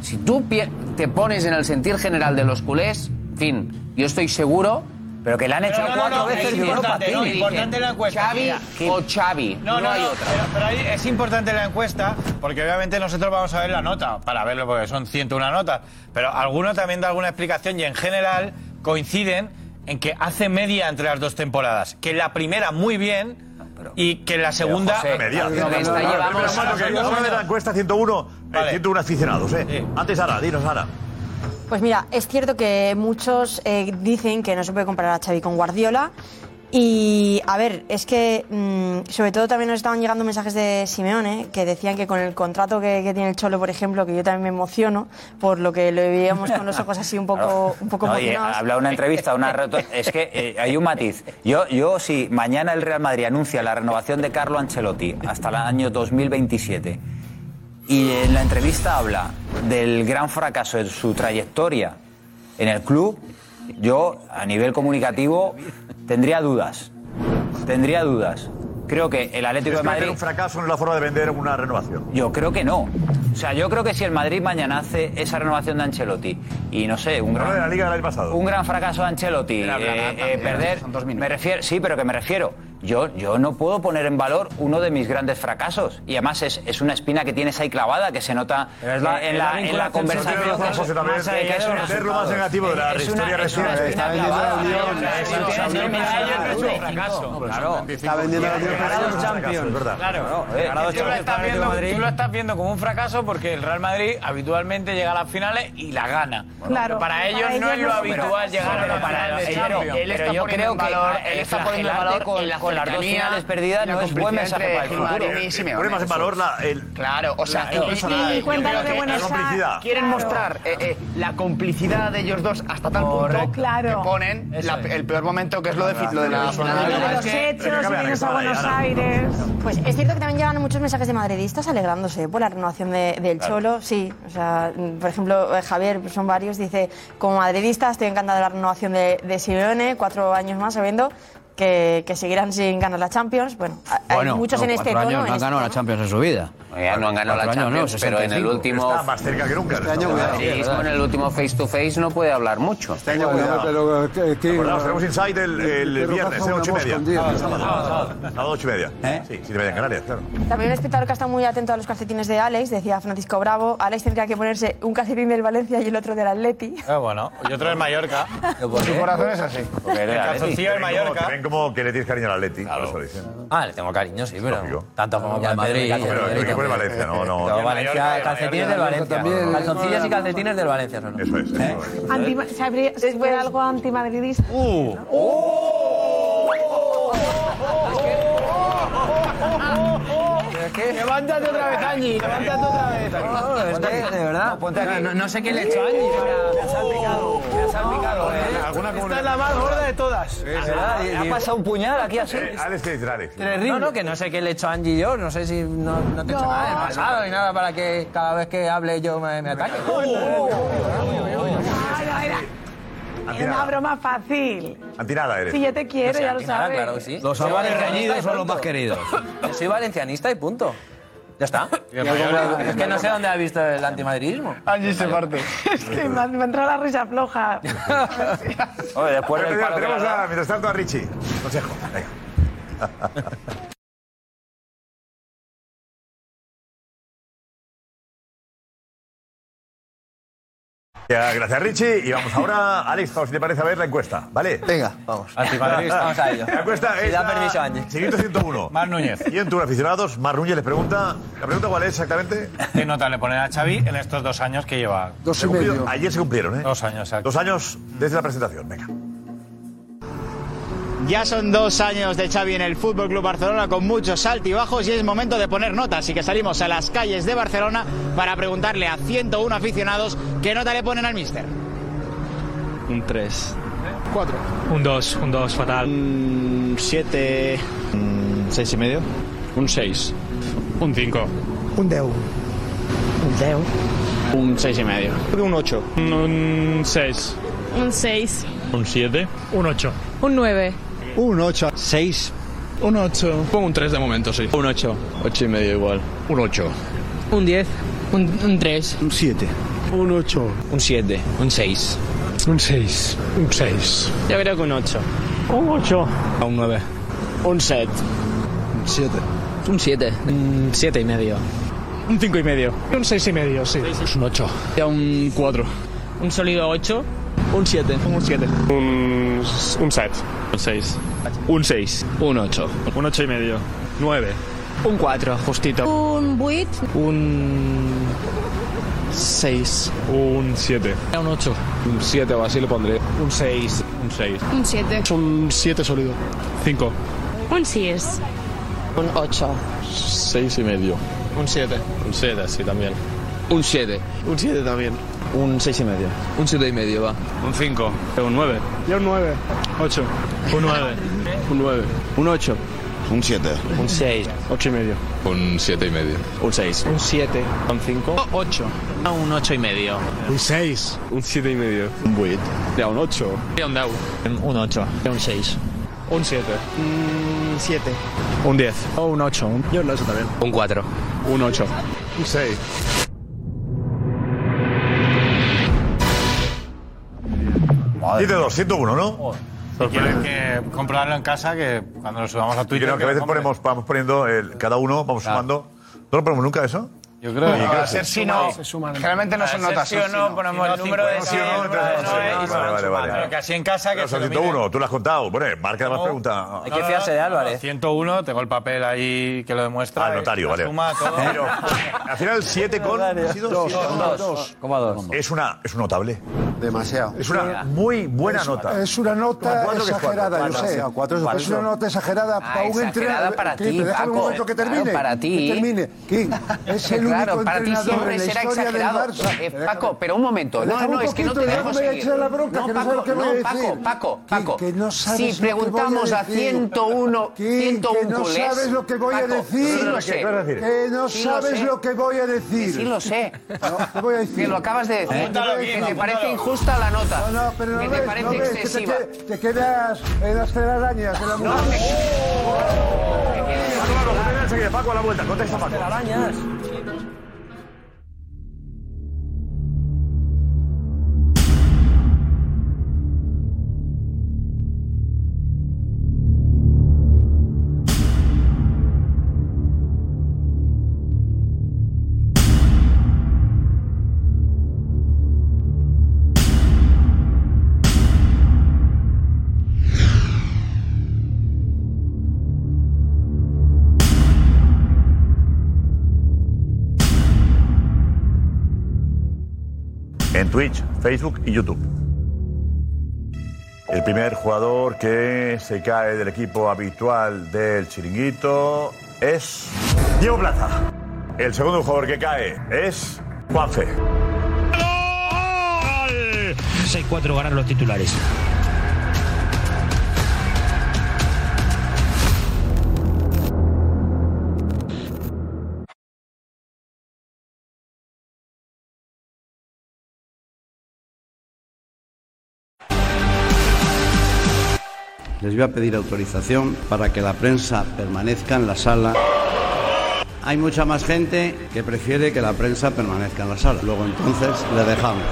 Speaker 16: si tú pie- te pones en el sentir general de los culés, en fin, yo estoy seguro... Pero que le han
Speaker 14: hecho Pero no, no, cuatro no, veces es Europa, importante, tío. no, importante la encuesta,
Speaker 16: Xavi
Speaker 14: mira, Kim.
Speaker 16: o Xavi, no, hay otra.
Speaker 14: Pero, pero ahí es importante la encuesta, porque obviamente nosotros vamos a ver la nota, para verlo, porque son 101 notas. Pero alguno también da alguna explicación y en general coinciden en que hace media entre las dos temporadas. Que la primera muy bien y que la segunda.
Speaker 10: José, media. Menos mal, porque vamos a ver la encuesta 101, eh, 101 aficionados, ¿eh? Antes Ara, dinos Ara.
Speaker 11: Pues mira, es cierto que muchos eh, dicen que no se puede comparar a Xavi con Guardiola. Y a ver, es que mm, sobre todo también nos estaban llegando mensajes de Simeone que decían que con el contrato que, que tiene el Cholo, por ejemplo, que yo también me emociono, por lo que lo veíamos con los ojos así un poco, un poco
Speaker 21: No, y eh,
Speaker 11: emocionados.
Speaker 21: habla una entrevista, una reto- Es que eh, hay un matiz. Yo, yo, si mañana el Real Madrid anuncia la renovación de Carlo Ancelotti hasta el año 2027 y en la entrevista habla del gran fracaso de su trayectoria en el club, yo a nivel comunicativo tendría dudas. Tendría dudas. Creo que el Atlético
Speaker 10: ¿Crees
Speaker 21: de
Speaker 10: que va a tener
Speaker 21: Madrid.
Speaker 10: un fracaso en la forma de vender una renovación?
Speaker 21: Yo creo que no. O sea, yo creo que si el Madrid mañana hace esa renovación de Ancelotti y no sé, un gran,
Speaker 10: de la Liga del año pasado.
Speaker 21: un gran fracaso de Ancelotti,
Speaker 10: Era Granada
Speaker 21: eh, eh,
Speaker 10: también,
Speaker 21: perder,
Speaker 10: son dos
Speaker 21: me refiero, sí, pero que me refiero, yo, yo no puedo poner en valor uno de mis grandes fracasos y además es, es una espina que tienes ahí clavada que se nota
Speaker 10: Es la-
Speaker 21: eh,
Speaker 10: es
Speaker 21: en,
Speaker 10: la
Speaker 21: la, en la
Speaker 10: vinculación
Speaker 21: conversación.
Speaker 10: social,
Speaker 21: que es-
Speaker 10: José, también,
Speaker 21: más allá de que
Speaker 10: eh,
Speaker 21: es un
Speaker 10: es lo más
Speaker 21: resultado.
Speaker 10: negativo de la
Speaker 21: Es una-
Speaker 10: historia
Speaker 21: es una
Speaker 10: reciente. eh.
Speaker 21: espina
Speaker 10: Está eh, vendiendo
Speaker 21: clavada.
Speaker 10: la Unión, es
Speaker 21: Es-
Speaker 10: un
Speaker 21: es-
Speaker 10: fracaso.
Speaker 21: es- es un fracaso. Claro.
Speaker 10: Está vendiendo la Unión, pero es un fracaso, es verdad.
Speaker 14: Claro,
Speaker 10: Eh,
Speaker 14: Claro, tú, lo estás viendo, tú lo estás viendo como un fracaso porque el Real Madrid habitualmente llega a las finales y la gana. Pero para ellos no es lo habitual llegar a la final de Champions.
Speaker 21: Pero yo creo que él está poniendo en valor con, con las dos finales perdidas no es buen mensaje para el futuro.
Speaker 10: Pone más en valor la, el,
Speaker 21: Claro,
Speaker 28: O sea,
Speaker 10: la-
Speaker 28: y- y-
Speaker 10: la-
Speaker 28: y-
Speaker 10: la-
Speaker 28: creo
Speaker 10: la-
Speaker 28: que
Speaker 10: la complicidad.
Speaker 28: Quieren mostrar eh, eh, la complicidad de ellos dos hasta tal punto que ponen la- el peor momento que es lo de, lo de la final.
Speaker 11: Pues es cierto que también llegan muchos mensajes de madridistas alegrándose por la renovación de- del
Speaker 27: Claro.
Speaker 11: Cholo, sí. O sea, mm, por ejemplo, eh, Javier, pues son varios, dice, como madridista estoy encantado de la renovación de, de Simeone, cuatro años más sabiendo que, que seguirán sin ganar la Champions. Bueno, a- hay
Speaker 12: Bueno,
Speaker 11: muchos
Speaker 12: no,
Speaker 11: en este
Speaker 12: cuatro años
Speaker 11: tono.
Speaker 12: no
Speaker 11: en
Speaker 12: han
Speaker 11: este
Speaker 12: ganado la Champions en su vida.
Speaker 16: Ya no han ganado la
Speaker 12: Cuatro años,
Speaker 16: Champions,
Speaker 12: no,
Speaker 16: pero en el
Speaker 12: 65.
Speaker 16: último.
Speaker 12: Está más cerca que nunca.
Speaker 16: Este año,
Speaker 12: Está
Speaker 16: cuidado.
Speaker 12: más cerca.
Speaker 16: Sí, es que en el último face to face no puede hablar mucho. Este
Speaker 10: año, Bueno, cuidado.
Speaker 17: Pero, eh, que-
Speaker 10: Acordaos, tenemos Inside el, el
Speaker 17: Pero
Speaker 10: viernes,
Speaker 17: baja
Speaker 10: ¿eh?
Speaker 17: una
Speaker 10: 8
Speaker 17: voz
Speaker 10: y
Speaker 17: con
Speaker 10: media.
Speaker 17: diez.
Speaker 10: Sábado, Ah, sábado. Sábado, 8 y media. Sí, 7 y media en Canarias, claro.
Speaker 11: También un espectador que está muy atento a los calcetines de Alex, decía Francisco Bravo, Alex tendría que ponerse un calcetín del Valencia y el otro del Atleti.
Speaker 14: Ah, bueno, y otro es Mallorca.
Speaker 10: Su corazón es así.
Speaker 14: El calzoncillo del Mallorca.
Speaker 10: Ven como que le tienes cariño al Atleti, por eso dicen.
Speaker 6: Ah, le tengo cariño, sí, pero. Tanto como
Speaker 10: Ya,
Speaker 6: para
Speaker 10: Madrid,
Speaker 6: Madrid.
Speaker 10: pero el equipo de Valencia, no, no.
Speaker 6: Pero
Speaker 10: De
Speaker 6: Valencia,
Speaker 10: Mallorca,
Speaker 6: calcetines del Valencia. Calzoncillas y calcetines del Valencia son.
Speaker 10: Eso es,
Speaker 22: Antima- ¿sabría- ¿Se puede algo antimadridista?
Speaker 1: Levántate otra vez, Angie. Levántate otra vez.
Speaker 6: de verdad. No, no sé qué le he hecho a Angie.
Speaker 1: Esta es eh. la más gorda de todas.
Speaker 6: Ah, Ha pasado un puñal aquí así.
Speaker 10: Alex, ¿qué dices, Alex?
Speaker 6: No, no, que no sé qué le he hecho a Angie yo. No sé si no, no te he hecho nada en Ah, el pasado ni nada para que cada vez que hable yo me, me ataque. Oh.
Speaker 22: No, era, era una broma fácil.
Speaker 10: Antinada eres.
Speaker 22: Si yo te quiero, ya lo
Speaker 6: Nada,
Speaker 22: sabes.
Speaker 6: claro que sí.
Speaker 12: Los
Speaker 6: Soy
Speaker 12: avales
Speaker 6: valencianista
Speaker 12: reñidos
Speaker 6: y
Speaker 12: son los
Speaker 6: punto.
Speaker 12: más queridos.
Speaker 6: Yo soy valencianista y punto. Ya está.
Speaker 12: el Mallorca.
Speaker 6: Es que no sé dónde ha visto el antimadridismo.
Speaker 28: Angie se parte.
Speaker 22: Es que me ha me ha entrado la risa floja.
Speaker 10: Oye, después
Speaker 22: del palo que
Speaker 10: Tenemos
Speaker 22: le ha
Speaker 10: a,
Speaker 22: dado.
Speaker 10: mientras tanto a Richie. Consejo. Venga. Ya, Gracias Richie y vamos ahora, Alex, si te parece, a ver la encuesta, ¿vale? Venga, vamos.
Speaker 6: Antimadridista, vamos a ello.
Speaker 10: La encuesta
Speaker 6: Si
Speaker 10: es
Speaker 6: da
Speaker 10: la-
Speaker 6: permiso, Angie.
Speaker 10: Seguimiento 101. Mar Núñez. 101 aficionados, Mar Núñez les pregunta, ¿la pregunta cuál es exactamente?
Speaker 14: ¿Qué nota le ponen a Xavi en estos dos años que lleva?
Speaker 10: Dos y Cumplido. medio. Ayer se cumplieron, ¿eh?
Speaker 14: Dos años, exacto.
Speaker 10: Dos años desde la presentación, venga.
Speaker 18: Ya son dos años de Xavi en el Fútbol Club Barcelona con muchos altibajos y es momento de poner nota. Así que salimos a las calles de Barcelona para preguntarle a 101 aficionados qué nota le ponen al míster.
Speaker 4: Un 3.
Speaker 18: 4.
Speaker 4: Un 2, un 2 fatal. Un 7. Un 6 y medio. Un 6. Un 5.
Speaker 23: Un deu.
Speaker 4: Un 10. Un 6 y medio. Un 8. Un 6.
Speaker 27: Un 6.
Speaker 4: Un 7. Un 8.
Speaker 27: Un 9.
Speaker 4: Un 8. 6. Un 8. Pongo un 3 de momento, sí. Un 8. 8 y medio igual. Un 8.
Speaker 27: Un 10. Un 3.
Speaker 4: Un 7. Un 8. Un 7. Un 6. Un 6. Un 6. Yo creo que un 8. Un 8. Un 9. Un 7. Un 7. Un 7. Un 7 y medio. Un 5 y medio. Un 6 y medio, sí. un 8. Ya un 4. Un sólido 8. Un 7. Un 7. Un, 7. Un 6. Un 6. Un 8. Un 8 y medio. 9. Un 4, justito.
Speaker 27: Un 8.
Speaker 4: Un 6. Un 7. Un 8. Un 7 o así lo pondré. Un 6. Un 6.
Speaker 27: Un 7.
Speaker 4: Un 7 sólido. 5.
Speaker 27: Un 6. Un 8.
Speaker 4: 6 y medio. Un 7. Un 7, sí, también. Un 7. Un 7 también. Un 6 y medio. Un 7 y medio, va. Un 5. Un 9.
Speaker 2: Yo un 9.
Speaker 4: 8. Un 9. Un 9. Un 8. Un 7. Un 6. 8 y medio. Un 7 y medio. Un 6. Un 7. Un 5. 8. Un 8 y medio. Un 6. Un 7 y medio. Un 8. Ya, un 8. Ya, un 10. Un 8. un Mm. 6. Un 7.
Speaker 9: Un 7.
Speaker 4: Un 10. O un 8. Yo un 8 también. Un 4. Un 8. Un 6.
Speaker 10: Y de 201, ¿no?
Speaker 14: Si quieres que comprarlo en casa, que cuando lo subamos a
Speaker 10: Yo
Speaker 14: Twitter.
Speaker 10: creo que a veces
Speaker 14: lo compres.
Speaker 10: ponemos, vamos poniendo el- cada uno, vamos sumando. ¿No lo ponemos nunca eso?
Speaker 14: Yo creo que
Speaker 10: Oye,
Speaker 14: ahora
Speaker 10: claro.
Speaker 14: ser sí, Suma- no. se suman.
Speaker 28: Generalmente no
Speaker 14: Para
Speaker 28: son
Speaker 14: ser
Speaker 28: notas,
Speaker 14: Sí o
Speaker 28: sí,
Speaker 14: no,
Speaker 28: sí, no.
Speaker 14: ponemos
Speaker 28: Sí,
Speaker 14: el número de
Speaker 28: no,
Speaker 14: sí,
Speaker 28: no,
Speaker 14: el
Speaker 28: no,
Speaker 14: número de
Speaker 28: no,
Speaker 14: no,
Speaker 28: no,
Speaker 14: y se
Speaker 10: Vale,
Speaker 14: van
Speaker 10: vale,
Speaker 14: sumando.
Speaker 10: vale.
Speaker 14: Pero que así en casa que
Speaker 10: Pero
Speaker 14: se
Speaker 10: son
Speaker 14: lo
Speaker 10: 101, tú lo has contado. Bueno, marca más preguntas.
Speaker 14: Hay que fiarse de Álvarez. 101, tengo el papel ahí que lo demuestra.
Speaker 10: Ah, notario,
Speaker 14: La
Speaker 10: vale.
Speaker 14: Suma todo.
Speaker 10: Pero, Al final, 7 con. ¿ha sido?
Speaker 14: Dos,
Speaker 10: Siete con
Speaker 14: dos,
Speaker 10: dos.
Speaker 19: ¿Cómo dos?
Speaker 10: Es una, es notable.
Speaker 20: Demasiado.
Speaker 10: Es una muy buena
Speaker 17: Es-
Speaker 10: nota.
Speaker 17: Es una nota
Speaker 10: Cuatro, que es cuatro.
Speaker 17: exagerada,
Speaker 10: Cuatro,
Speaker 17: yo sé.
Speaker 10: sí, cuatro,
Speaker 17: es,
Speaker 10: cuatro.
Speaker 17: una nota exagerada
Speaker 10: Ah,
Speaker 17: para un
Speaker 10: exagerada
Speaker 17: entrenador.
Speaker 10: para ti,
Speaker 17: Quito, déjame un
Speaker 10: Paco.
Speaker 17: momento que
Speaker 10: Claro,
Speaker 17: termine.
Speaker 10: para ti.
Speaker 17: Que termine. Quito, es el
Speaker 16: claro,
Speaker 17: único
Speaker 16: para ti
Speaker 17: entrenador
Speaker 16: siempre
Speaker 17: en la
Speaker 16: será
Speaker 17: historia del
Speaker 16: exagerado.
Speaker 17: Barça.
Speaker 16: Eh, Paco, pero un momento. No,
Speaker 17: Déjame
Speaker 16: no,
Speaker 17: un
Speaker 16: es que no te
Speaker 17: poquito,
Speaker 16: dejo
Speaker 17: déjame
Speaker 16: seguir.
Speaker 17: echar la bronca,
Speaker 16: no,
Speaker 17: que no
Speaker 16: Paco,
Speaker 17: sabes qué voy a
Speaker 16: no, Paco,
Speaker 17: decir.
Speaker 16: Paco, Paco.
Speaker 17: Que no sabes lo
Speaker 16: si
Speaker 17: que voy a
Speaker 16: preguntamos a
Speaker 17: decir.
Speaker 16: 101,
Speaker 17: Que-
Speaker 16: 101
Speaker 17: que no
Speaker 16: culés,
Speaker 17: sabes lo que voy
Speaker 16: Paco,
Speaker 17: a decir.
Speaker 16: sí lo sé.
Speaker 17: Que no
Speaker 16: Sí lo
Speaker 17: sabes
Speaker 16: sé.
Speaker 17: lo que voy a decir.
Speaker 16: Sí lo sé.
Speaker 17: No, te voy a decir.
Speaker 16: Que lo acabas de decir. Apúntalo aquí,
Speaker 17: Que
Speaker 16: Que te apúntalo. parece injusta la nota.
Speaker 17: Eh, No, no, pero no
Speaker 16: Que te
Speaker 17: ves,
Speaker 16: parece
Speaker 17: no ves, que
Speaker 16: excesiva.
Speaker 17: te, que- te quedas en las telarañas. En la no,
Speaker 10: Enseguida, Paco a la vuelta, contesta Paco. En Twitch, Facebook y YouTube. El primer jugador que se cae del equipo habitual del chiringuito es Diego Plaza. El segundo jugador que cae es Juanfe.
Speaker 4: 6-4 ganar los titulares.
Speaker 23: Les voy a pedir autorización para que la prensa permanezca en la sala. Hay mucha más gente que prefiere que la prensa permanezca en la sala. Luego entonces le dejamos.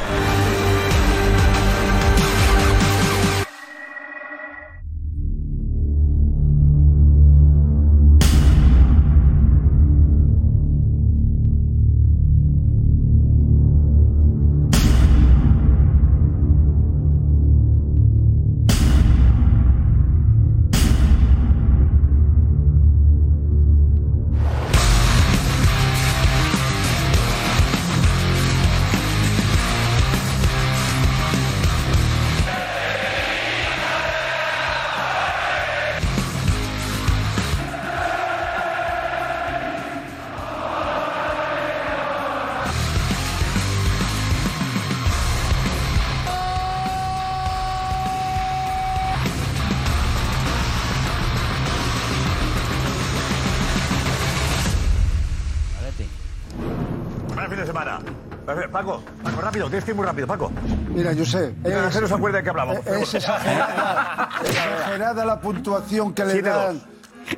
Speaker 10: de semana. A ver, Paco, Paco, rápido, tienes que ir muy rápido, Paco.
Speaker 17: Mira, yo sé.
Speaker 10: Eh, que no se acuerde de qué hablamos. por favor.
Speaker 17: Es exagerada, exagerada la puntuación que le
Speaker 10: 7-2.
Speaker 17: dan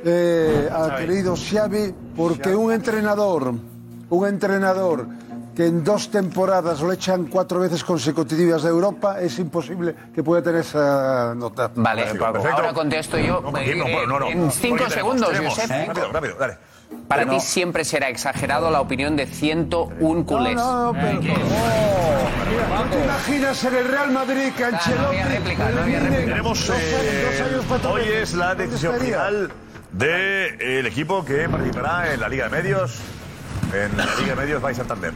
Speaker 17: eh, al
Speaker 10: Xavi.
Speaker 17: querido Xavi, porque un entrenador, un entrenador que en dos temporadas lo echan cuatro veces consecutivas de Europa, es imposible que pueda tener esa nota.
Speaker 16: Vale, ahora contesto yo
Speaker 17: No,
Speaker 16: eh,
Speaker 17: no, no, no.
Speaker 16: en cinco
Speaker 17: Oye, tenemos,
Speaker 16: segundos,
Speaker 17: tenemos.
Speaker 16: Josep.
Speaker 17: ¿Eh?
Speaker 16: Cinco.
Speaker 17: Rápido,
Speaker 16: Para
Speaker 17: Pero
Speaker 16: ti
Speaker 17: no.
Speaker 16: siempre será exagerado la opinión de 101 culés.
Speaker 17: No, no, pero- Mira, ¿tú te imaginas en el Real Madrid que Ancelotti le eliminen
Speaker 10: Tenemos,
Speaker 17: dos años,
Speaker 10: eh,
Speaker 17: dos años, cuatro
Speaker 10: hoy
Speaker 17: veces?
Speaker 10: es la
Speaker 17: ¿Dónde
Speaker 10: decisión
Speaker 17: estaría?
Speaker 10: final del equipo que participará en la Liga de Medios, en la Liga de Medios by Santander.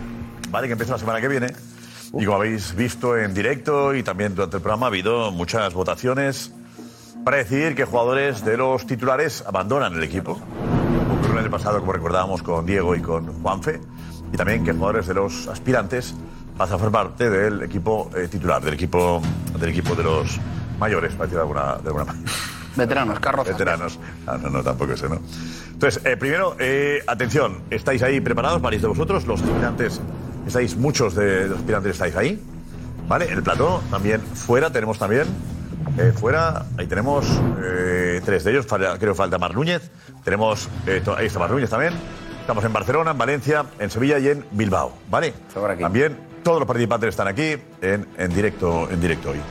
Speaker 10: Vale, que empieza la semana que viene. Y como habéis visto en directo y también durante el programa, ha habido muchas votaciones para decidir qué jugadores de los titulares abandonan el equipo. Como ocurrió en el pasado, como recordábamos con Diego y con Juanfe. Y también qué jugadores de los aspirantes pasan a formar parte del equipo eh, titular, del equipo, del equipo de los mayores, para decir de alguna, de alguna manera.
Speaker 28: Veteranos, carrozas.
Speaker 10: Veteranos. Ah, no, no, tampoco ese, ¿no? Entonces, eh, primero, eh, atención, ¿estáis ahí preparados, varios de vosotros? Los aspirantes, estáis, muchos de los aspirantes estáis ahí, ¿vale? En el plató, también fuera, tenemos también, eh, fuera, ahí tenemos eh, tres de ellos, falta- creo que falta Mar Núñez, tenemos, eh, to- ahí está Mar Núñez también, estamos en Barcelona, en Valencia, en Sevilla y en Bilbao, ¿vale? También todos los participantes están aquí en, en directo, en directo hoy.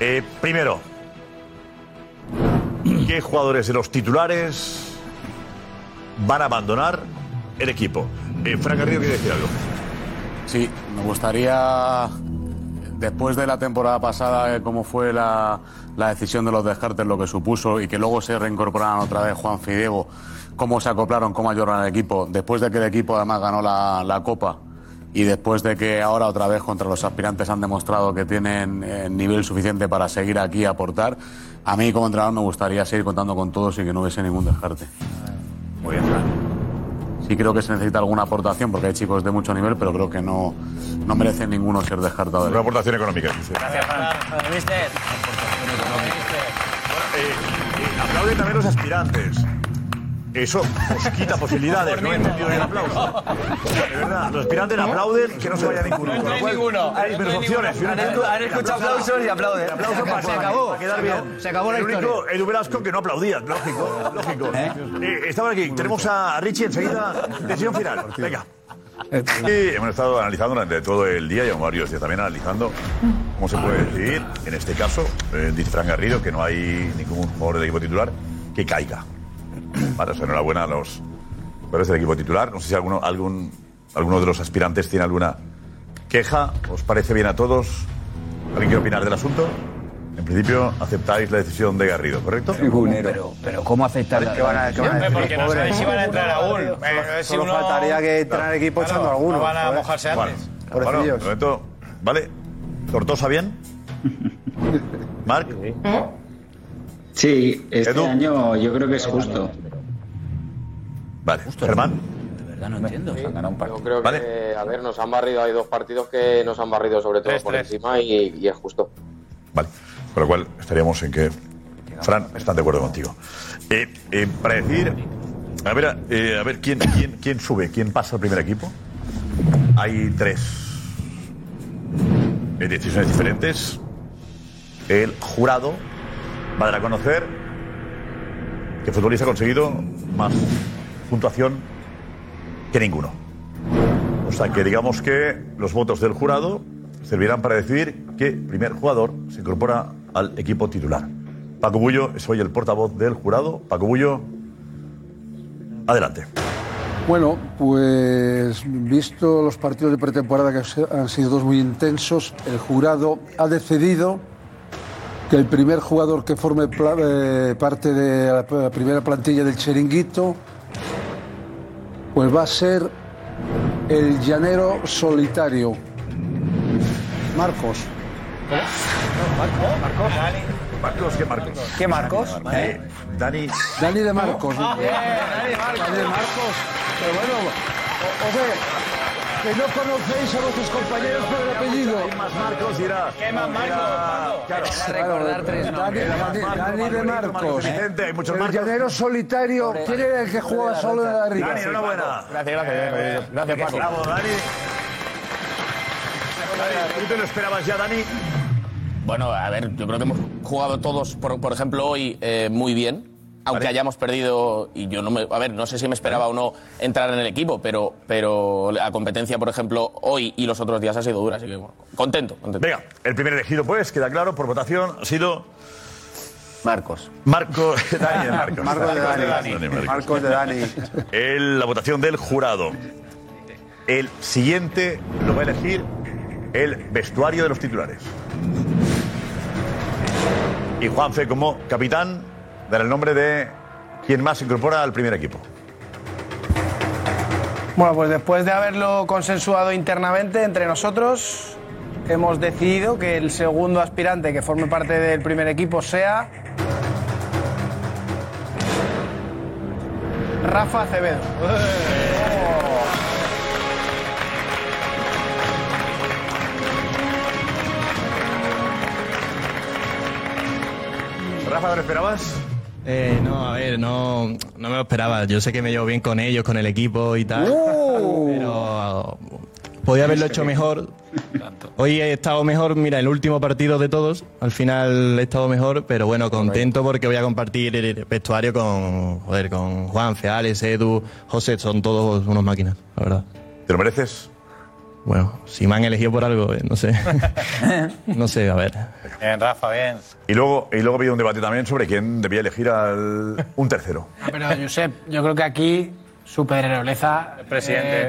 Speaker 10: Eh, primero, ¿Qué jugadores de los titulares van a abandonar el equipo? Eh, Fran Garrido quiere decir algo.
Speaker 13: Sí, me gustaría, después de la temporada pasada, eh, cómo fue la, la decisión de los descartes, lo que supuso y que luego se reincorporaran otra vez Juan Fidego, cómo se acoplaron, cómo ayudaron al equipo, después de que el equipo además ganó la, la Copa y después de que ahora otra vez contra los aspirantes han demostrado que tienen eh, nivel suficiente para seguir aquí y aportar, a mí como entrenador me gustaría seguir contando con todos y que no hubiese ningún descarte.
Speaker 10: Muy bien, Fran.
Speaker 13: Sí creo que se necesita alguna aportación porque hay chicos de mucho nivel, pero creo que no, no merecen ninguno ser descartados.
Speaker 10: Una aportación económica.
Speaker 14: Gracias, Fran. Mister.
Speaker 10: Aplauden Eh, también los aspirantes. Eso os quita posibilidades, ¿no? He entendido bien el aplauso. De verdad, los aspirantes aplauden que no se vaya ninguno. Con lo cual,
Speaker 6: ninguno.
Speaker 10: Tenéis menos
Speaker 6: No hay
Speaker 10: opciones.
Speaker 6: ninguno. Han escu- han escuchado aplausos y aplauden.
Speaker 10: El aplauso para
Speaker 6: Se acabó.
Speaker 10: para pues, quedar bien.
Speaker 6: Se acabó la
Speaker 10: el único,
Speaker 6: historia.
Speaker 10: Edu Velasco, que no aplaudía, lógico, lógico. Eh, estaban aquí. Tenemos a Richie enseguida. Decisión final. Venga. Sí, hemos estado analizando durante todo el día, llevamos varios días también analizando cómo se puede decidir. En este caso, eh, dice Fran Garrido que no hay ningún jugador del equipo titular que caiga. Para eso, enhorabuena a los jugadores del equipo titular. No sé si alguno, algún, alguno de los aspirantes tiene alguna queja. ¿Os parece bien a todos? ¿Alguien quiere opinar del asunto? En principio, aceptáis la decisión de Garrido, ¿correcto?
Speaker 2: Pero, pero ¿cómo aceptar la-
Speaker 20: ¿Qué van a- qué van a decir?
Speaker 14: Porque no
Speaker 20: Pobre.
Speaker 14: sabéis si van a entrar aún.
Speaker 20: Solo-
Speaker 14: Eh, si
Speaker 20: solo
Speaker 14: uno-
Speaker 20: faltaría que entrar el equipo
Speaker 14: Claro,
Speaker 20: echando alguno.
Speaker 14: No van a
Speaker 20: joder.
Speaker 14: mojarse antes.
Speaker 10: Bueno, bueno, de momento, ¿vale? ¿Tortosa bien? ¿Marc?
Speaker 20: ¿Eh?
Speaker 2: Sí, este
Speaker 10: Edu.
Speaker 2: año yo creo que es justo.
Speaker 10: Vale, Germán.
Speaker 2: No entiendo, se han ganado un partido.
Speaker 29: Yo creo que, a ver, nos han barrido, hay dos partidos que nos han barrido sobre todo por encima y, y es justo.
Speaker 10: Con lo cual, estaríamos en que. Fran, están de acuerdo contigo. Eh, eh, para decir. A ver, eh, a ver ¿quién, quién, quién sube? ¿Quién pasa al primer equipo? Hay tres. eh, decisiones diferentes. El jurado va a dar a conocer que futbolista ha conseguido más puntuación que ninguno. O sea que digamos que los votos del jurado servirán para decidir qué primer jugador se incorpora al equipo titular. Paco Bullo es hoy el portavoz del jurado. Paco Bullo, adelante.
Speaker 17: Bueno, pues visto los partidos de pretemporada que se- han sido dos muy intensos, el jurado ha decidido que el primer jugador que forme pla- eh, parte de la, la primera plantilla del chiringuito, pues va a ser el llanero solitario, Marcos.
Speaker 10: Marcos, Marcos. Marcos, ¿qué Marcos?
Speaker 17: ¿Qué Marcos?
Speaker 10: Eh, Dani. Oh,
Speaker 17: Dani de Marcos.
Speaker 10: Ah, bien,
Speaker 17: Dani de Marcos. Pero bueno, o- o sea, que no conocéis a vuestros compañeros por el apellido.
Speaker 10: Marcos dirá.
Speaker 17: ¿Qué más Marcos?
Speaker 10: Claro.
Speaker 17: Claro, Dani, Dani, Dani de Marcos.
Speaker 10: Vicente, hay muchos
Speaker 17: El
Speaker 10: Marcos.
Speaker 17: llanero solitario. ¿Quién era el que jugaba solo de arriba?
Speaker 10: Dani, enhorabuena. Gracias, gracias. Gracias, Paco. Bravo, Dani. Dani, ¿Tú te lo esperabas ya, Dani?
Speaker 18: Bueno, a ver, yo creo que hemos jugado todos, por, por ejemplo, hoy eh, muy bien. Aunque hayamos perdido, y yo no me. A ver, no sé si me esperaba o no entrar en el equipo, pero, pero la competencia, por ejemplo, hoy y los otros días ha sido dura, así que bueno, contento, contento.
Speaker 10: Venga, el primer elegido, pues, queda claro, por votación, ha sido.
Speaker 18: Marcos.
Speaker 10: Marcos Dani, Marcos.
Speaker 30: Marcos de Dani. Marcos de Dani.
Speaker 10: El- la votación del jurado. El siguiente lo va a elegir el vestuario de los titulares. Y Juanfe, como capitán, dará el nombre de quien más se incorpora al primer equipo.
Speaker 1: Bueno, pues después de haberlo consensuado internamente entre nosotros, hemos decidido que el segundo aspirante que forme parte del primer equipo sea Rafa Acevedo. Ah,
Speaker 10: Rafa, ¿te lo esperabas?
Speaker 4: Eh, no, a ver, no, no me lo esperaba. Yo sé que me llevo bien con ellos, con el equipo y tal.
Speaker 10: ¡Oh!
Speaker 4: Pero podía haberlo hecho mejor. Hoy he estado mejor, mira, el último partido de todos. Al final he estado mejor, pero bueno, contento porque voy a compartir el vestuario con, joder, con Juan, Feales, Edu, José. Son todos unos máquinas, la verdad.
Speaker 10: ¿Te lo mereces?
Speaker 4: Bueno, si me han elegido por algo, eh, no sé. no sé, a ver.
Speaker 31: Bien, Rafa, bien.
Speaker 10: Y luego, y luego había un debate también sobre quién debía elegir al un tercero.
Speaker 1: Pero, Josep, yo creo que aquí su pedreroleza
Speaker 10: presidente,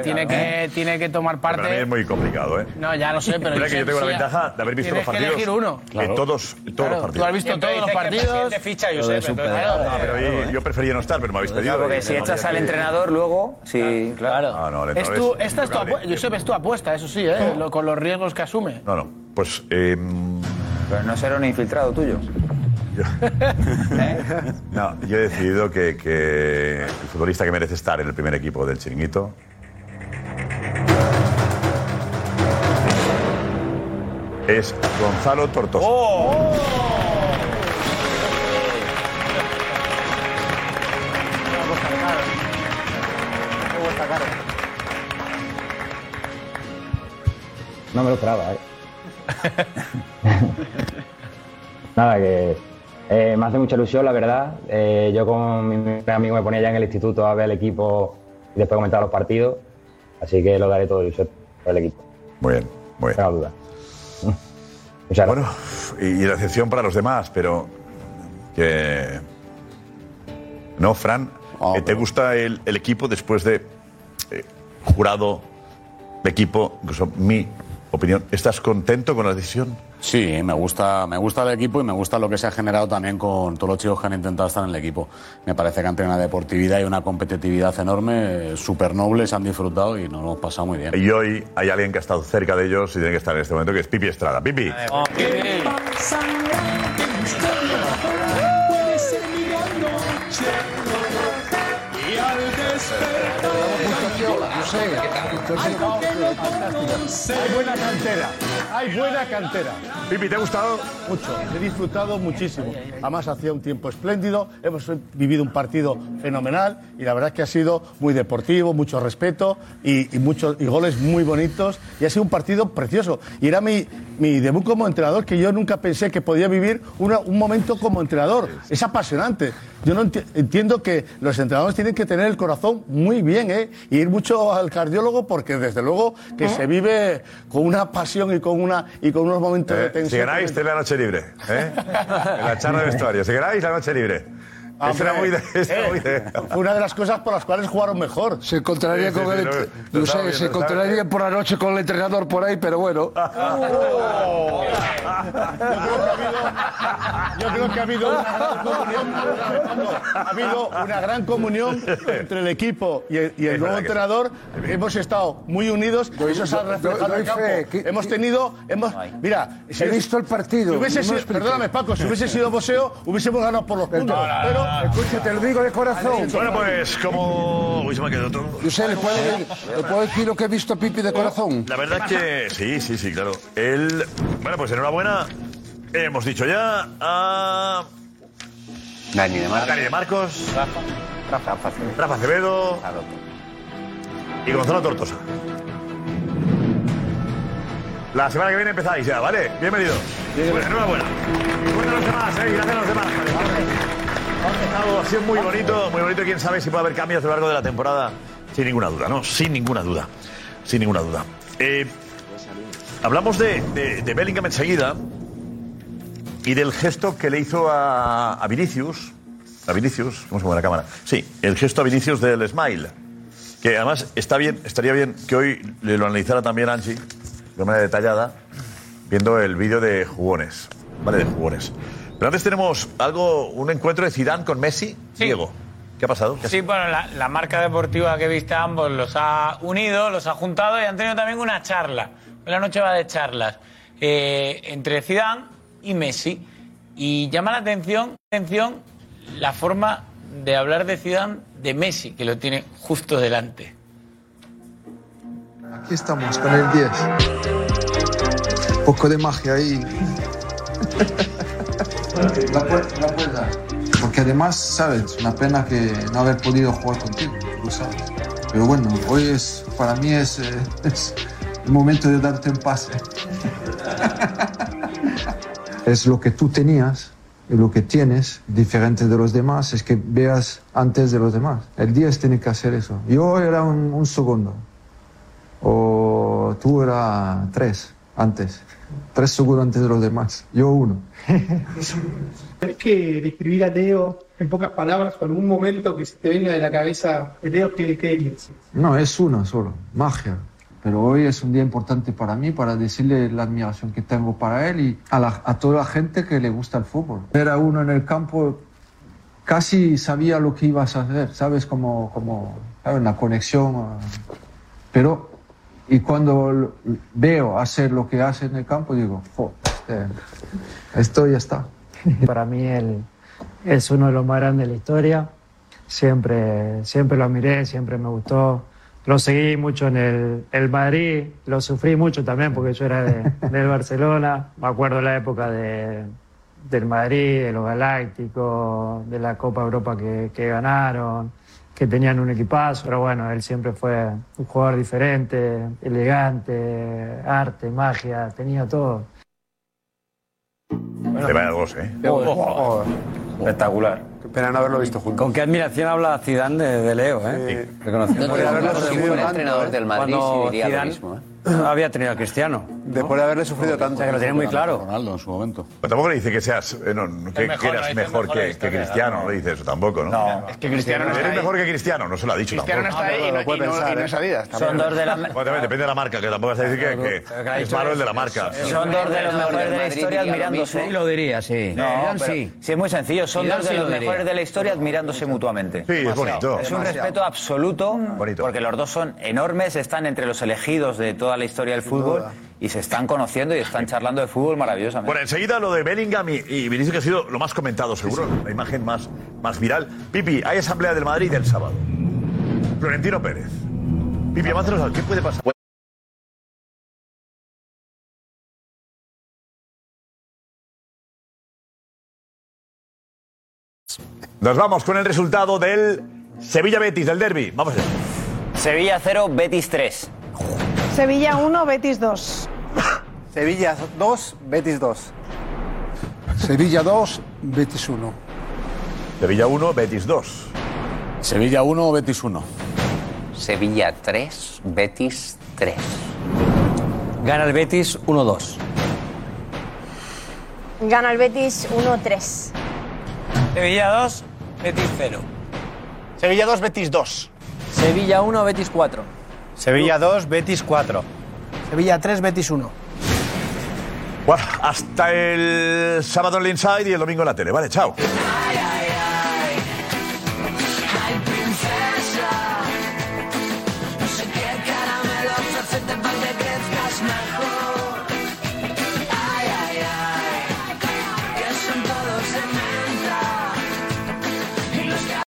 Speaker 1: eh, tiene,
Speaker 10: claro.
Speaker 1: que, tiene que tomar
Speaker 10: Para mí
Speaker 1: parte.
Speaker 10: es muy complicado, ¿eh?
Speaker 1: No, ya lo sé, pero
Speaker 10: Mira que yo
Speaker 1: Josep,
Speaker 10: tengo la
Speaker 1: sí,
Speaker 10: ventaja de haber visto
Speaker 1: tienes
Speaker 10: los
Speaker 1: que
Speaker 10: partidos.
Speaker 1: elegir uno.
Speaker 10: de
Speaker 1: Claro.
Speaker 10: todos, todos los partidos.
Speaker 1: Tú has visto todos los partidos.
Speaker 10: No, pero ahí yo prefería no estar, pero me habéis pedido.
Speaker 1: Claro, porque
Speaker 10: y
Speaker 1: si
Speaker 10: no
Speaker 1: echas
Speaker 10: había
Speaker 1: al
Speaker 10: que-
Speaker 1: entrenador,
Speaker 21: luego, sí,
Speaker 10: claro. Ah, no, el
Speaker 1: Es
Speaker 10: entrenador
Speaker 1: tu,
Speaker 10: es
Speaker 1: esta es tu apuesta, Josep, es tu apuesta, eso sí, ¿eh? Lo- con los riesgos que asume.
Speaker 10: No, no. Pues. Eh,
Speaker 21: Pero no será un infiltrado tuyo. ¿Eh?
Speaker 10: no, yo he decidido que, que el futbolista que merece estar en el primer equipo del chiringuito. Es Gonzalo Tortosa.
Speaker 1: Oh.
Speaker 19: No me lo esperaba, ¿eh? Nada, que eh, me hace mucha ilusión, la verdad. Eh, yo con mi amigo me ponía ya en el instituto a ver el equipo y después comentar los partidos. Así que lo daré todo, Josep, por el equipo.
Speaker 10: Muy bien, muy bien.
Speaker 19: No duda.
Speaker 10: Bueno, y, y la excepción para los demás, pero. Que. No, Fran, eh, ¿te gusta el, el equipo después de. eh, jurado de equipo, incluso mi opinión? ¿Estás contento con la decisión?
Speaker 13: Sí, me gusta, me gusta el equipo y me gusta lo que se ha generado también con todos los chicos que han intentado estar en el equipo. Me parece que han tenido una deportividad y una competitividad enorme, eh, súper noble, se han disfrutado y nos lo hemos pasado muy bien.
Speaker 10: Y hoy hay alguien que ha estado cerca de ellos y tiene que estar en este momento, que es Pipi Estrada. Pipi.
Speaker 32: Hay buena cantera, hay buena cantera.
Speaker 10: Pipi, ¿te ha gustado?
Speaker 32: Mucho, he disfrutado muchísimo. Además, hacía un tiempo espléndido, hemos vivido un partido fenomenal y la verdad es que ha sido muy deportivo, mucho respeto y, y muchos y goles muy bonitos. Y ha sido un partido precioso. Y era mi, mi debut como entrenador que yo nunca pensé que podía vivir una- un momento como entrenador. Es apasionante. Yo no enti- entiendo que los entrenadores tienen que tener el corazón muy bien ¿eh? y ir mucho al cardiólogo porque desde luego que se vive con una pasión y con una y con unos momentos de
Speaker 10: Eh,
Speaker 32: tensión.
Speaker 10: Si ganáis, tenéis la noche libre. ¿eh? En la charla de vestuario. Si ganáis, la noche libre. Esa era muy de- esa era muy de-
Speaker 32: eh, Fue una de las cosas por las cuales jugaron mejor.
Speaker 17: Se encontraría
Speaker 10: Sí, sí,
Speaker 17: con
Speaker 10: sí,
Speaker 17: el,
Speaker 10: lo- lo
Speaker 17: no sé,
Speaker 10: estaba viendo,
Speaker 17: se
Speaker 10: estaba
Speaker 17: encontraría por la noche con el entrenador por ahí, pero bueno.
Speaker 10: Oh.
Speaker 32: Yo creo que ha habido una gran comunión, ha habido una gran comunión entre el equipo y el, y el nuevo entrenador. Hemos estado muy unidos y eso se ha
Speaker 17: doy-
Speaker 32: reflejado en
Speaker 17: doy
Speaker 32: el campo.
Speaker 17: fe, que-
Speaker 32: Hemos tenido, hemos, mira,
Speaker 17: He visto el partido,
Speaker 32: si hubiese
Speaker 17: no me
Speaker 32: sido-
Speaker 17: explico.
Speaker 32: perdóname Paco, si hubiese sido boxeo, hubiésemos ganado por los puntos.
Speaker 17: no, no,
Speaker 32: pero
Speaker 17: no, Escucha, te lo digo de corazón.
Speaker 10: Bueno, pues como... Uy, se me ha quedado todo.
Speaker 17: Yo sé, ¿le puedo, le puedo decir lo que he visto a Pipi de corazón?
Speaker 10: La verdad es que sí, sí, sí, claro. Él. Bueno, pues enhorabuena. Hemos dicho ya a.
Speaker 2: Dani de
Speaker 10: a
Speaker 2: Marcos.
Speaker 10: Dani de Marcos. Rafa.
Speaker 2: Rafa. Rafa Acevedo.
Speaker 10: Acevedo. Y Gonzalo Tortosa. La semana que viene empezáis ya, ¿vale? Bienvenidos. Bueno, enhorabuena. Cuenta a los demás, ¿eh? Gracias a los demás. Ha sido muy bonito, muy bonito. Quién sabe si puede haber cambios a lo largo de la temporada. Sin ninguna duda, ¿no? Sin ninguna duda. Sin ninguna duda. Eh, hablamos de, de, de Bellingham enseguida y del gesto que le hizo a, a Vinicius. A Vinicius, ¿cómo se mueve la cámara? Sí, el gesto a Vinicius del smile. Que además está bien, estaría bien que hoy lo analizara también Angie, de manera detallada, viendo el vídeo de jugones. Vale, de jugones. Pero antes tenemos algo, un encuentro de Zidane con Messi. Diego, ¿qué ha pasado?
Speaker 15: Sí, bueno, la, la marca deportiva que viste a ambos los ha unido, los ha juntado y han tenido también una charla. Hoy La noche va de charlas eh, entre Zidane y Messi. Y llama la atención, atención la forma de hablar de Zidane de Messi, que lo tiene justo delante.
Speaker 33: Aquí estamos con el 10. Un poco de magia ahí. La puerta, la puerta. Porque además, sabes, una pena que no haber podido jugar contigo, lo sabes. Pero bueno, hoy es, para mí es, eh, es el momento de darte un pase. Es lo que tú tenías y lo que tienes, diferente de los demás, es que veas antes de los demás. El 10 tiene que hacer eso. Yo era un- un segundo o tú era tres antes, tres segundos antes de los demás, yo uno.
Speaker 1: Es que describir a Teo en pocas palabras con un momento que se te venga de la cabeza de Teo que que
Speaker 33: No, es uno solo, magia. Pero hoy es un día importante para mí para decirle la admiración que tengo para él y a, la- a toda la gente que le gusta el fútbol. Era uno en el campo, casi sabía lo que ibas a hacer, ¿sabes? Como, como ¿sabes? una conexión. ah. Pero, y cuando lo- veo hacer lo que hace en el campo, digo, "Jo, este- esto ya está.
Speaker 34: Para mí él es uno de los más grandes de la historia. Siempre, siempre lo miré, siempre me gustó. Lo seguí mucho en el, el Madrid, lo sufrí mucho también porque yo era de- del Barcelona. Me acuerdo la época de, del Madrid, de los Galácticos, de la Copa Europa que, que ganaron, que tenían un equipazo. Pero bueno, él siempre fue un jugador diferente, elegante, arte, magia, tenía todo.
Speaker 10: Te vaya dos, ¿eh?
Speaker 19: Espectacular. Qué pena no haberlo visto juntos. Con qué admiración habla Zidane de, de Leo, ¿eh? Reconociendo.
Speaker 1: No, no, no, no, si fuera entrenador del Madrid,
Speaker 19: ¿eh? Cuando
Speaker 1: sí diría lo
Speaker 19: Zidane
Speaker 1: mismo, ¿eh?
Speaker 19: había tenido a Cristiano. Después de haberle sufrido tanto. que lo tiene muy claro.
Speaker 10: Ronaldo en su momento. Pero tampoco le dice que seas eh, no, no, que,
Speaker 19: mejor,
Speaker 10: que
Speaker 19: no
Speaker 10: eras
Speaker 19: dice
Speaker 10: mejor,
Speaker 19: mejor
Speaker 10: que,
Speaker 19: de
Speaker 10: que
Speaker 19: la historia,
Speaker 10: Cristiano, no le dice eso tampoco, ¿no? No,
Speaker 19: es que Cristiano no
Speaker 10: Eres
Speaker 19: está ahí.
Speaker 10: mejor que Cristiano, no se lo ha dicho
Speaker 19: Cristiano
Speaker 10: tampoco.
Speaker 19: no está ahí y no- No, no, puede y no- pensar, y no ¿eh? es Adidas, tampoco. Son dos de la-
Speaker 10: Bueno, también depende de la marca, que tampoco vas a decir que, que es malo el de la marca.
Speaker 21: Son dos de los mejores de la historia admirándose.
Speaker 12: Sí, lo diría, sí.
Speaker 21: No,
Speaker 12: Zidane
Speaker 21: pero-
Speaker 12: sí.
Speaker 21: sí, es muy sencillo. Son
Speaker 12: Zidane
Speaker 21: dos de
Speaker 12: sí lo
Speaker 21: los
Speaker 12: diría.
Speaker 21: mejores de la historia admirándose mutuamente.
Speaker 10: Sí, es bonito.
Speaker 21: Es un respeto absoluto, porque los dos son enormes, están entre los elegidos de toda la historia del fútbol y se están conociendo y están charlando de fútbol maravillosamente.
Speaker 10: Bueno, enseguida lo de Bellingham y, y Vinicius, que ha sido lo más comentado, seguro, la imagen más, más viral. Pipi, hay asamblea del Madrid el sábado. Florentino Pérez. Pipi, avanzanos al- ¿qué puede pasar? Nos vamos con el resultado del Sevilla Betis, del derby. Vamos allá.
Speaker 21: Sevilla 0, Betis 3.
Speaker 22: Sevilla 1, Betis 2.
Speaker 20: Sevilla 2, Betis 2.
Speaker 17: Sevilla 2, Betis 1.
Speaker 10: Sevilla 1, Betis 2.
Speaker 35: Sevilla 1, Betis 1.
Speaker 2: Sevilla 3, Betis 3.
Speaker 19: Gana el Betis 1-2.
Speaker 11: Gana el Betis 1-3.
Speaker 4: Sevilla 2, Betis 0.
Speaker 36: Sevilla 2, Betis 2.
Speaker 4: Sevilla 1, Betis 4.
Speaker 37: Sevilla 2, Betis 4. Sevilla 3, Betis 1.
Speaker 10: Bueno, hasta el sábado en el Inside y el domingo en la tele. Vale, chao.